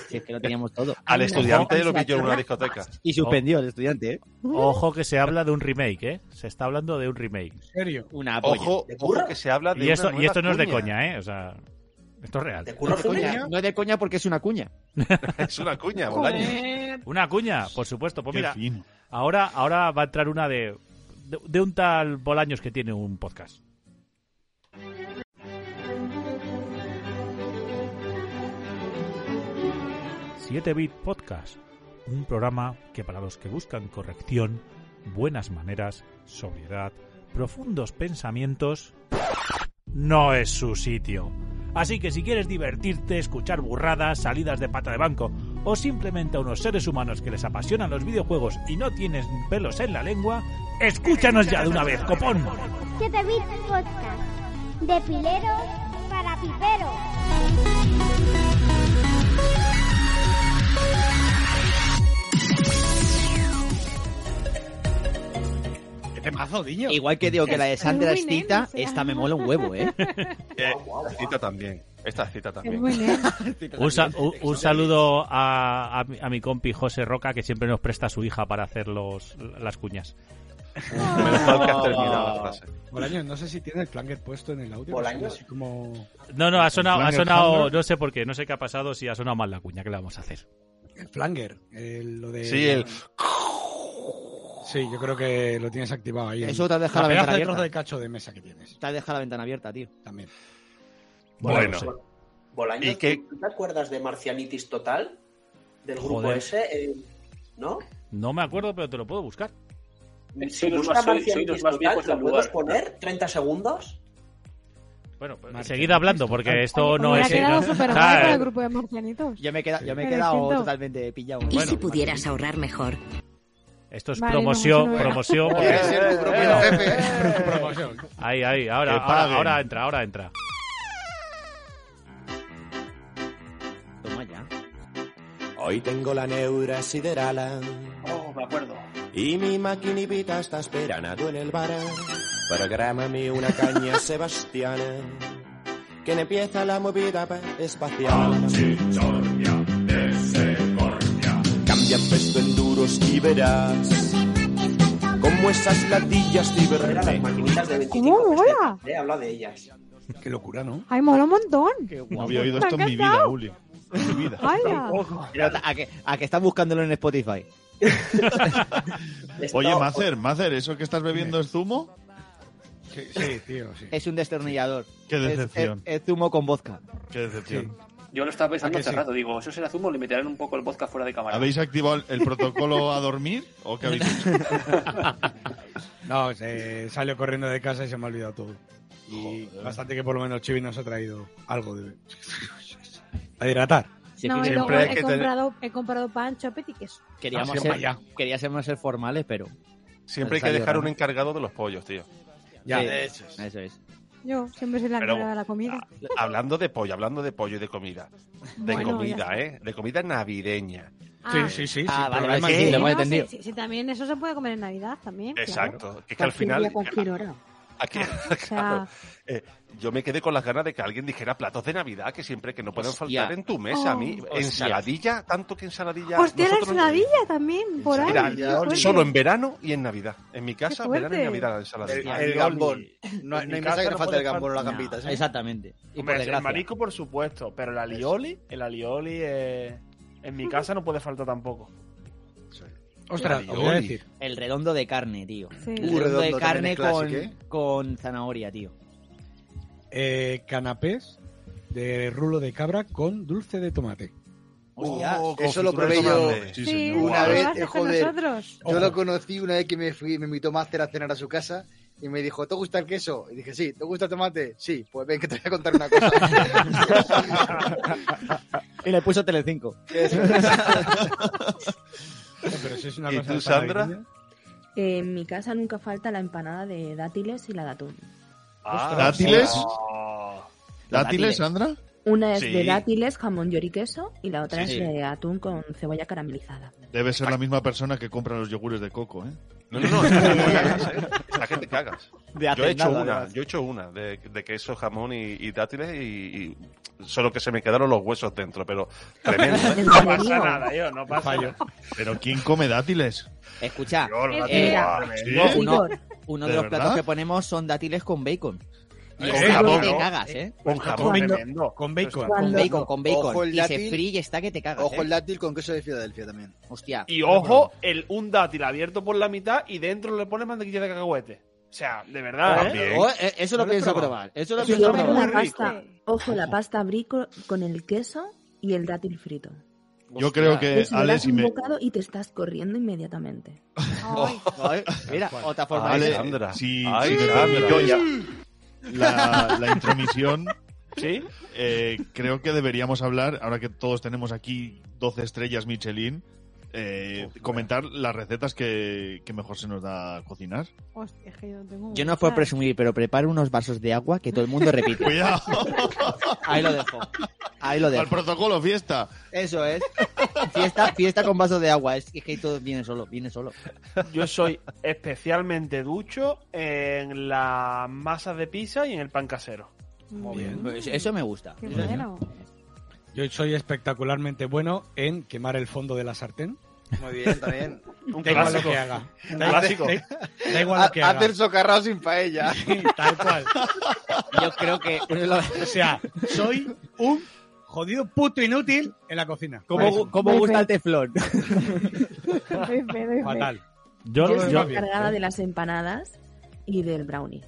Si es que lo teníamos todo. Al estudiante lo pilló en una discoteca. Y suspendió al estudiante, ¿eh? Ojo que se habla de un remake, ¿eh? Se está hablando de un remake. ¿En serio? Una Ojo, ojo que se habla de Y esto, una y esto no nueva es de cuña. coña, ¿eh? O sea, esto es real. No es de coña, no es de coña porque es una cuña. es una cuña, Bolaño. Una cuña, por supuesto. Pues Qué mira, fino. ahora, ahora va a entrar una de, de, de un tal Bolaños que tiene un podcast. Siete Bit Podcast, un programa que para los que buscan corrección, buenas maneras, sobriedad, profundos pensamientos, no es su sitio. Así que si quieres divertirte, escuchar burradas, salidas de pata de banco o simplemente a unos seres humanos que les apasionan los videojuegos y no tienes pelos en la lengua, escúchanos ya de una vez, copón. 7 Bit Podcast. De pileros para piperos. ¿Qué temazo, niño? Igual que digo que la de Sandra Es es muy Tita, nene, o sea. esta me mola un huevo, ¿eh? Eh, cita también. Esta cita también. Un, sa- un- un saludo a, a mi- a mi compi José Roca que siempre nos presta a su hija para hacer los, las cuñas. Menos mal que has Ah. terminado la frase. Bolaños, no sé si tiene el flanger puesto en el audio. Bolaños. Así como... No, no, ha sonado, ha Flanger sonado, Hammer. no sé por qué, no sé qué ha pasado, si ha sonado mal la cuña, ¿qué le vamos a hacer? El flanger. el- lo de... Sí, el- Sí, yo creo que lo tienes activado ahí. Eso te ha dejado la pedazo ventana de trozo abierta. de cacho de mesa que tienes. Te has dejado la ventana abierta, tío. También. Bueno. pues, Bolaños, ¿tú te acuerdas de Marcianitis Total? Del grupo Joder. ese, eh, ¿no? No me acuerdo, pero te lo puedo buscar. Si los busca más- Eh, soy- soy Marcianitis los más Total, viejos ¿lo del puedes lugar. poner? ¿30 segundos? Bueno, pues, Seguid hablando, porque esto Oye, no me es... ha quedado no- súper guay ¿sabes? con el grupo de marcianitos. Yo me he quedado, yo me he Pero quedado siento- totalmente pillado. ¿Y si pudieras ahorrar mejor? Esto es Vale, promoción, no, eso no era. promoción. Quiere porque- ser tu propio ¿eh? jefe. Promoción. Ahí, ahí, ahora, Que paguen. ahora, ahora entra, ahora entra. Toma ya. Hoy tengo la neura siderala Oh, me acuerdo. y mi maquinipita está esperando en el bar. Prográmame una caña sebastiana que empieza la movida pa- espacial. Cambia pesto en duros y verás como esas latillas divertidas. ¿Cómo mola? ¿eh? habla de ellas. Qué locura, ¿no? Ay, mola un montón. No había oído Me ha esto en mi vida, encantado. Uli. Vaya. Pero a, que, a Ah, que estás buscándolo en Spotify. Oye, Macer, Macer, ¿eso que estás bebiendo es zumo? Sí, sí, tío, sí. Es un destornillador. Qué Es- decepción. Es, es zumo con vodka. Qué decepción. Yo lo estaba pensando ¿A que hace sí? rato. Digo, eso será zumo, le meterán un poco el vodka fuera de cámara. ¿Habéis activado el, el protocolo a dormir? ¿O qué habéis hecho? No, se salió corriendo de casa y se me ha olvidado todo. Y bastante que por lo menos Chibi nos ha traído algo de... a hidratar. No, y luego he, comprado, he comprado pan, chopet y queso. Queríamos Siempre ser, queríamos ser formales, pero. Siempre hay que Salió dejar un raro. encargado de los pollos, tío. Eh, Ya. Eh, Sí. Eso es. Eso es. Yo siempre soy la Pero- cara de la comida. ah, Hablando de pollo, hablando de pollo y de comida. De Bueno, comida, ¿eh? De comida navideña. Ah. Sí, sí, sí. Ah, sin vale, problema. sí, lo hemos No, entendido. sí, sí, sí, también eso se puede comer en Navidad también. claro. Exacto. Que es que al final. hora. Aquí- sea- Ah, claro. Eh, yo me quedé con las ganas de que alguien dijera platos de Navidad que siempre que no pueden Hostia. faltar en tu mesa. A mí, Oh. ensaladilla, tanto que ensaladilla. Hostia, la nosotros- ensaladilla también, por ahí. Mira, ¿eh? qué fuerte. solo en verano y en Navidad. En mi casa, Qué verano y fuerte. Navidad la ensaladilla. El, el gambón. No, en no mi hay mesa casa que no no falte puede el gambón o la faltar. gambita, ¿sí? Exactamente. Hombre, el marisco, por supuesto, pero el alioli, el alioli eh, en mi casa no puede faltar tampoco. Ostras, Ravioli. os voy a decir. El redondo de carne, tío. Sí. Uh, El redondo, redondo de también carne es clásico, con, ¿eh? con zanahoria, tío. Eh, canapés de rulo de cabra con dulce de tomate. Hostia, Oh, eso lo confitura de probé yo tomate. Sí, señor. una Guau. Lo vez, eh, haces con joder. nosotros. Yo lo Ojo. conocí una vez que me, fui, me invitó Master a cenar a su casa y me dijo, ¿te gusta el queso? Y dije, sí, ¿te gusta el tomate? Sí, pues ven que te voy a contar una cosa. Y le puso Telecinco. Pero si es una ¿Y cosa tú, tan Sandra? navideña. En mi casa nunca falta la empanada de dátiles y la de atún. Ah, ¿Dátiles? hostia. ¿Dátiles, Sandra? Una es Sí. de dátiles, jamón, york y queso, y la otra Sí. es de atún con cebolla caramelizada. Debe ser la misma persona que compra los yogures de coco, ¿eh? No, no, no, es que te cagas, ¿eh? La gente cagas. De yo he hecho hacendado, una, además. yo he hecho una de, de queso, jamón y, y dátiles y, y- solo que se me quedaron los huesos dentro, pero tremendo. ¿eh? No pasa nada, yo, no pasa Fallo. nada. Pero ¿quién come dátiles? Escucha, Yo, los eh, dátiles, eh, ah, ¿sí? no, uno, uno de ¿De los platos verdad? que ponemos son dátiles con bacon. Y Eh, con eh, jamón no, te no. cagas, ¿eh? Con jamón, Con tremendo. Con bacon. bacon. Con bacon, con Ojo bacon. el Y dátil. se fríe está que te cagas. Ojo ¿eh? el dátil con queso de Filadelfia también. Hostia. Y ojo, el un dátil abierto por la mitad y dentro le pones mantequilla de cacahuete. O sea, de verdad, ¿eh? Oh, eh, eso lo No pienso probado. probar. Eso lo Eso pienso está muy probar. La pasta, ojo, la pasta brico con el queso y el dátil frito. Yo creo que, Es Alex, das y un me, bocado y te estás corriendo inmediatamente. Ay, Mira, otra forma Ale, de Sandra. si, Ay, si me Sandra. permites la, la intromisión, ¿Sí? eh, creo que deberíamos hablar, ahora que todos tenemos aquí 12 estrellas Michelin, eh, comentar las recetas que, que mejor se nos da cocinar. Hostia, es que yo no Ah. tengo. Yo no puedo presumir, pero preparo unos vasos de agua que todo el mundo repite. Cuidado. Ahí lo dejo. Ahí lo Al dejo. protocolo, fiesta. Eso es. Fiesta, fiesta con vasos de agua. Es que todo viene solo, viene solo. Yo soy especialmente ducho en las masas de pizza y en el pan casero. Muy bien. Pues Eso me gusta. Qué Eso sí. bueno. Yo soy espectacularmente bueno en quemar el fondo de la sartén. Muy bien, también. Un Da igual lo clásico. que haga. Un Da igual, clásico. da- da igual lo que haga. Hacer socarrado sin paella. Tal cual. Yo creo que. O sea, soy un jodido puto inútil en la cocina. ¿Cómo, cómo gusta el teflón? Doy fe, doy fe. Fatal. Yo, Yo yo- estoy encargada ¿eh? de las empanadas y del brownie.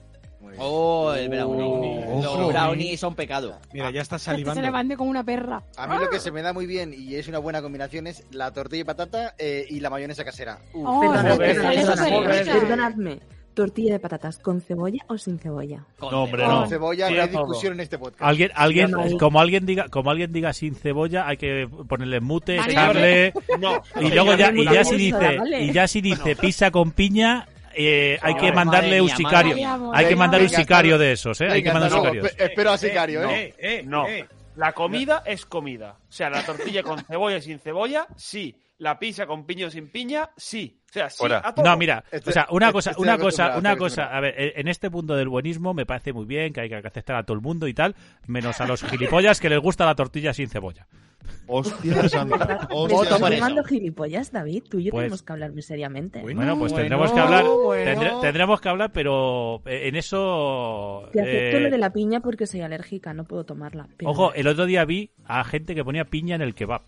Oh, el brownie. Oh, Los Ojo. brownies son pecado. Mira, ya Este estás Este Se salivando. levante como una perra. ¡Ah! A mí lo que se me da muy bien y es una buena combinación es la tortilla de patata eh, y la mayonesa casera. Uf. Oh, Perdonadme, joder, perdonadme, eso se perdonadme, puede. Eh, perdonadme. Tortilla de patatas con cebolla o sin cebolla. No, hombre, Con no. cebolla Sí, no hay a todo. discusión en este podcast. Alguien, alguien, Ya está. como alguien diga, como alguien diga sin cebolla, hay que ponerle mute, Vale, echarle No. y luego ya, y ninguna ya si cosa, dice, vale. y ya si dice pizza con piña, eh, hay que Madre mandarle mía, un madre sicario, mía. hay que Venga, mandar un venga, sicario hasta de esos, eh, hay Venga, que mandar hasta un luego. sicario. Espe- Espero a Sicario, ¿eh? Eh, eh, No. eh. La comida es comida. O sea, la tortilla con cebolla y sin cebolla, sí. La pizza con piño o sin piña, sí. O eh, sea, sí Fuera. a todo. No, mira, Estoy- o sea, una cosa, estoy una cosa, acostumbrado, una estoy cosa, a ver, eh, en este punto del buenismo me parece muy bien que hay que aceptar a todo el mundo y tal, menos a los gilipollas que les gusta la tortilla sin cebolla. Hostia, Sandra. Oh, Me estás Hostia, por eso. llamando gilipollas, David. Tú y yo Pues- tenemos que hablar muy seriamente. Bueno, Bueno, pues bueno, tendremos que hablar, bueno. tendre- tendremos que hablar, pero eh, en eso Te acepto eh, lo de la piña porque soy alérgica, no puedo tomarla. pero- Ojo, el otro día vi a gente que ponía piña en el kebab.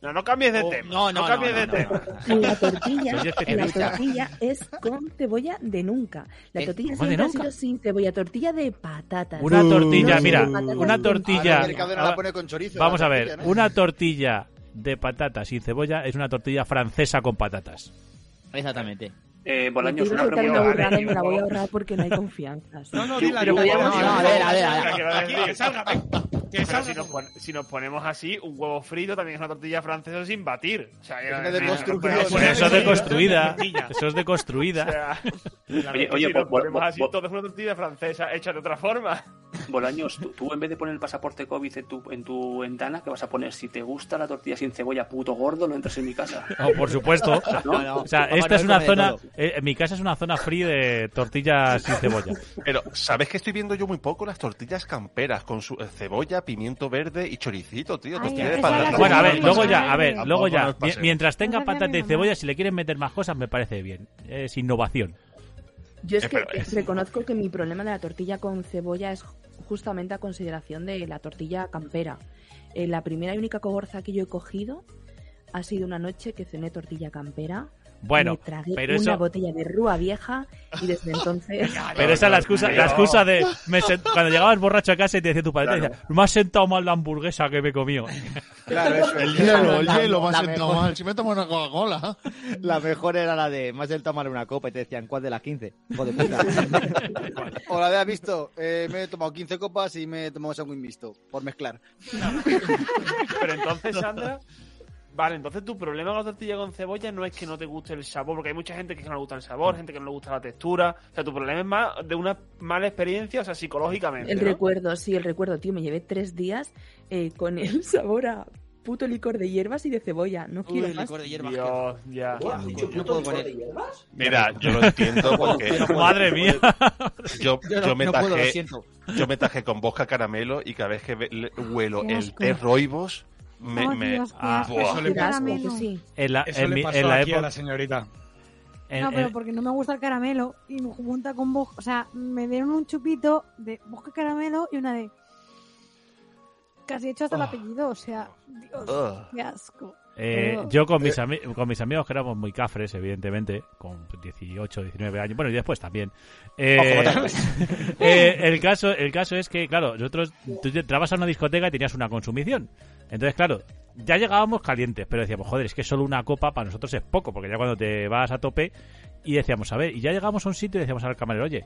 No, no cambies de Oh, tema. no, No, no, cambies no, de no, tema. Y la tortilla, Soy y la especialista. tortilla es con cebolla de nunca. La Eh, tortilla ¿cómo de siempre ha nunca? sido sin cebolla, tortilla de patatas. Una No tortilla, sin mira, patatas una sin- tortilla. Ahora el mercadona la pone con chorizo. Vamos la a ver, tortilla, ¿no? una tortilla de patatas sin cebolla es una tortilla francesa con patatas. Exactamente. Eh, Me Bolaños, tiro una a soltar una pregunta. burrada y me la voy a ahorrar porque no hay confianza. No, no, dila. Pero que bueno, podemos- no, no, a ver, a ver, a ver. Aquí, Que salga, ven. Que Pero salga. si nos, pon- si nos ponemos así, un huevo frito también es una tortilla francesa sin batir. O sea, Es ya- una ya- deconstrucción. no podemos- Pues eso es deconstruida, Tortilla. eso es O deconstruida. sea, Oye, si oye, nos bo- bo- ponemos bo- así, bo- todo es una tortilla francesa hecha de otra forma. Bolaños, tú, tú en vez de poner el pasaporte COVID en tu, en tu ventana, que vas a poner? Si te gusta la tortilla sin cebolla, puto gordo, no entras en mi casa. Oh, por supuesto. No, O sea, Papá esta es una Noel come de zona. todo. eh, en mi casa es una zona free de Eh, tortillas sin cebolla. Pero, ¿sabes que estoy viendo yo muy poco las tortillas camperas con su eh, cebolla, pimiento verde y choricito, tío? Ay, Tortilla de esa patata. la Bueno, a ver, Ay, luego madre. ya, a ver, Tampoco luego ya. nos Mi- pasemos. Mientras tenga Gracias a mi patata y mamá. cebolla, si le quieren meter más cosas, me parece bien. Es innovación. Yo es Eh, que pero es- reconozco que mi problema de la tortilla con cebolla es justamente a consideración de la tortilla campera. Eh, la primera y única cogorza que yo he cogido ha sido una noche que cené tortilla campera. Bueno, me tragué pero una eso- botella de rúa vieja y desde entonces Pero esa es la excusa, la excusa de me sent- cuando llegabas borracho a casa y te decía tu padre, te Claro. decía, me has sentado mal la hamburguesa que me he comido. Claro, eso es. El hielo, el La- hielo, me ha la sentado mejor. mal. Si me tomo una Coca-Cola. La mejor era la de más del tomar una copa y te decían, ¿cuál de las 15? Hijo de puta. O la habéis visto. Eh, me he tomado 15 copas y me he tomado un mixto. Por mezclar. Pero entonces, Sandra, Vale, entonces tu problema con la tortilla con cebolla no es que no te guste el sabor, porque hay mucha gente que no le gusta el sabor, gente que no le gusta la textura. O sea, tu problema es más de una mala experiencia, o sea, psicológicamente. El ¿no? recuerdo, sí, el recuerdo, tío. Me llevé tres días eh, con el sabor a puto licor de hierbas y de cebolla. No quiero más. Dios, ya. ¿Yo puedo poner hierbas? Mira, yo lo entiendo porque. Madre mía. Yo, Yo no- yo me no puedo, lo tajé- siento. yo me tajé con bosca caramelo y cada vez que ve- le- huelo Qué el asco. té roibos, me. Oh, me- Dios, qué asco. Buah. Eso le pasa. Caramelo. Sí. En la, Eso en le mi- pasó en la aquí a época. la señorita. en- no, pero en- porque no me gusta el caramelo y me junta con bosque. O sea, me dieron un chupito de bosque caramelo y una de. Casi he hecho hasta el apellido, o sea, Dios, Ugh. qué asco. Eh, yo con mis, ami- con mis amigos que éramos muy cafres, evidentemente, con 18, 19 años, bueno, y después también. Eh, Ojo, también. eh, el, caso, el caso es que, claro, nosotros, tú entrabas a una discoteca y tenías una consumición. Entonces, claro, ya llegábamos calientes, pero decíamos, joder, es que solo una copa para nosotros es poco, porque ya cuando te vas a tope y decíamos, a ver, y ya llegamos a un sitio y decíamos al camarero, oye,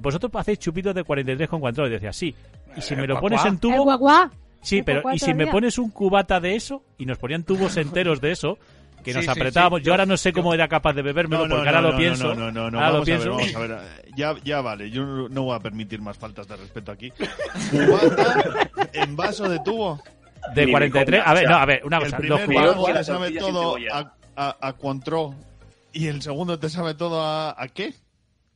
vosotros hacéis chupitos de 43 con y decía, sí, y si me lo pones en El tubo... guaguá. Sí, El pero guaguá y si me todavía. pones un cubata de eso y nos ponían tubos enteros de eso que Sí, nos sí, apretábamos. sí. yo ahora no sé cómo era capaz de bebérmelo No, no, porque no, ahora no, lo No, pienso. no, no, no, ahora lo vamos, pienso. A ver, vamos a ver. Ya, ya vale, yo no no voy a permitir más faltas de respeto aquí. Cubata en vaso de tubo. De Ni 43, a ver, no, a ver, una cosa, El los primer cubatas- trago te sabe Tortilla sin todo cebolla. a, a, a Cointreau y el segundo te sabe todo a, ¿a qué?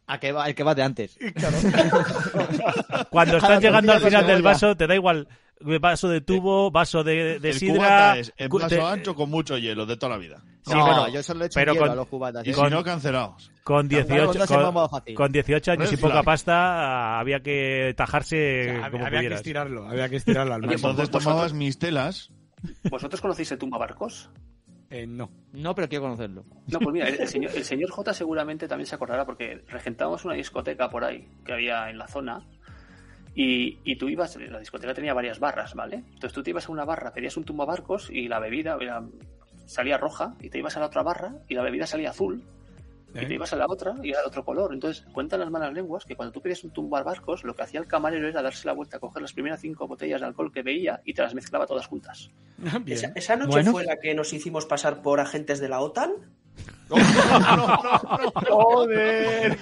¿A qué va, el que va de antes. Cuando A estás la llegando al tortilla final con del cebolla. vaso, te da igual vaso de tubo, vaso de, de el sidra. cubata es en cu- vaso te- ancho con mucho hielo de toda la vida. Sí, bueno, pero con- ¿eh? Y con- ¿eh? si no, cancelados. Con Las barbas 18, no se me han con, dado fácil. con 18 años y Red poca flag. pasta había que tajarse como había que pudieras. estirarlo, había que estirarlo al máximo. Entonces tomabas mis telas. ¿Vosotros conocéis el tumbabarcos? Eh, no. No, pero quiero conocerlo. No, pues mira, el, el señor, el señor J seguramente también se acordará porque regentábamos una discoteca por ahí que había en la zona y, y tú ibas, la discoteca tenía varias barras, ¿vale? Entonces tú te ibas a una barra, pedías un tumbabarcos y la bebida era- salía roja y te ibas a la otra barra y la bebida salía azul ¿Eh? Eh. y te ibas a la otra y era de otro color. Entonces cuentan las malas lenguas que cuando tú pedías un tumbabarcos lo que hacía el camarero era darse la vuelta, coger las primeras cinco botellas de alcohol que veía y te las mezclaba todas juntas. Ah, ¿Esa, esa noche Bueno. fue la que nos hicimos pasar por agentes de la OTAN? ¡Joder!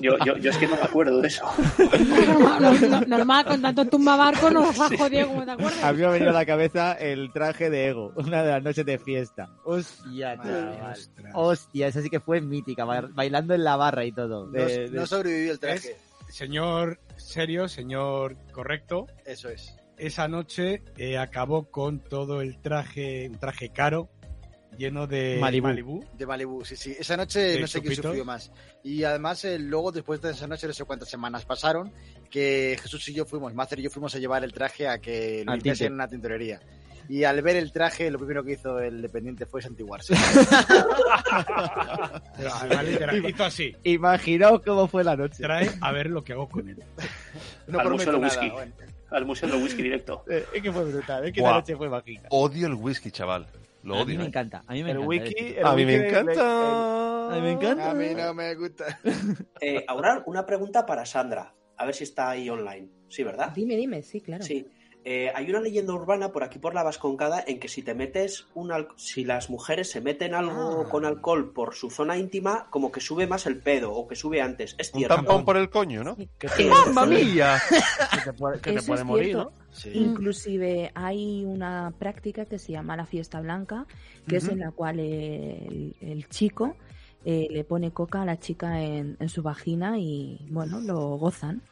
Yo, yo, yo es que no me acuerdo de eso. Normal, no- normal, con tanto tumbabarco nos ha jodido como te acuerdas. A mí me ha venido a la cabeza el traje de Ego, una de las noches de fiesta. Hostia, chaval. Hostia, esa sí que fue mítica, ba- bailando en la barra y todo. De- de- sobrevivió el traje. Es señor serio, señor correcto. Eso es. Esa noche eh, acabó con todo el traje, un traje caro, lleno de Malibú. Malibú. De Malibu, sí, sí. Esa noche ¿De no sé quién chupitos? sufrió más. Y además, eh, luego, después de esa noche, no sé cuántas semanas pasaron, que Jesús y yo fuimos, Mácer y yo fuimos a llevar el traje a que lo Al limpiasen tinte. en una tintorería. Y al ver el traje, lo primero que hizo el dependiente fue santiguarse. Pero además, literal, hizo así. Imaginaos cómo fue la noche. Trae a ver lo que hago con él. al museo del prometo nada, whisky. Al museo del whisky directo. Eh, Es que fue brutal, es que Buah. la noche fue mágica. Odio el whisky, chaval. Lo A odio. mí me eh. encanta, a mí me El encanta. wiki- ¿eh? el A mí me wiki- encanta. A mí me encanta. A mí no me gusta. Eh, ahora una pregunta para Sandra, a ver si está ahí online. Sí, ¿verdad? Dime, dime, sí, claro. Sí. Eh, hay una leyenda urbana por aquí por la Vasconcada en que si te metes un al- si las mujeres se meten algo Ah. con alcohol por su zona íntima, como que sube más el pedo o que sube antes. Es Un cierto. tampón por el coño, ¿no? te- ¡Mamma mía! Que te puede, Eso es cierto. Inclusive hay una práctica que se llama la fiesta blanca, que es Ujú. en la cual el, el chico eh, le pone coca a la chica en, en su vagina y bueno, lo gozan.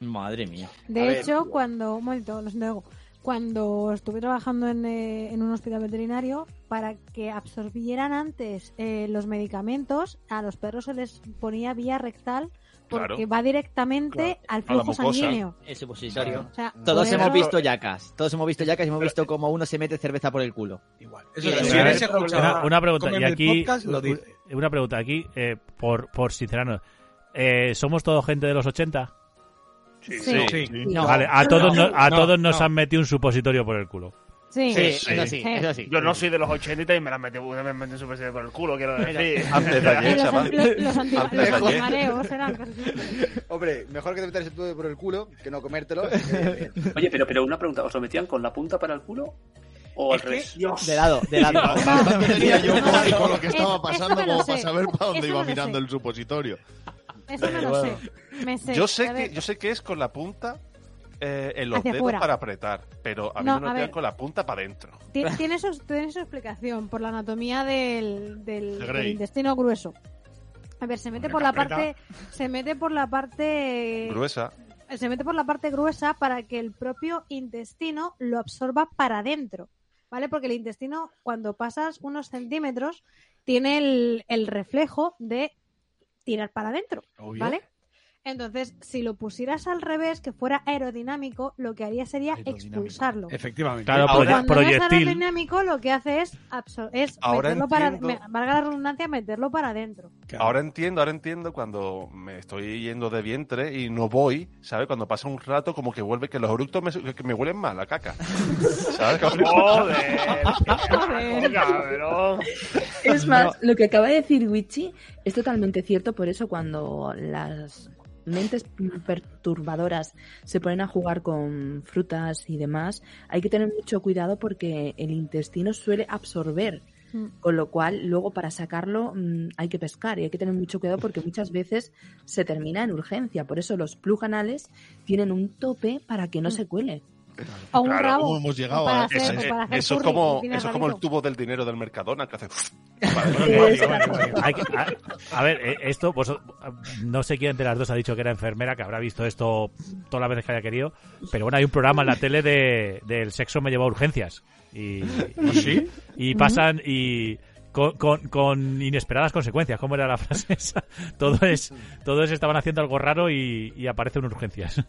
Madre mía. De hecho, cuando, un momento, lo siento, Diego. cuando estuve trabajando en, eh, en un hospital veterinario, para que absorbieran antes eh, los medicamentos, a los perros se les ponía vía rectal porque Claro. va directamente al flujo sanguíneo. Es supositorio. O sea, por Todos eso- hemos visto yacas. Todos hemos visto yacas y hemos visto cómo uno se mete cerveza por el culo. Igual. Eso Una- una, una pregunta, y aquí, una pregunta aquí, eh, por, por sincerarnos, eh, ¿somos todo gente de los 80? Sí. No. Sí. Sí. No. Vale, a No. todos, no- a No, todos nos no. han metido un supositorio por el culo. Sí, Yo no soy de los 80 y me las metí, me metí un supersede por el culo, quiero decir. Antes de ayer, Los- chaval. los- los anti- Antes de los ayer. mareos eran casi- Hombre, mejor que te metas el tubo por el culo que no comértelo. Oye, pero, pero una pregunta, ¿os lo metían con la punta para el culo? O al Es que- revés. De lado, de lado. Bastante tenía yo con, con lo que Eso- estaba eso pasando me lo como sé. para saber para dónde Eso iba me lo mirando sé. el supositorio. Eso me lo sé. Me sé. Yo A sé, ver, que, yo sé que es con la punta eh, en los Hacia dedos fuera. para apretar, pero a mí No, me a lo queda ver. con la punta para adentro. ti- tiene, su, tiene su explicación por la anatomía del, del, De Grey. del intestino grueso. A ver, se mete por la aprieta. parte, se mete por la parte Gruesa. se mete por la parte gruesa para que el propio intestino lo absorba para adentro, ¿vale? Porque el intestino, cuando pasas unos centímetros, tiene el, el reflejo de tirar para adentro, Obvio. ¿vale? Entonces, si lo pusieras al revés, que fuera aerodinámico, lo que haría sería expulsarlo. Efectivamente. Claro, Ahora- proye- Cuando no es proyectil. aerodinámico, lo que hace es, absor- es Ahora meterlo para, entiendo. me- valga la redundancia, meterlo para adentro. Ahora entiendo, ahora entiendo cuando me estoy yendo de vientre y no voy, ¿sabes? Cuando pasa un rato como que vuelve, que los eructos me, su- que me huelen mal, la caca. ¿Sabes? Joder, cabrón. Es más, lo que acaba de decir Wichi es totalmente cierto, por eso cuando las mentes perturbadoras se ponen a jugar con frutas y demás, hay que tener mucho cuidado porque el intestino suele absorber, con lo cual luego para sacarlo mm, hay que pescar y hay que tener mucho cuidado porque muchas veces se termina en urgencia, por eso los plujanales tienen un tope para que no se cuele. O Mm. un rabo. ¿cómo hemos llegado O para a hacer- eso? o Eh, para hacer eso es curry, como, que tiene eso es como el rabito. tubo del dinero del Mercadona que hace... Hay que- a, a ver, eh, esto, pues, no sé quién de las dos ha dicho que era enfermera, que habrá visto esto todas las veces que haya querido, pero bueno, hay un programa en la tele de, del sexo me lleva a urgencias. Y, y- ¿Sí? y pasan y con, con- con inesperadas consecuencias, ¿cómo era la frase esa? Todo es, todos estaban haciendo algo raro y, y aparece un urgencias.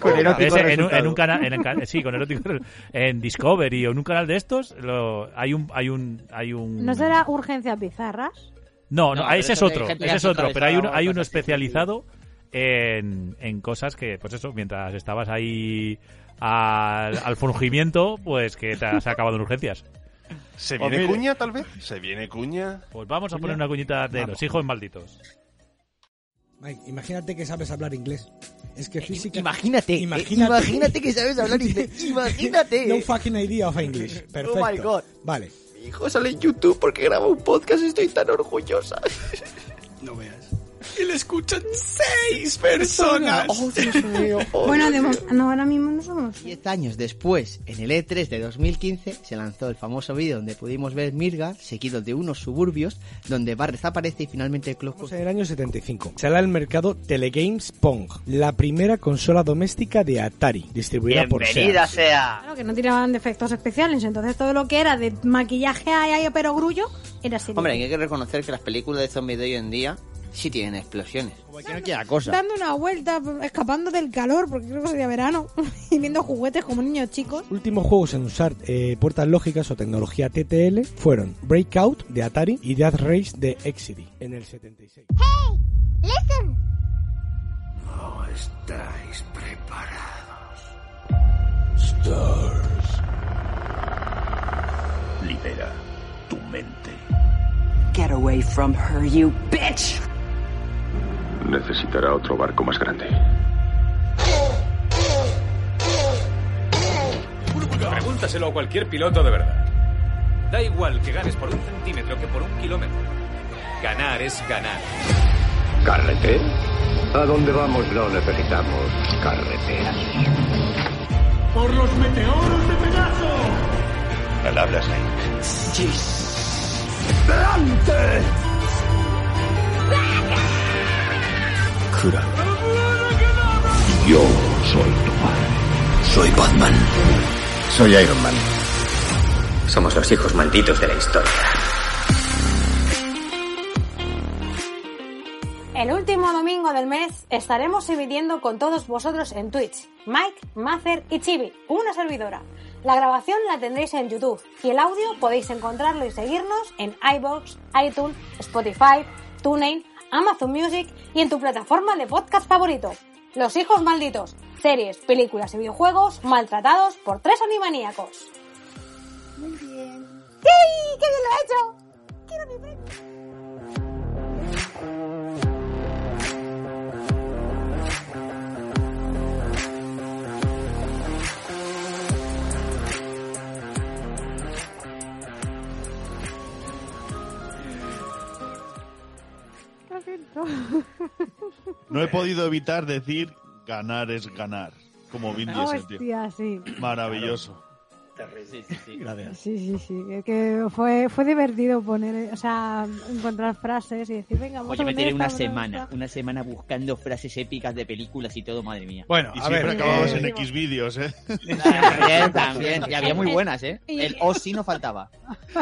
Con erótico Ese, en, un, resultado. en un canal en el ca- sí con erótico re- en Discovery o en un canal de estos lo- hay un hay un hay un ¿No será urgencias bizarras? no, No, no, ah, pero ese es eso que hay otro, gente que ese ha es otro, pero hay uno, sintonizado hay uno cosas así, especializado en, en cosas que, pues eso, mientras estabas ahí al, al fungimiento, pues que te has acabado en urgencias. ¿Se viene cuña, tal vez? Pues ¿Se viene cuña? Pues vamos a Cuña. poner una cuñita de Vamos. los hijos malditos. Mike, imagínate que sabes hablar inglés. Es que física. Imagínate, eh, Imagínate. imagínate que sabes hablar inglés. Imagínate. Oh No fucking idea of English. Perfecto. my God. Vale. Mi hijo sale en YouTube porque graba un podcast y estoy tan orgullosa. No veas. Y le escuchan seis personas. Oh, Dios mío. oh, Bueno, Dios de mío. mo- no, ahora mismo no somos. Diez años después, en el E3 de 2015, se lanzó el famoso vídeo donde pudimos ver Mirga, seguido de unos suburbios, donde Barres aparece y finalmente Clockwork Estamos en el año 75. Sale al mercado Telegames Pong, la primera consola doméstica de Atari, distribuida por Sega. sea. Claro, que no tiraban de efectos especiales, entonces todo lo que era de maquillaje ay, ay, pero grullo era así. Hombre, hay que reconocer que las películas de zombies de hoy en día sí tienen explosiones. Dando una vuelta, escapando del calor, porque creo que sería verano, y viendo juguetes como niños chicos. Últimos juegos en usar eh, puertas lógicas o tecnología TTL fueron Breakout de Atari y Death Race de XCD. En el 76. ¡Hey! ¡Listen! No estáis preparados. Stars. Libera tu mente. Get away from her, you bitch! Necesitará otro barco más grande. Pregúntaselo a cualquier piloto de verdad. Da igual que ganes por un centímetro que por un kilómetro. Ganar es ganar. ¿Carretera? A donde vamos no necesitamos carreteras. ¡Por los meteoros de Pegaso! Al habla Snake. ¡Delante! Cura. Yo soy tu padre. Soy Batman. Soy Iron Man. Somos los hijos malditos de la historia. El último domingo del mes estaremos emitiendo con todos vosotros en Twitch, Mike, Mazer y Chibi, una servidora. La grabación la tendréis en YouTube y el audio podéis encontrarlo y seguirnos en iBox, iTunes, Spotify, TuneIn, Amazon Music y en tu plataforma de podcast favorito. Los hijos malditos, series, películas y videojuegos maltratados por tres animaníacos. Muy bien. ¡Yay! ¡Qué bien lo he hecho! lo siento. No he podido evitar decir ganar es ganar. Como Vin Diesel, tío. Ah, Hostia, sí. Maravilloso. Sí, sí, sí. Sí, sí, sí. Es que fue, fue divertido poner, o sea, encontrar frases y decir, venga, vamos Oye, a me poner tiré esta, una poner semana, una semana buscando frases épicas de películas y todo, madre mía. Bueno, Y a siempre ver, acababas eh, en X vídeos, ¿eh? También, también. Y había muy buenas, ¿eh? Y- El O sí no faltaba.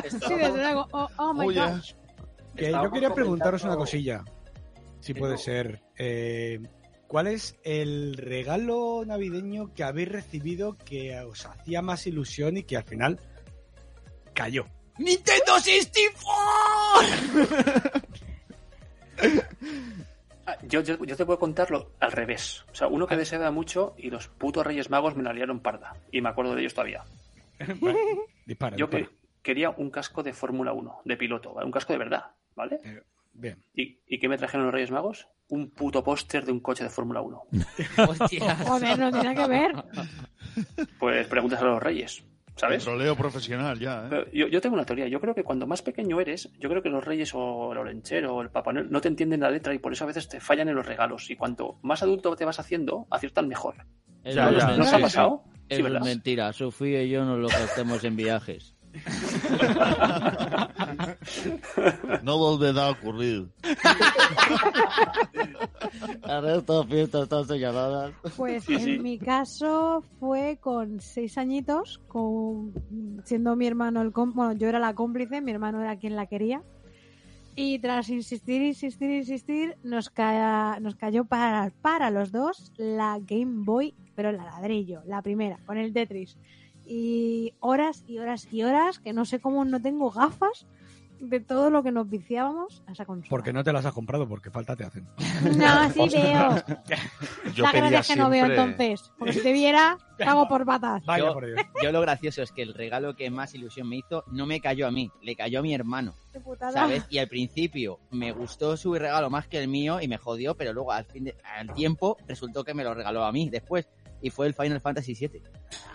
esta. Sí, desde luego. Oh, oh my Oye. gosh. Que Estábamos yo quería preguntaros una comentando- cosilla, si puede ser. Eh, ¿Cuál es el regalo navideño que habéis recibido que os hacía más ilusión y que al final cayó? ¡Nintendo 64! Ah, Yo, yo, yo te puedo contarlo al revés. O sea, uno que deseaba mucho y los putos Reyes Magos me la liaron parda. Y me acuerdo de ellos todavía. Dispara, yo dispara. que- quería un casco de Fórmula 1, de piloto, ¿vale? un casco de verdad, ¿vale? Bien. ¿Y, ¿Y qué me trajeron los Reyes Magos? Un puto póster de un coche de Fórmula 1. Joder, no tiene que ver. Pues preguntas a los Reyes, ¿sabes? Troleo profesional ya, ¿eh? Pero Yo, yo tengo una teoría. Yo creo que cuando más pequeño eres, yo creo que los reyes o el olenchero o el papá Noel no te entienden la letra y por eso a veces te fallan en los regalos. Y cuanto más adulto te vas haciendo, aciertan mejor. Es ¿No, una os- ¿no os ha mentira. pasado? Es Sí, una ¿verdad? mentira. Sofía y yo nos lo gastamos en viajes. No volverá a ocurrir. El resto de fiestas están señaladas. Pues Sí, en sí. mi caso fue con seis añitos, con, siendo mi hermano el cóm- bueno, yo era la cómplice, mi hermano era quien la quería. Y tras insistir, insistir, insistir, nos, ca- nos cayó para, para los dos la Game Boy, pero la ladrillo, la primera, con el Tetris. Y horas y horas y horas, que no sé cómo no tengo gafas de todo lo que nos viciábamos a esa consola. Porque no te las has comprado, porque falta te hacen. No, sí veo. Yo la gracia pedía es que no veo siempre- entonces. Porque si te viera, cago por patas. yo, yo lo gracioso es que el regalo que más ilusión me hizo no me cayó a mí, le cayó a mi hermano. Qué putada. ¿Sabes? Y al principio me gustó su regalo más que el mío y me jodió, pero luego al fin de- al tiempo resultó que me lo regaló a mí después. Y fue el Final Fantasy VII.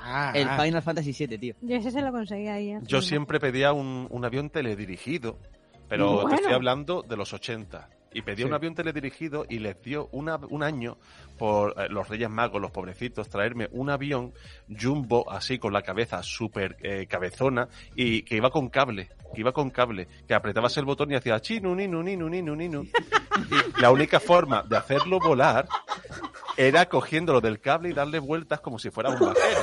Ah. el Final Fantasy VII, tío. Yo ese se lo conseguí ahí. hace Yo un- siempre pedía un, un avión teledirigido, pero Bueno. te estoy hablando de los 80. Y pedía Sí. un avión teledirigido y les dio una- un año por eh, los Reyes Magos, los pobrecitos, traerme un avión jumbo, así con la cabeza súper eh, cabezona, y que iba con cable, que iba con cable, que apretabas el botón y hacía chinu, ninu, ninu, ninu, ninu. Y la única forma de hacerlo volar era cogiéndolo del cable y darle vueltas como si fuera un vaquero.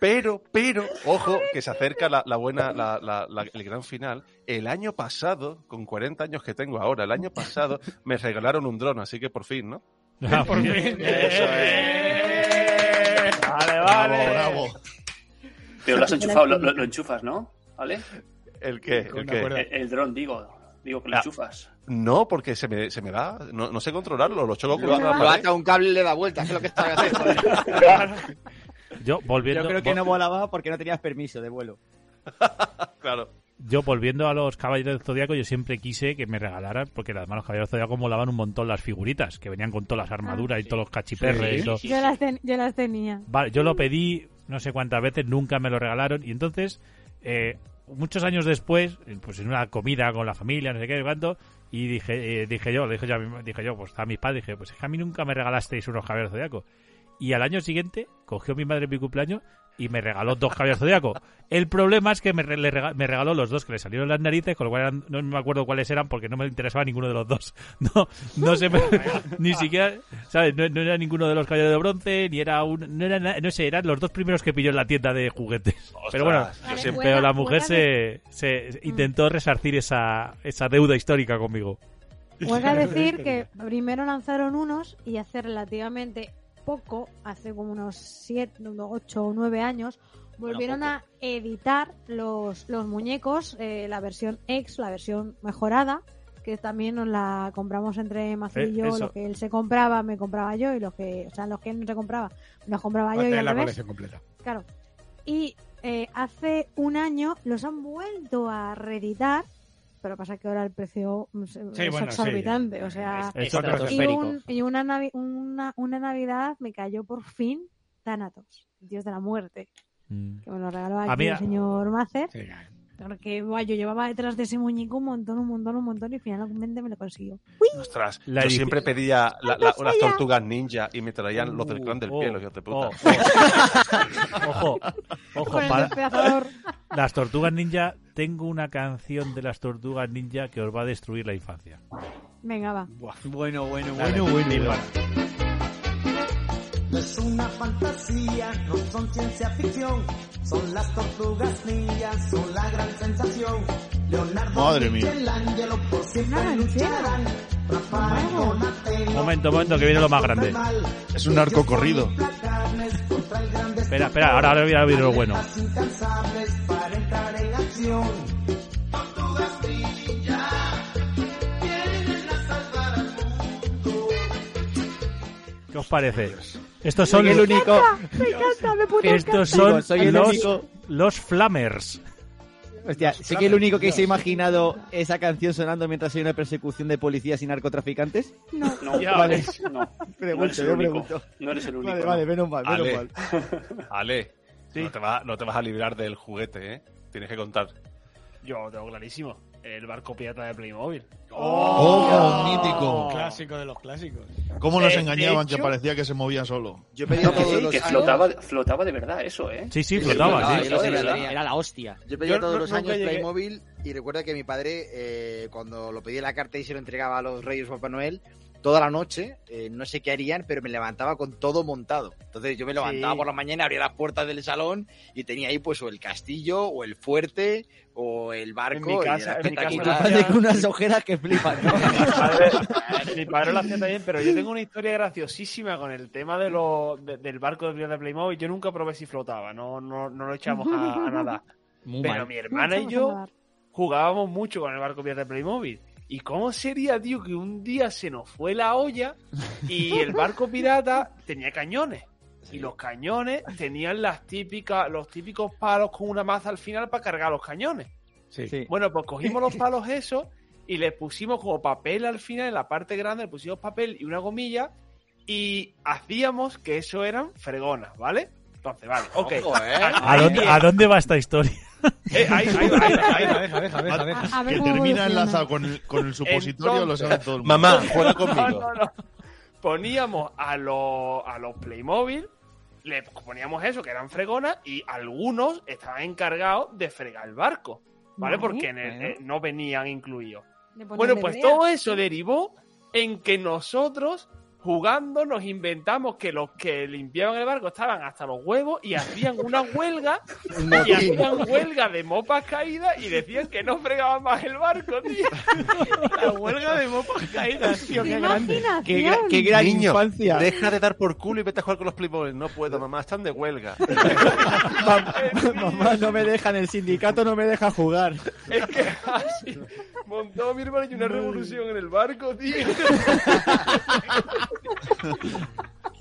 Pero, pero, ojo, que se acerca la, la buena, la- la- la- el gran final. El año pasado, con 40 años que tengo ahora, el año pasado me regalaron un dron, así que por fin, ¿no? Ah, Eh, por fin. Vale, vale. Bravo, Pero lo has enchufado, lo, lo- lo enchufas, ¿no? ¿Vale? ¿El qué? ¿El Con qué? la cuerda. El, el dron, digo. Digo que lo enchufas. No, porque se me, se me da, no, no sé controlarlo, lo choco con Lo, la lo pared. ata a un cable y le da vueltas, es lo que está haciendo. Yo volviendo, Yo creo que vol- no volaba porque no tenías permiso de vuelo. claro. yo volviendo a los Caballeros del Zodíaco, yo siempre quise que me regalaran, porque además los Caballeros del Zodíaco molaban un montón las figuritas, que venían con todas las armaduras y todos los cachiperres y todo. Yo las, ten- yo las tenía. Vale, yo lo pedí no sé cuántas veces, nunca me lo regalaron. Y entonces, eh, muchos años después, eh, pues en una comida con la familia, no sé qué, no sé cuánto, y dije, eh, dije yo, le dije yo, a mi- dije yo, pues a mis padres, dije, pues es que a mí nunca me regalasteis unos caballeros zodiaco. Y al año siguiente, cogió mi madre en mi cumpleaños y me regaló dos caballeros zodiaco. El problema es que me, re- le rega- me regaló los dos que le salieron las narices, con lo cual eran- no me acuerdo cuáles eran porque no me interesaba ninguno de los dos. No, no se me, ni siquiera, ¿sabes? No, no era ninguno de los caballeros de bronce, ni era un, no era, na- no sé, eran los dos primeros que pilló en la tienda de juguetes. pero bueno, yo Vale, siempre- pero buena- la mujer buena Mm. se, se se intentó resarcir esa, esa deuda histórica conmigo. Vuelvo a decir que primero lanzaron unos y hace relativamente poco, hace como unos 7, 8 o 9 años, volvieron a editar los, los muñecos, eh, la versión X, la versión mejorada, que también nos la compramos entre Macio Eh, y yo, eso. lo que él se compraba, me compraba yo, y los que, o sea, los que él no se compraba, me los compraba yo Parte y de al la revés. colección completa. Claro. Y eh, hace un año los han vuelto a reeditar, pero pasa que ahora el precio mm, se- Sí, es bueno, sí. exorbitante. eh, O sea, Es- es y, estratosférico. un- y una, navi- una, una Navidad me cayó por fin Thanatos, Dios de la Muerte, que me lo regaló A aquí mí- el señor Macer. Porque buah, yo llevaba detrás de ese muñeco un montón, un montón, un montón y finalmente me lo consiguió. Ostras, yo siempre pedía la- la- unas tortugas ninja y me traían los del Uh, clan oh, del pie, los hijos de puta. Ojo, ojo, Con el para- despedazador. las tortugas ninja, tengo una canción de las tortugas ninja que os va a destruir la infancia. Venga, va. Bueno, bueno, Dale, bueno, bueno. Bilbao. Es una fantasía, no son ciencia ficción. Son las tortugas ninjas, son la gran sensación. Leonardo Madre mía. Michelangelo por siempre lucharán. Rafael Donatello, Momento, momento, que viene lo más grande. Es un arco corrido. Espera, espera, ahora, ahora viene ahora viene lo bueno. incansables para entrar en acción. Tortugas ninjas vienen a salvar al mundo. ¿Qué os parece? Estos son Soy el único. Me encanta, me puto Estos encanta. son soy el los, único. los flammers. Hostia, ¿Soy soy que el único que que se se ha imaginado esa canción sonando mientras hay una persecución de policías y narcotraficantes? No, No, ya, Vale. ves, no. No eres Pregunto, el yo único. pregunto. No eres el único. Vale, vale, no. menos mal, menos Ale, mal. Ale, no, te va- no te vas a librar del juguete, ¿eh? Tienes que contar. Yo lo tengo clarísimo. El barco pirata de Playmobil. ¡Oh! mítico. Clásico de los clásicos. ¿Cómo nos Eh, de engañaban que hecho- parecía que se movía solo? Yo No, que sí, que flotaba, flotaba de verdad eso, ¿eh? Sí, sí, flotaba, sí. Flotaba de Era la- verdad. era la hostia. Yo pedía Yo todos no- los nunca años llegué. Playmobil y recuerdo que mi padre, eh, cuando lo pedía en la carta y se lo entregaba a los Reyes Papá Noel, toda la noche, eh, no sé qué harían, pero me levantaba con todo montado. Entonces yo me levantaba Sí. por la mañana, abría las puertas del salón y tenía ahí pues o el castillo, o el fuerte, o el barco. En mi y casa- era en mi casa espectacular. lo hacía- Padre con unas ojeras que flipan. eh, Mi padre lo hacía también, pero yo tengo una historia graciosísima con el tema de lo, de- del barco de pirata de Playmobil. Yo nunca probé si flotaba, no, no, no lo echamos a, a nada. Muy pero mal. mi hermana y yo jugábamos mucho con el barco pirata de Playmobil. ¿Y cómo sería, tío, que un día se nos fue la olla y el barco pirata tenía cañones? Y los cañones tenían las típicas, los típicos palos con una maza al final para cargar los cañones. Sí. Bueno, pues cogimos los palos esos y les pusimos como papel al final, en la parte grande, le pusimos papel y una gomilla y hacíamos que eso eran fregonas, ¿vale? Entonces, vale, ok. Ojo, Ahí ¿A dónde, bien. ¿A dónde va esta historia? Eh, ahí, ahí, va, ahí, va, ahí va. A- Que termina enlazado con el, con el supositorio, Entonces- lo sabe todo el mundo. Mamá, juega No, conmigo. no, no. Poníamos a los, a los Playmobil, le poníamos eso, que eran fregonas, y algunos estaban encargados de fregar el barco, Vale. ¿vale? Porque en el- eh, no venían incluidos. Le ponían Bueno, pues hebrea. todo eso derivó en que nosotros, jugando, nos inventamos que los que limpiaban el barco estaban hasta los huevos y hacían una huelga, Un y motín. hacían huelga de mopas caídas y decían que no fregaban más el barco, tío. La huelga de mopas caídas, tío, qué grande. Niño, Deja de dar por culo y vete a jugar con los Playmobil. No puedo, mamá, están de huelga. Mamá, no me dejan, el sindicato no me deja jugar. Es que así montó mi hermano y una revolución en el barco, tío.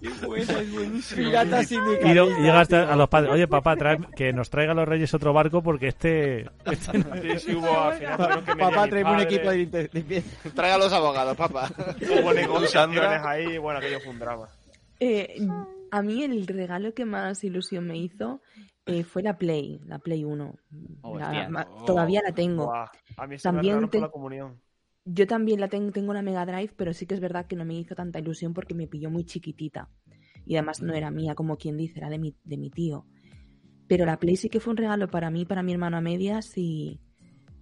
Qué buena, es buenísimo. Pirata sindical. Y, lo- y llega hasta a los padres. Oye, papá, trae- que nos traiga a los reyes otro barco porque este. este no- Sí, sí, hubo al final tuvieron que meter a Papá, mi traeme un padre. equipo de limpieza. limpieza. Traiga a los abogados, papá. Hubo negociaciones Sandra. ahí, bueno, aquello fue un drama. Eh, a mí el regalo que más ilusión me hizo eh, fue la Play, la Play 1. Oh, La- hostia. Oh, ma- todavía la tengo. Buah, a mí se me También regalaron te- por la comunión. Yo también la tengo, tengo la Mega Drive, pero sí que es verdad que no me hizo tanta ilusión porque me pilló muy chiquitita. Y además no era mía, como quien dice, era de mi, de mi tío. Pero la Play sí que fue un regalo para mí, para mi hermano a medias y,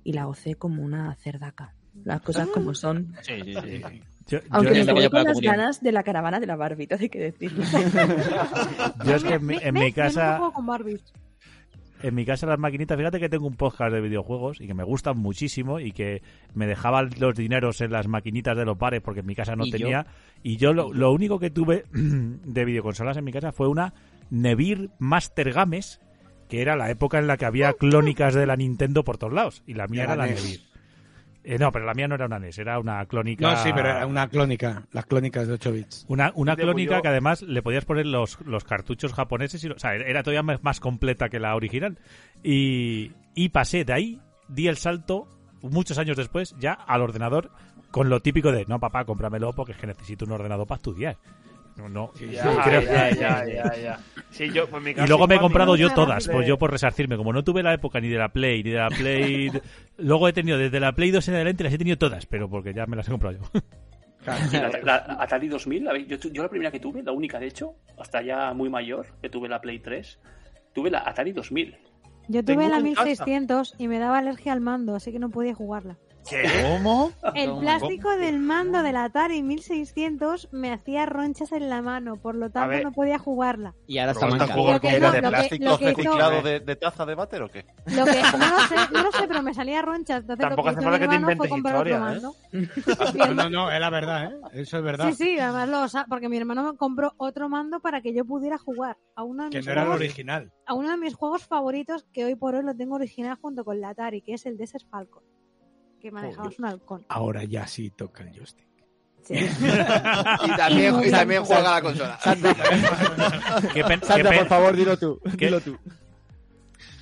y la gocé como una cerdaca. Las cosas como son. Sí, sí, sí. Aunque me la voy quedé a con pagar las comunión. ganas de la caravana de la Barbie, todo hay que decir. Yo es que en mi, en mi Yo no casa, juego con Barbies. en mi casa las maquinitas, fíjate que tengo un podcast de videojuegos y que me gustan muchísimo y que me dejaban los dineros en las maquinitas de los bares porque en mi casa no Y yo. tenía. Y yo lo, lo único que tuve de videoconsolas en mi casa fue una Nevir Master Games, que era la época en la que había clónicas de la Nintendo por todos lados. Y la mía Era era la NES. Nevir. Eh, no, pero la mía no era una NES, era una clónica. No, sí, pero era una clónica. Las clónicas de 8 bits. Una, una De Bulló. clónica que además le podías poner los, los cartuchos japoneses, y, lo- o sea, era todavía más, más completa que la original. Y, y pasé de ahí, di el salto, muchos años después, ya al ordenador, con lo típico de, no, papá, cómpramelo porque es que necesito un ordenador para estudiar. No. Ya, Sí, creo- ya, ya, ya, ya. Sí, yo, pues, mi Y luego me he caso, comprado yo mira, todas, de- pues yo por resarcirme. Como no tuve la época ni de la Play, ni de la Play... Luego he tenido desde la Play 2 en adelante, las he tenido todas, pero porque ya me las he comprado yo. Y La, la Atari 2000, la- yo, tu- yo la primera que tuve, la única de hecho, hasta ya muy mayor, que tuve la Play 3, tuve la Atari 2000. Yo Tengo tuve la en casa. 1600 y me daba alergia al mando, así que no podía jugarla. ¿Eh? ¿Cómo? Ah, El plástico del mando del Atari 1600 me hacía ronchas en la mano, por lo tanto ver. no podía jugarla. Y ahora Pero está esta manca. juego Lo que no, que era lo de que- lo plástico que hizo- reciclado de, de taza de váter o qué? Lo que, no lo sé, no lo sé, pero me salía ronchas. Entonces lo Tampoco hace que hizo falta mi que te hermano fue inventes comprar otro historias, ¿eh? mando. No, no, no, es la verdad, ¿eh? Eso es verdad. Sí, sí, además lo sa- porque mi hermano me compró otro mando para que yo pudiera jugar a uno de Que mis no era el juegos- original. a uno de mis juegos favoritos que hoy por hoy lo tengo original junto con la Atari, que es el Desert Falcon, que manejamos un halcón. Ahora ya sí toca el joystick. Y también, y también juega a la consola. Qué pen- qué Sandra, pen- por favor, dilo tú. qué- Dilo tú.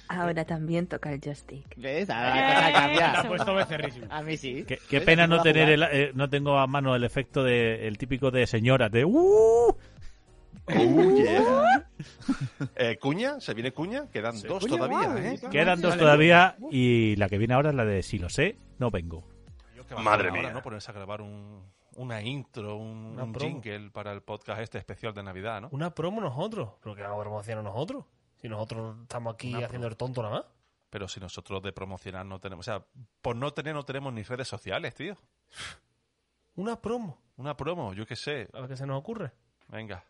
Ahora también toca el joystick. ¿Ves? Eh. Te ha puesto becerrísimo. A mí sí. Qué- Qué ¿Ves? pena Así no puedo tener el, jugar. eh, no tengo a mano el efecto de el típico de señora de ¡Uh! Eh, ¿Cuña? ¿Se viene cuña? Quedan dos Coño, todavía, guau, ¿eh? Quedan dos todavía y la que viene ahora es la de si lo sé, no vengo. Madre mía. Ahora, ¿no? Ponerse a grabar un, una intro, un, Una un promo. jingle para el podcast este especial de Navidad, ¿no? Una promo nosotros. Pero que vamos a promocionar nosotros. Si nosotros estamos aquí Una haciendo promo. el tonto nada más. Pero si nosotros de promocionar no tenemos... O sea, por no tener no tenemos ni redes sociales, tío. Una promo. Una promo, yo qué sé. A ver qué se nos ocurre. Venga.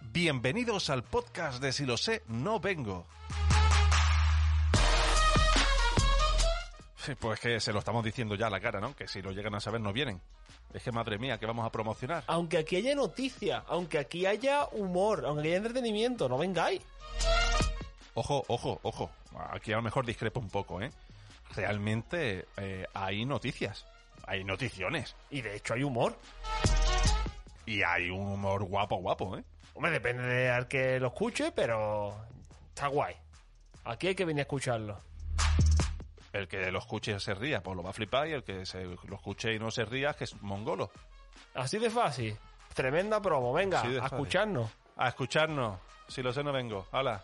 Bienvenidos al podcast de Si lo sé, no vengo. Sí, Pues que se lo estamos diciendo ya a la cara, ¿no? Que si lo llegan a saber no vienen. Es que madre mía, que vamos a promocionar. Aunque aquí haya noticia, aunque aquí haya humor, aunque haya entretenimiento, no vengáis. Ojo, ojo, ojo. Aquí a lo mejor discrepo un poco, ¿eh? Realmente eh, hay noticias. Hay noticiones. Y de hecho hay humor. Y hay un humor guapo, guapo, ¿eh? Hombre, depende de al que lo escuche, pero está guay. Aquí hay que venir a escucharlo. El que lo escuche y se ría, pues lo va a flipar. Y el que se lo escuche y no se ría, que es mongolo. Así de fácil. Tremenda promo. Venga, Así de a fácil. escucharnos. A escucharnos. Si lo sé, no vengo. Hala.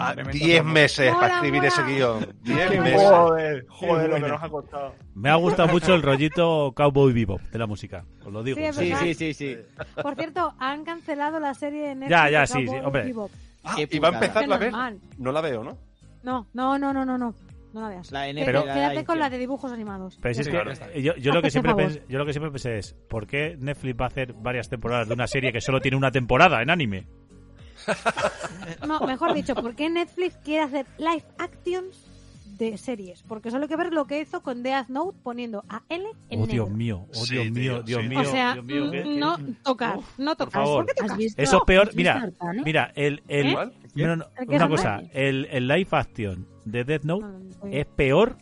Ah, diez meses Mola, para escribir mola. ese guión. Diez Qué meses. Joder, joder, lo que buena. nos ha costado. Me ha gustado mucho el rollito Cowboy Bebop de la música, os lo digo. Sí, es Sí, verdad. sí, sí. Por cierto, han cancelado la serie de Netflix. Ya, ya, de sí, sí, Cowboy hombre. Bebop. Ah, y va a empezar a Menos ver. mal. No la veo, ¿no? No, no, no, no, no, no. No la veas. La Quédate- NFL, la Quédate edición. con la de dibujos animados. Pero si es Sí, que, claro, está bien. yo, yo lo que Hazte siempre favor. pensé, yo lo que siempre pensé es, ¿por qué Netflix va a hacer varias temporadas de una serie que solo tiene una temporada en anime? No, mejor dicho, ¿por qué Netflix quiere hacer live actions de series? Porque solo hay que ver lo que hizo con Death Note poniendo a L en Oh, negro. Dios mío, oh, Sí, Dios tío, mío, Dios sí. mío, o sea, Dios mío. ¿qué- no tocar, no tocar. Por favor. qué tocas? Eso es peor. ¿Has visto Mira, Arcane? mira, el, el, ¿Eh? no, no, no, ¿El que una es cosa, Arcane? el, el live action de Death Note es peor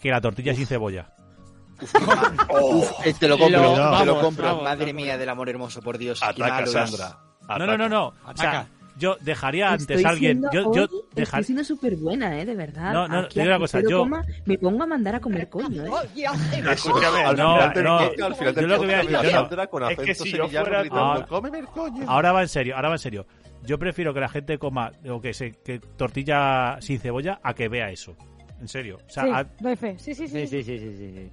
que la tortilla sin cebolla. Uf, eh, este te lo compro, Lo- te vamos, lo compro. vamos, Madre mía, del amor hermoso, por Dios. Ataca, Sandra. No, no, no, no. O sea, Ataca. yo dejaría antes Estoy a alguien. siendo Yo, yo hoy- dejar- Estoy siendo súper buena, ¿eh? De verdad. No, no, Aquí te digo una a cosa, cero yo- coma me pongo a mandar a comer coño, ¿eh? Escúchame, al No, final del no. podcast, al final del Yo lo que voy a podcast, decir, yo no. Sandra con Es que acento si yo sevillano fuera- gritando, Ahora- "Cómeme el coño". Ahora va en serio, ahora va en serio. Yo prefiero que la gente coma o que se que tortilla sin cebolla a que vea eso. En serio. O sea, Sí, a- doy fe. Sí, sí, sí, sí.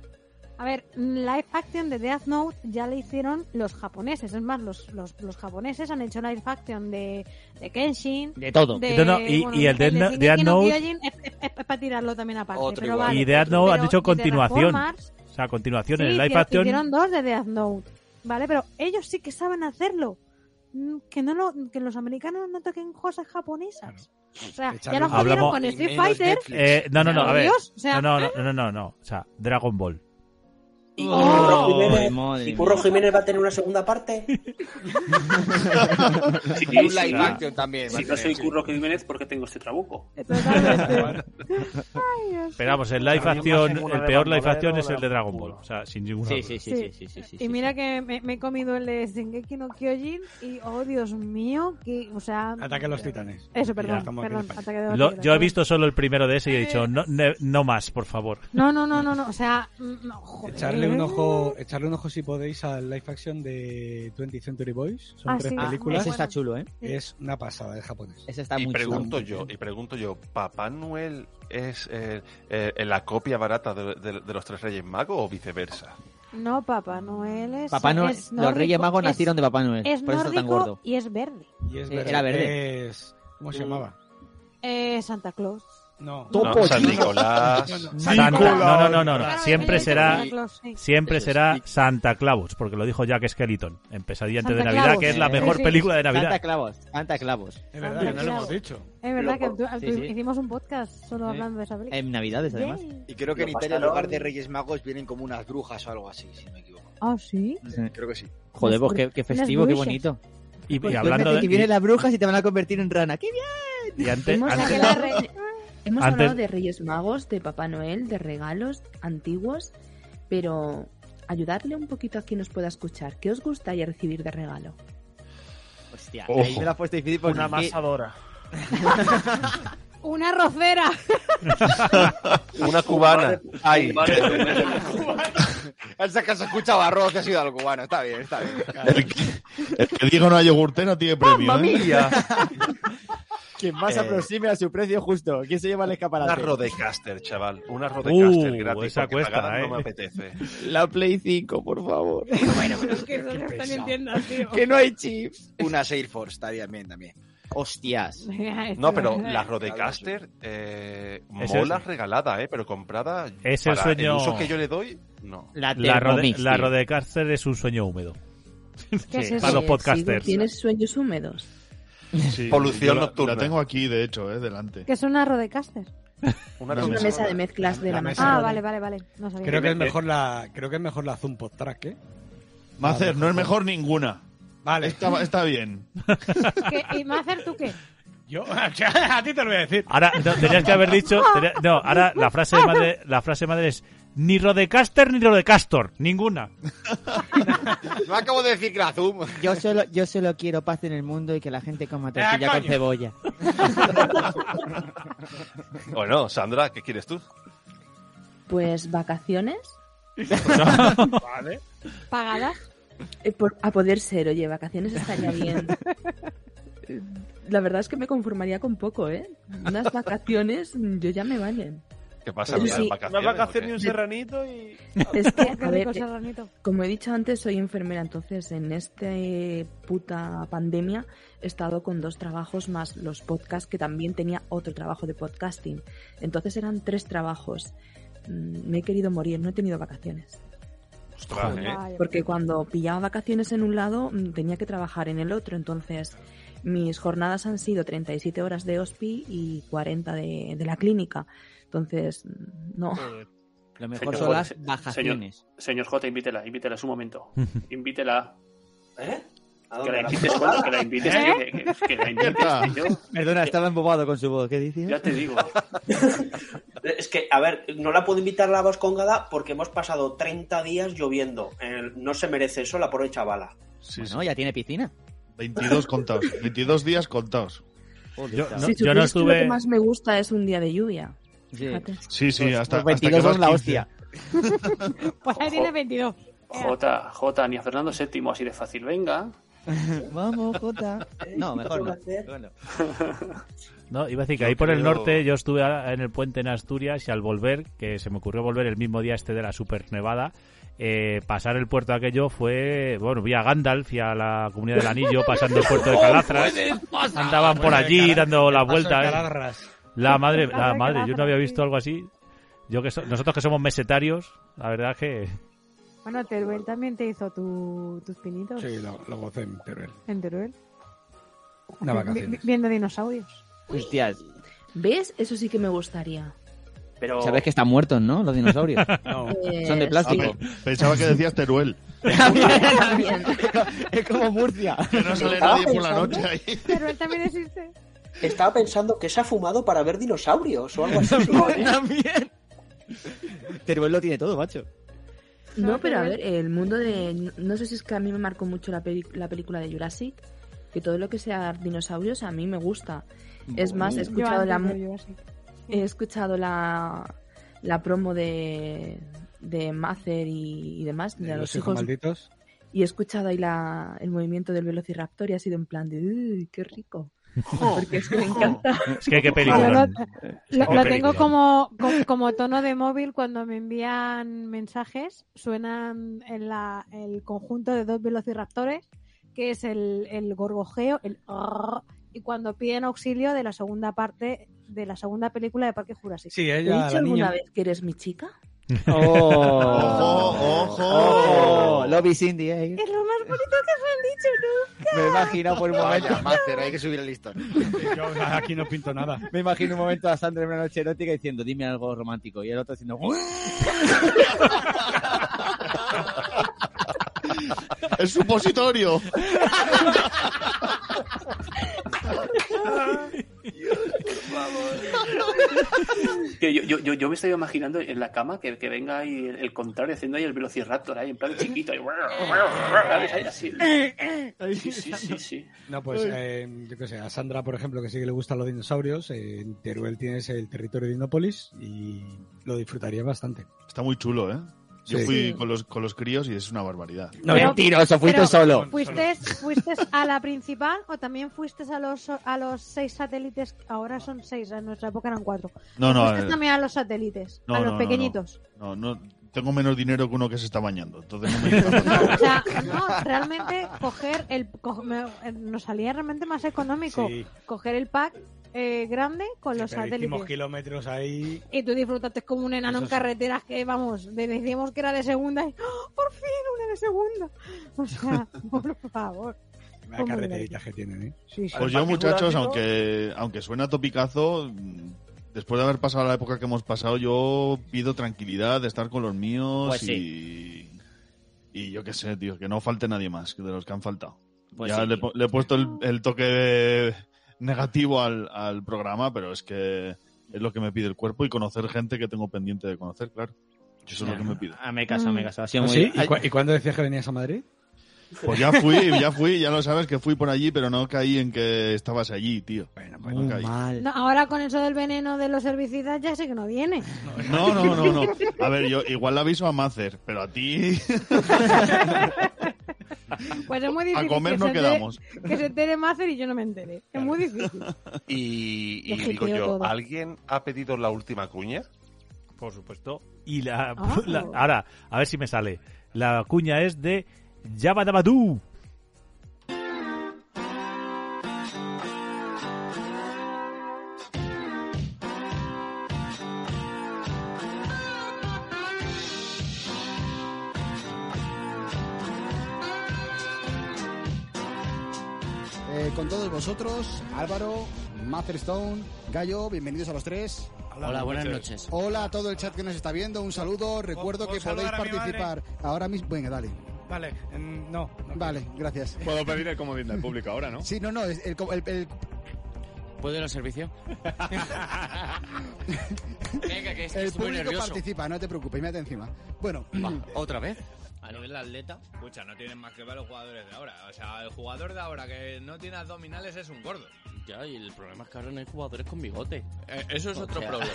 A ver, mm, live action de Death Note ya le hicieron los japoneses. Es más, los, los, los japoneses han hecho live action de, de Kenshin. De todo. de- No, no, y- bueno, y el Death No- Shingeki Death no Note- Kyojin es, para tirarlo también aparte. Otro pero igual. vale. y Death Note Pero- han hecho y de continuación. Reformers, O sea, continuación en sí, el live hicieron- action. Hicieron dos de Death Note. Vale, pero ellos sí que saben hacerlo. Mm, Que no lo, que los americanos no toquen cosas japonesas. O sea, ya lo jodieron Hablamos- con Street Fighter. Eh, no, no, no, a ver. Dios, o sea, no, no, no, no, no, no. O sea, Dragon Ball. ¿Y, Curro Oh, Jiménez, madre ¿Y Curro Jiménez va a tener una segunda parte? Sí, Un sí, live claro. action también va Si a no tener, soy sí. Curro Jiménez, ¿por qué tengo este trabuco? Esperamos, el live action, el peor live ¿eh? action es el de Dragon Ball. O sea, sin ninguna Sí, duda. sí, sí, sí, sí, sí, sí, Y mira que me, me he comido el de Shingeki no Kyojin y, oh Dios mío, que, o sea... Ataque a los titanes. Eso, Ya, perdón, estamos aquí perdón, en España. ataque de los Lo- titanes. yo he visto solo el primero de ese y he Eh, dicho, no, ne- no más, por favor. No, no, no, no, no, o sea, mm, no, joder. Echarle un ojo, echarle un ojo si podéis al live action de 20th Century Boys. Son Ah, tres sí. películas. Ese está chulo, ¿eh? Es una pasada de japonés. Ese y pregunto yo, y pregunto yo, ¿Papá Noel es eh, eh, la copia barata de, de- de los tres Reyes Magos o viceversa? No, Papá Noel es... Papá Noel- es los Reyes Magos es- nacieron de Papá Noel, Es por eso está tan nórdico gordo. y es verde. Y es Eh, era verde. Es, ¿Cómo se llamaba? Eh, Santa Claus. No. Topo No, San Chico. Nicolás. Santa- no, no, no, no, no. Claro, Siempre es que será- Santa Claus, sí. Siempre será Santa Claus, porque lo dijo Jack Skeleton en Pesadilla antes de Santa Navidad, Claus. que es la Eh, mejor sí. película de Santa Navidad. Clavos, Santa Clavos. Es verdad, que no lo hemos dicho. Es verdad que tú- Sí, tú- sí. hicimos un podcast solo hablando de esa película. En Navidades, además. Y creo que en Lo Italia en pasaron- lugar de Reyes Magos vienen como unas brujas o algo así, si no me equivoco. Ah, sí. Creo que sí. Joder, pues qué, qué Las festivo, qué brujas. bonito. Y, Pues hablando de- que vienen las brujas y te van a convertir en rana. ¡Qué bien! Y antes- Hemos antes- Hemos Antes- hablado de Reyes Magos, de Papá Noel, de regalos antiguos, pero ayudarle un poquito a quien nos pueda escuchar. ¿Qué os gustaría recibir de regalo? Hostia, Ojo. ahí me la has puesto difícil porque Una es que- amasadora. Una rocera. Una cubana. Ay. Hasta que se escuchaba arroz que ha sido algo bueno. Está bien, está bien. El que, el que diga una yogurtera Ah, tiene premio. ¿eh? Quien más Eh. aproxime a su precio justo. ¿Quién se lleva el escaparate? Una Rodecaster, chaval. Una Rodecaster Uh, gratis. esa porque cuesta, pagada eh. no me apetece. La Play 5, por favor. que eso no está en tiendas, tío. que no hay chips. Una Salesforce estaría bien también. Hostias. No, pero la Rodecaster eh, Ese mola es- regalada, eh, pero comprada Es el para sueño- uso que yo le doy, no. La, rode, la Rodecaster es un sueño húmedo. ¿Qué es Sí, eso? Para los podcasters. Eh, ¿Tienes sueños húmedos? Sí, Polución yo la- nocturna. La tengo aquí, de hecho, eh, delante. Que es una rodecaster. Una Es una mesa de mezclas de la, La mesa. Ah, vale, vale, vale. No sabía. Creo que es mejor la, creo que es mejor la Zoom Podtrack, ¿eh? Macer, no es mejor ninguna. Vale. Está, está bien. ¿Qué- ¿Y Macer tú qué? Yo, a ti te lo voy a decir. Ahora, no, tenías que haber dicho. tenía- no, ahora la frase de madre, la frase de madre es: ni Rodecaster ni Rodecastor. Ninguna. No acabo de decir que la Zoom. Eh, Yo solo, yo solo quiero paz en el mundo y que la gente coma Ah, tortilla con coño. cebolla. Bueno, Sandra, ¿qué quieres tú? Pues vacaciones. Vale. ¿Pagadas? Eh, por- a poder ser, oye, vacaciones estaría bien. Eh, La verdad es que me conformaría con poco, ¿eh? Unas vacaciones mm, yo ya me valen. ¿Qué pasa? Sí, ¿Unas sí. vacaciones? Una vacación o y qué? un serranito y. Es que, Qué a ver, rico, eh, serranito. como he dicho antes, soy enfermera, entonces en esta puta pandemia he estado con dos trabajos más los podcasts, que también tenía otro trabajo de podcasting. Entonces eran tres trabajos. Mm, Me he querido morir, no he tenido vacaciones. Ostras, Joder, eh. Porque cuando pillaba vacaciones en un lado, mm, tenía que trabajar en el otro. Entonces, mis jornadas han sido 37 horas de OSPI y 40 de, de la clínica. Entonces, mm, no. Lo Señor J, se- Señor, señor J, invítela, invítela, es un momento. Invítela. ¿Eh? Que la invites cuando que la invites. ¿Eh? Que, que- que la invites, tío. Perdona, estaba embobado con su voz. ¿Qué dices? Ya te digo. Es que, a ver, no la puedo invitar a la Vascongada porque hemos pasado 30 días lloviendo. Eh, no se merece eso la pobre chavala. bueno, ya tiene piscina. 22 contados. 22 días contados. Yo- Si yo supieras que Lo que más me gusta es un día de lluvia. Sí. Fíjate. Sí, sí, hasta, Los hasta 22 que son vas la 15. hostia. Pues ahí tiene 22. J, J, ni a Fernando VII, así de fácil, venga. ¿eh? Vamos, Jota. No, mejor no. No, iba a decir que Yo ahí por el creo- norte yo estuve a- en el puente en Asturias y al volver, que se me ocurrió volver el mismo día este de la super nevada, eh, pasar el puerto aquello fue, bueno, vi a Gandalf y a la comunidad del anillo pasando el puerto de No Calazras. puedes ¡Oh, pasar. Andaban por Bueno, de allí Cala- dando el la paso vuelta. de eh. Calazras. La madre, El paso la de madre, yo no Calazras, había sí. visto algo así. Yo que so- nosotros que somos mesetarios, la verdad es que Bueno, Teruel también te hizo tu- tus pinitos. Sí, lo, lo gocé en Teruel. En Teruel. Una Vi- vacación. vi- Viendo dinosaurios. Hostias. Ah, ¿Ves? Eso sí que me gustaría. Pero... Sabes que están muertos, ¿no? Los dinosaurios. Pues Son de plástico. Ah, pe- Pensaba que decías Teruel. es como Murcia. Que no sale nadie por la noche ahí. Pero él también existe. Estaba pensando que se ha fumado para ver dinosaurios o algo así. ¿Eh? También. Teruel lo tiene todo, macho. No, pero a ver, el mundo de. No sé si es que a mí me marcó mucho la, peli- la película de Jurassic, que todo lo que sea dinosaurios a mí me gusta. Es más, he Yo escuchado antes la, de mu- Jurassic. he escuchado la, la promo de, de Mazer y, y demás, de, De los, los hijos hijos. malditos. Y he escuchado ahí la, el movimiento del Velociraptor y ha sido en plan de. "Uy, qué rico! Porque es que me encanta. Oh. Es que Eh. qué Yo lo, película. lo- Qué lo película. tengo como, co- como, tono de móvil cuando me envían mensajes. Suenan en la- el conjunto de dos velociraptores, que es el, el gorgojeo, el "arr", y cuando piden auxilio de la segunda parte de la segunda película de Parque Jurásico. Sí, ¿He ella, dicho la niña. alguna vez que eres mi chica? ¡Oh! ¡Ojo, ¡Ojo! Lobby Cindy, ¿eh? Es lo más bonito que me han dicho nunca. Me he imaginado por un momento. Vaya, máster, hay que subir el listón. Yo aquí no pinto nada. Me imagino un momento a Sandra en una noche erótica diciendo, dime algo romántico. Y el otro diciendo, "Ué". ¡El supositorio! Tío, yo, yo, yo, yo me estoy imaginando en la cama que, que venga ahí el, el contrario haciendo ahí el velociraptor ahí en plan chiquito. Ahí, así. Sí, sí, sí, sí. No, pues eh, yo qué sé, a Sandra, por ejemplo, que sí que le gustan los dinosaurios, eh, en Teruel tienes el territorio de Dinópolis y lo disfrutaría bastante. Está muy chulo, ¿eh? Yo Sí. fui Sí. con los, con los críos y es una barbaridad. No, mentiroso, fuiste Pero, solo. ¿Fuiste, fuiste a la principal o también fuiste a los, a los seis satélites? que Ahora son seis, en nuestra época eran cuatro. No, no, Fuiste eh, también a los satélites, no, a no, los no, no. pequeñitos. No, no, tengo menos dinero que uno que se está bañando. Entonces no me O sea, no, realmente coger el. co- me- eh, nos salía realmente más económico Sí. coger el pack eh, grande con los Pero hicimos satélites. kilómetros ahí. Y tú disfrutaste como un enano en Eso sí. carreteras que, vamos, de- decíamos que era de segunda y ¡oh, por fin una de segunda. O sea, por favor. Las Fue Oh, muy carreteritas que tienen, ¿eh? Pues yo, muchachos, aunque, aunque suena topicazo, mm, después de haber pasado la época que hemos pasado, yo pido tranquilidad de estar con los míos Pues y. Y yo qué sé, tío, que no falte nadie más que de los que han faltado. Pues ya sí. le, he pu- le he puesto el, el toque negativo al, al programa, pero es que es lo que me pide el cuerpo y conocer gente que tengo pendiente de conocer, claro. Eso es lo que me pide. Ah, me caso, me caso. Ha sido ¿Ah, muy sí? ¿Y, cu- y cuándo decías que venías a Madrid? Pues ya fui, ya fui, ya lo sabes que fui por allí, pero no caí en que estabas allí, tío. pues no caí. No, ahora con eso del veneno de los herbicidas ya sé que no viene. No, no, no, no. A ver, yo igual le aviso a Macer, pero a ti. Pues es muy difícil. comer que no se entere- quedamos. que se entere Macer y yo no me entere. Es muy difícil. Y, y Lo digo jeteo yo, todo. ¿alguien ha pedido la última cuña? Por supuesto. Y la, Ah. la- Ahora, a ver si me sale. La cuña es de Yabadabadú. Eh, con todos vosotros, Álvaro, Masterstone, Gallo, bienvenidos a los tres. Hola, Hola, buenas buenas noches. noches. Hola a todo el chat que nos está viendo, un saludo. Recuerdo ¿puedo que podéis saludar a mi participar ahora mismo. Venga, dale. Vale, mm, no. Vale, gracias. Puedo pedir el comodín del público ahora, ¿no? Sí, no, no, es el, co- el- el- ¿Puedo ir al servicio? Venga, que el público participa, no te preocupes, mírate encima. Bueno, ¿Otra vez? A nivel de atleta, escucha, no tienen más que ver los jugadores de ahora. O sea, el jugador de ahora que Eh, no tiene abdominales es un gordo. Ya, y el problema es que ahora no hay jugadores con bigote. Eh, eso es O otro sea, problema.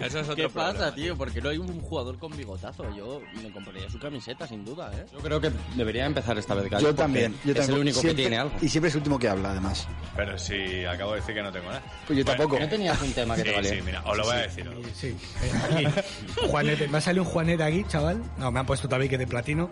Eso es otro ¿Qué problema. pasa, tío? Porque no hay un jugador con bigotazo. Yo me compraría su camiseta, sin duda, ¿eh? Yo creo que debería empezar este esta vez, yo también. Yo es también. el único Siempre- que tiene algo. Y siempre es el último que habla, además. Pero si acabo de decir que no tengo nada. Pues yo tampoco. mira. ¿No tenías un tema que Sí, te valía? Sí, mira, os lo voy a Sí, decir. os lo voy a decir. Sí. Eh, aquí. Juanete, me ha salido un Juanete aquí, chaval. No, me han puesto tabique de platino.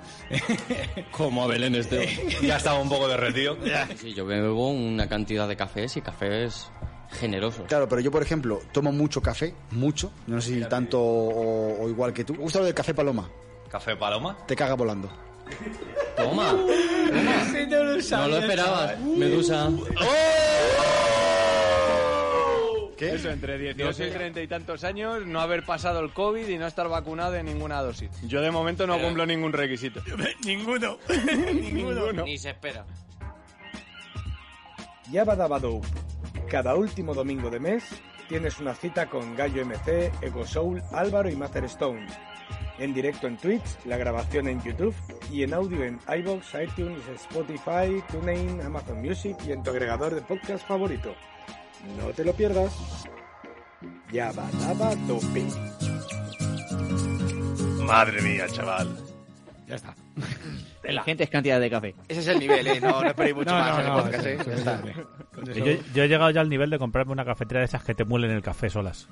Como a Belén este. Ya estaba un poco derretido. Sí, yo bebo una cantidad de cafés y cafés generosos. Claro, pero yo, por ejemplo, tomo mucho café, mucho. No sé si tanto o, o igual que tú. Me gusta lo del café paloma, Café Paloma. te caga volando. Toma. No lo esperabas, Medusa. ¿Qué? Eso, entre 18 y 30 y tantos años, no haber pasado el COVID y no estar vacunado de ninguna dosis. Yo de momento no Pero- cumplo ningún requisito. Ninguno. Ninguno. Ni se espera. Yabba Dabba Doo. Cada último domingo de mes tienes una cita con Gallo MC, Ego Soul, Álvaro y Mather Stone. En directo en Twitch, la grabación en YouTube y en audio en iBox, iTunes, Spotify, TuneIn, Amazon Music y en tu agregador de podcast favorito. No te lo pierdas. Yabba Dabba Dope. Madre mía, chaval. Ya está. La gente es cantidad de café. Ese es el nivel, ¿eh? No, no esperéis mucho más en el podcast, ¿eh? Ya está. Que Yo, yo he llegado ya al nivel de comprarme una cafetera de esas que te muelen el café solas.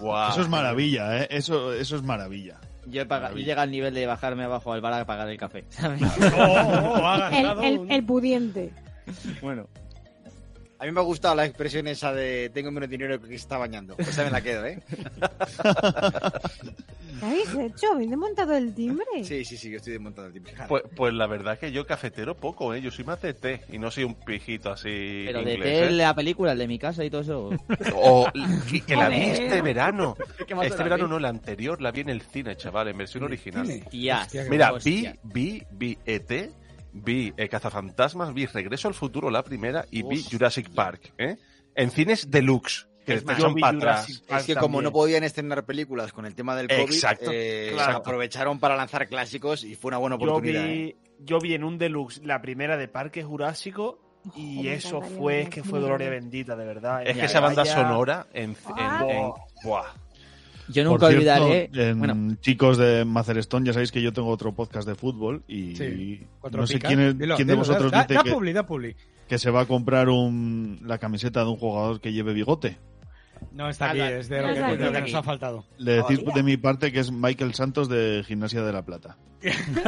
Guau. Eso es maravilla, ¿eh? Eso, eso es maravilla. Yo, he pagado- yo he llegado al nivel de bajarme abajo al bar a pagar el café. ¿sabes? El, el- el pudiente. Bueno. A mí me ha gustado la expresión esa de tengo menos dinero que quien se está bañando. Esa me la quedo, ¿eh? ¿Qué habéis hecho? ¿Habéis desmontado el timbre? Sí, sí, sí, yo estoy desmontando el tiempo. Pues, pues la verdad es que yo cafetero poco, ¿eh? Yo soy más de té y no soy un pijito así Pero de inglés, té, ¿eh? la película, el de mi casa y todo eso. O que, que la vi Joder. este verano. ¿Qué más Este era? verano no, la anterior la vi en el cine, chaval, en versión original. Hostias. Hostia, qué Mira, guapo, vi, hostia. vi, vi ET, vi eh, Cazafantasmas, vi Regreso al Futuro, la primera, y vi Hostia. Jurassic Park, ¿eh? En cines deluxe, que Es te más, echan yo vi para Jurassic atrás. Park Es que como no podían estrenar películas con el tema del COVID, Exacto, eh, claro. aprovecharon para lanzar clásicos y fue una buena Yo oportunidad. vi, ¿eh? yo vi en un deluxe la primera de Parque Jurásico y me eso encantaría fue, ver es que la fue primera. gloria bendita, de verdad. Es En que esa banda playa. sonora en... Ah. en- en- Buah. buah. Yo Por nunca cierto, olvidaré. en Bueno, Chicos de Macerestón, ya sabéis que yo tengo otro podcast de fútbol y Sí, cuatro no sé picas. quién, es- Dilo, quién de dilo, vosotros da- dice da que, publi, da publi. que se va a comprar un, la camiseta de un jugador que lleve bigote. No está Ah, aquí, la- es de lo no que, está de lo aquí. que nos ha faltado. Le decís de mi parte que es Michael Santos de Gimnasia de la Plata.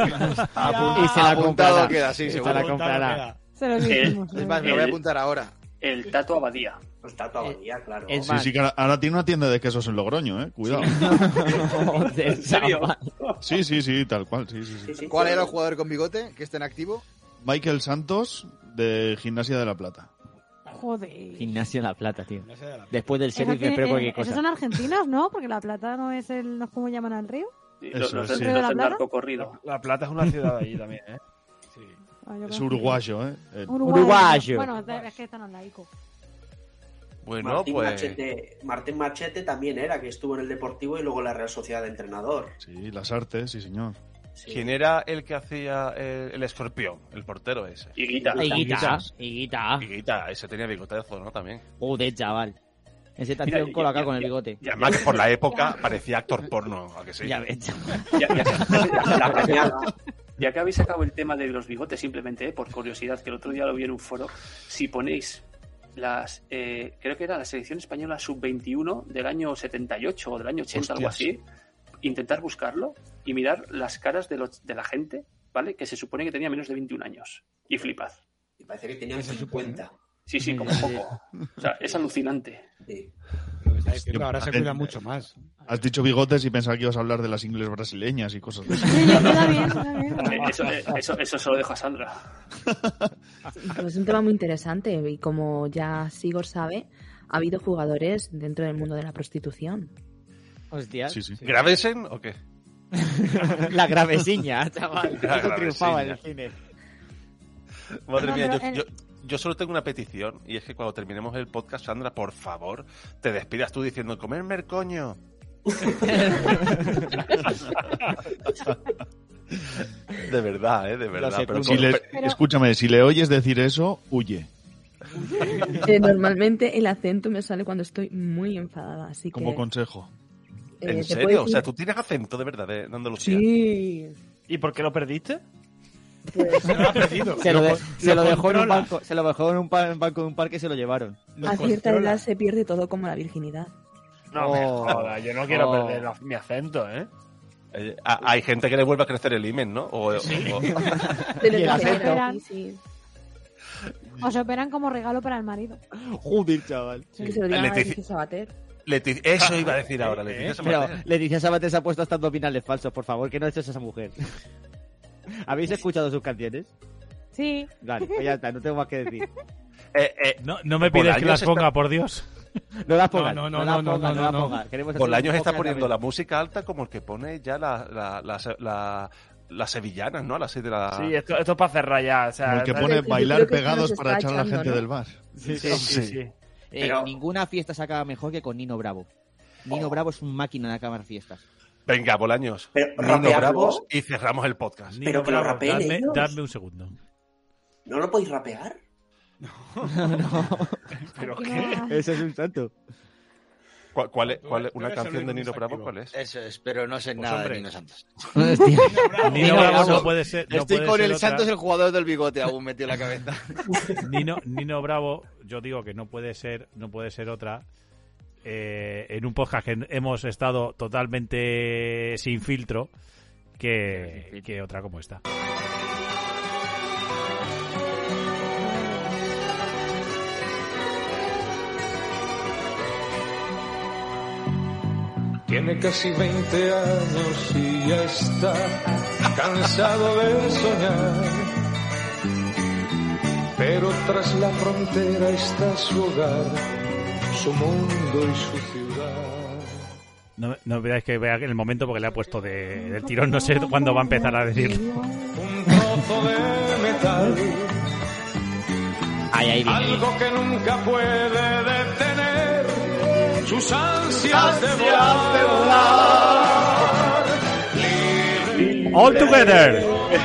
Y se la Apuntado comprará. queda, sí, Se seguro. la comprará. Se lo dijimos. Es más, me lo voy a apuntar ahora. El Tato Abadía. El Pues Tato Eh, Abadía, claro. Sí, sí, que ahora, ahora tiene una tienda de quesos en Logroño, eh. Cuidado. ¿En serio? Sí, sí, sí, tal cual, sí, sí, sí. ¿Cuál era el jugador con bigote que está en activo? Michael Santos de Gimnasia de la Plata. Joder. Gimnasia de La Plata, tío. Plata. Después del Eso sheriff, tiene- espero cualquier eh, esos cosa. son argentinos, ¿no? Porque La Plata no es el. ¿no es como llaman al río? Los- Eso los- es, sí. los- ¿La Plata? narco corrido. La, La Plata es una ciudad allí también, ¿eh? Ah, yo Es creo. uruguayo, eh. El- Bueno, es que están al laico. Bueno, Martín, pues... Machete, Martín Machete también era, que estuvo en el Deportivo y luego en la Real Sociedad de Entrenador. Sí, las artes, sí, señor. ¿Quién era el que hacía eh, el, el escorpión? El portero ese. Higuita. Higuita, Higuita. Higuita, ese tenía bigotazo, ¿no? También. Joder, chaval. Ese te ha Mira, tirado un ya- colo acá ya- con el bigote. Y además que por la época parecía actor porno, ¿a que sí? Ya ves, chaval. Ya que habéis sacado el tema de los bigotes, simplemente, eh, por curiosidad, que el otro día lo vi en un foro, si ponéis las, eh, creo que era la selección española sub-21 del año 78 o del año 80, algo Hostias. así, intentar buscarlo y mirar las caras de, los- de la gente, ¿vale? Que se supone que tenía menos de 21 años. Y flipad. Y parece que tenían 50. Sí, sí, como poco. O sea, es alucinante. Pero ahora se Hostia, cuida mucho más. Has dicho bigotes y pensaba que ibas a hablar de las ingles brasileñas y cosas de esas. Eh, Eso, eh, eso, eso se lo dejo a Sandra. Pues es un tema muy interesante y como ya Sigor sabe, ha habido jugadores dentro del mundo de la prostitución. Hostia. ¿Gravesen o qué? La gravesiña, chaval. La Eso triunfaba en el gravesiña. cine. Madre No, mía, yo, pero yo- yo solo tengo una petición y es que cuando terminemos el podcast, Sandra, por favor, te despidas tú diciendo comerme el coño. de verdad, eh, de verdad. Pero Pero, si le- pero- Escúchame, si le oyes decir eso, huye. Eh, normalmente el acento me sale cuando estoy muy enfadada, así que... Como consejo. eh, ¿En se serio? puede O sea, decir- tú tienes acento de verdad de de Andalucía. Sí. ¿Y por qué lo perdiste? Pues, Se lo, de- Lo- se lo lo dejó en un controla. banco, se lo dejó en un, pa- en banco de un parque y se lo llevaron. A cierta edad se pierde todo como la virginidad. No, me jodas, yo no quiero Oh. perder la- mi acento, ¿eh? Eh, a- hay gente que le vuelve a crecer el imen, ¿no? O- o- Pero Y el no acento. quiero, sí, sí. Os operan como regalo para el marido. Joder, chaval. Que se lo digan a Leticia- Leticia Sabater. Leti- Eso iba a decir ahora, Leticia eh, Pero Sabater. Leticia Sabater se ha puesto hasta abdominales falsos, por favor, que no eches a esa mujer. ¿Habéis escuchado sus canciones? Sí. Vale, pues ya está, no tengo más que decir. Eh, eh, No me por pides que años las está- ponga, por Dios. No las pongas. No, No, no, las no, no, pongas, no, no las no, no. pongas. Queremos hacer un Bolaños está poco de poniendo la música alta como el que pone ya la, la, la, la- las sevillanas, ¿no? A las seis de la... Sí, esto, esto es para cerrar ya. O sea, Ah. Como el que ¿sabes? pone Yo creo bailar que se nos pegados está para echar a la echando, gente ¿no? del bar. Sí, sí, Sí, sí. sí. sí. Eh, Pero- Ninguna fiesta se acaba mejor que con Nino Bravo. Nino Bravo es un máquina de acabar fiestas. Venga, Bolaños. Nino rapeadlo. Bravos y cerramos el podcast. Pero que lo Bravo, rapeen Dame, ellos. dame un segundo. ¿No lo podéis rapear? ¿Pero qué? Ese es un santo. ¿Cuál, cuál es, cuál es- Tú ¿Una eres el canción de único Nino Bravo? desactivo. ¿Cuál es? Eso es, pero no sé Pues nada hombre. de Nino Santos. Nino Bravo no puede ser. no Estoy puede con ser el otra. Santos, el jugador del bigote, aún metido en la cabeza. Nino, Nino Bravo, yo digo que no puede ser, no puede ser otra. eh, en un podcast que hemos estado totalmente sin filtro que, que otra como esta. Tiene casi 20 años y ya está cansado de soñar. Pero tras la frontera está su hogar, su mundo y su ciudad. No, no olvidáis que vea el momento porque le ha puesto de- del tirón, no sé cuándo va a empezar a decirlo. Un trozo de metal, Ay, ay, bien. algo que nunca puede detener sus ansias de volar. All together. Eh,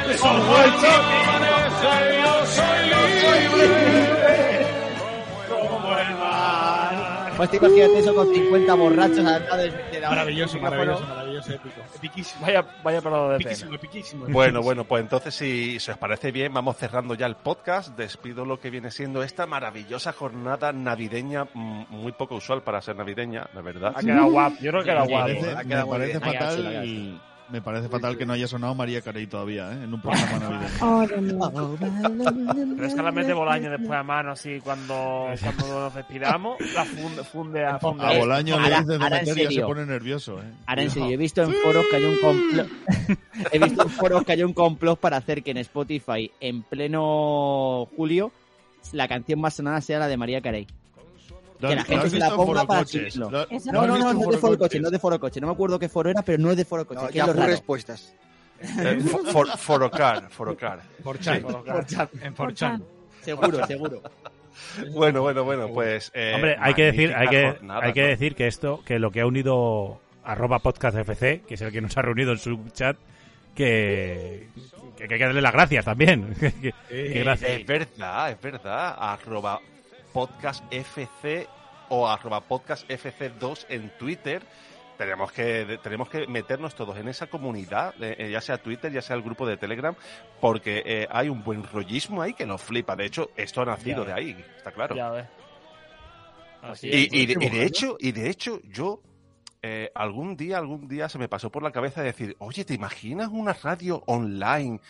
Pues te imagínate eso con 50 borrachos adaptados. Maravilloso, maravilloso, maravilloso, épico. Epiquísimo. Vaya, vaya parado de Epiquísimo, pena. epiquísimo. Bueno, bueno, pues entonces si, si os parece bien, vamos cerrando ya el podcast. Despido lo que viene siendo esta maravillosa jornada navideña, mm, muy poco usual para ser navideña, la verdad. Ha quedado guapo, yo creo que ha quedado Me guapo. parece- ¿eh? Me parece ¿eh? Ha quedado muy bien. Ha quedado chulo, ha fatal. quedado Me parece fatal que no haya sonado María Carey todavía, ¿eh? En un programa navideño. Pero es que la mete Bolaño después a mano, así, cuando, cuando nos despidamos, la funde, funde a funde. A Bolaño le Ahora- dices de ahora en meter y ya se serio. pone nervioso, ¿eh? Ahora en serio, he visto en foros que hay un complot. he visto en foros que hay un complot para hacer que en Spotify, en pleno julio, la canción más sonada sea la de María Carey. Lo Que has- la lo gente has se la visto en ponga Foro para Coches. subirlo. Lo- lo No, no, has no, visto en no es de Foro foro coche, Coches. no es de foro coche. No me acuerdo qué foro era, pero no es de foro coche. No, que ya es lo fue raro. respuestas. Eh, fo- for- forocar, forocar. Forchan. Sí. Forchan. En Forchan. Seguro, seguro. Bueno, bueno, bueno, pues... eh, Hombre, hay que decir, hay que, magnífica jornada, hay que ¿no? decir que esto, que lo que ha unido arroba podcast FC, que es el que nos ha reunido en su chat, que, que hay que darle las gracias también. Que- que- que gracias. Es verdad, es verdad. Arroba podcast FC o arroba podcast FC2 en Twitter. Tenemos que, tenemos que meternos todos en esa comunidad, eh, eh, ya sea Twitter, ya sea el grupo de Telegram, porque eh, hay un buen rollismo ahí que nos flipa. De hecho, esto ha nacido Ya de ahí, está claro. Ya ves. Así es. Y, y de, y de hecho, y de hecho, yo eh, algún día, algún día se me pasó por la cabeza decir, oye, ¿te imaginas una radio online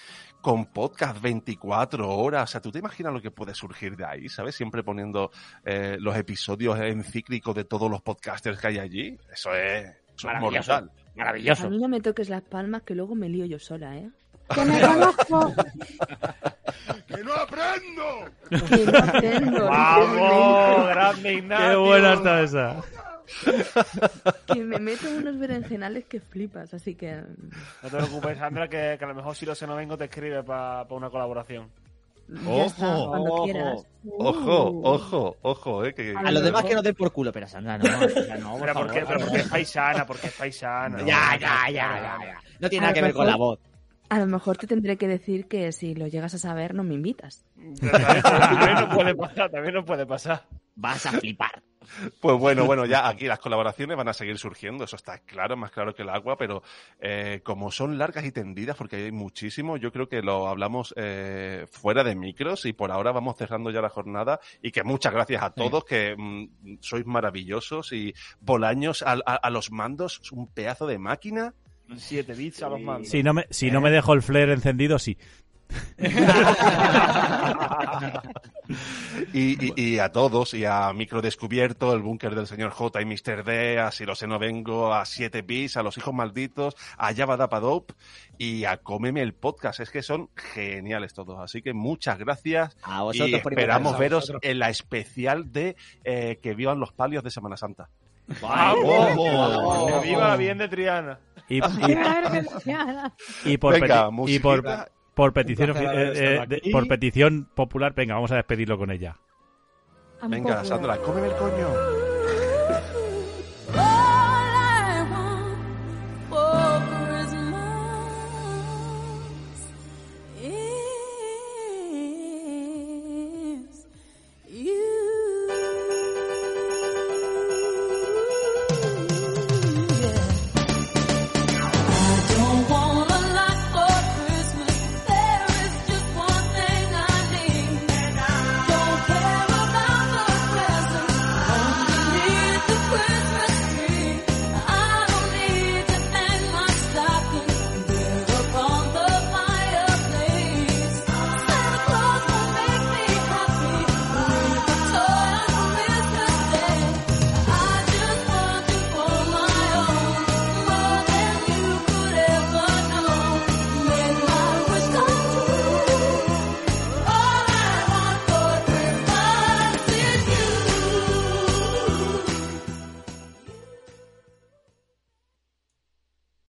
con podcast 24 horas? O sea, ¿tú te imaginas lo que puede surgir de ahí? ¿Sabes? Siempre poniendo eh, los episodios encíclicos de todos los podcasters que hay allí. Eso es, eso es Maravilloso. mortal. A mí no me toques las palmas que luego me lío yo sola, ¿eh? Que me conozco. ¡Que no aprendo! ¡Vamos! ¡Grande Ignacio! Qué buena está esa. Que me meto unos berenjenales que flipas, así que... No te preocupes, Sandra, que, que a lo mejor si lo sé no vengo te escribe para una colaboración. Ya está, Ojo. cuando quieras. Ojo, ojo, ojo, eh, que- A los demás que nos den por culo, pero Sandra, no. Sandra, no por Pero favor. porque, pero porque es paisana, porque es paisana. Ya, ya, ya, ya, ya. No tiene nada A que lo ver con la mejor- voz. A lo mejor te tendré que decir que si lo llegas a saber no me invitas. también no puede pasar, también no puede pasar. Vas a flipar. Pues bueno, bueno, ya aquí las colaboraciones van a seguir surgiendo, eso está claro, más claro que el agua, pero eh, como son largas y tendidas, porque hay muchísimo, yo creo que lo hablamos eh, fuera de micros y por ahora vamos cerrando ya la jornada y que muchas gracias a todos, que mm, sois maravillosos y Bolaños a, a- a los mandos, es un pedazo de máquina. 7 bits a los mandos. Si no me, si no me dejo el flare encendido, sí. Y, y- y a todos, y a Micro Descubierto, el búnker del señor J y Mr. D, a Si lo sé no vengo, a 7 bis, a Los Hijos Malditos, a Yabadapadope y a Cómeme el Podcast. Es que son geniales todos. Así que muchas gracias. A vosotros y por esperamos invitarnos, a veros vosotros. en la especial de eh, que vivan los palios de Semana Santa. ¡Vamos! ¡Vamos! ¡Que oh, viva bien de Triana! Y- Claro que sí, ahora. Y por, Venga, peti- y musiquita. por, por Un petición placer ofi- haber eh, estado eh, de- aquí. por petición popular, venga, vamos a despedirlo con ella. Venga, Sandra, cómeme el coño.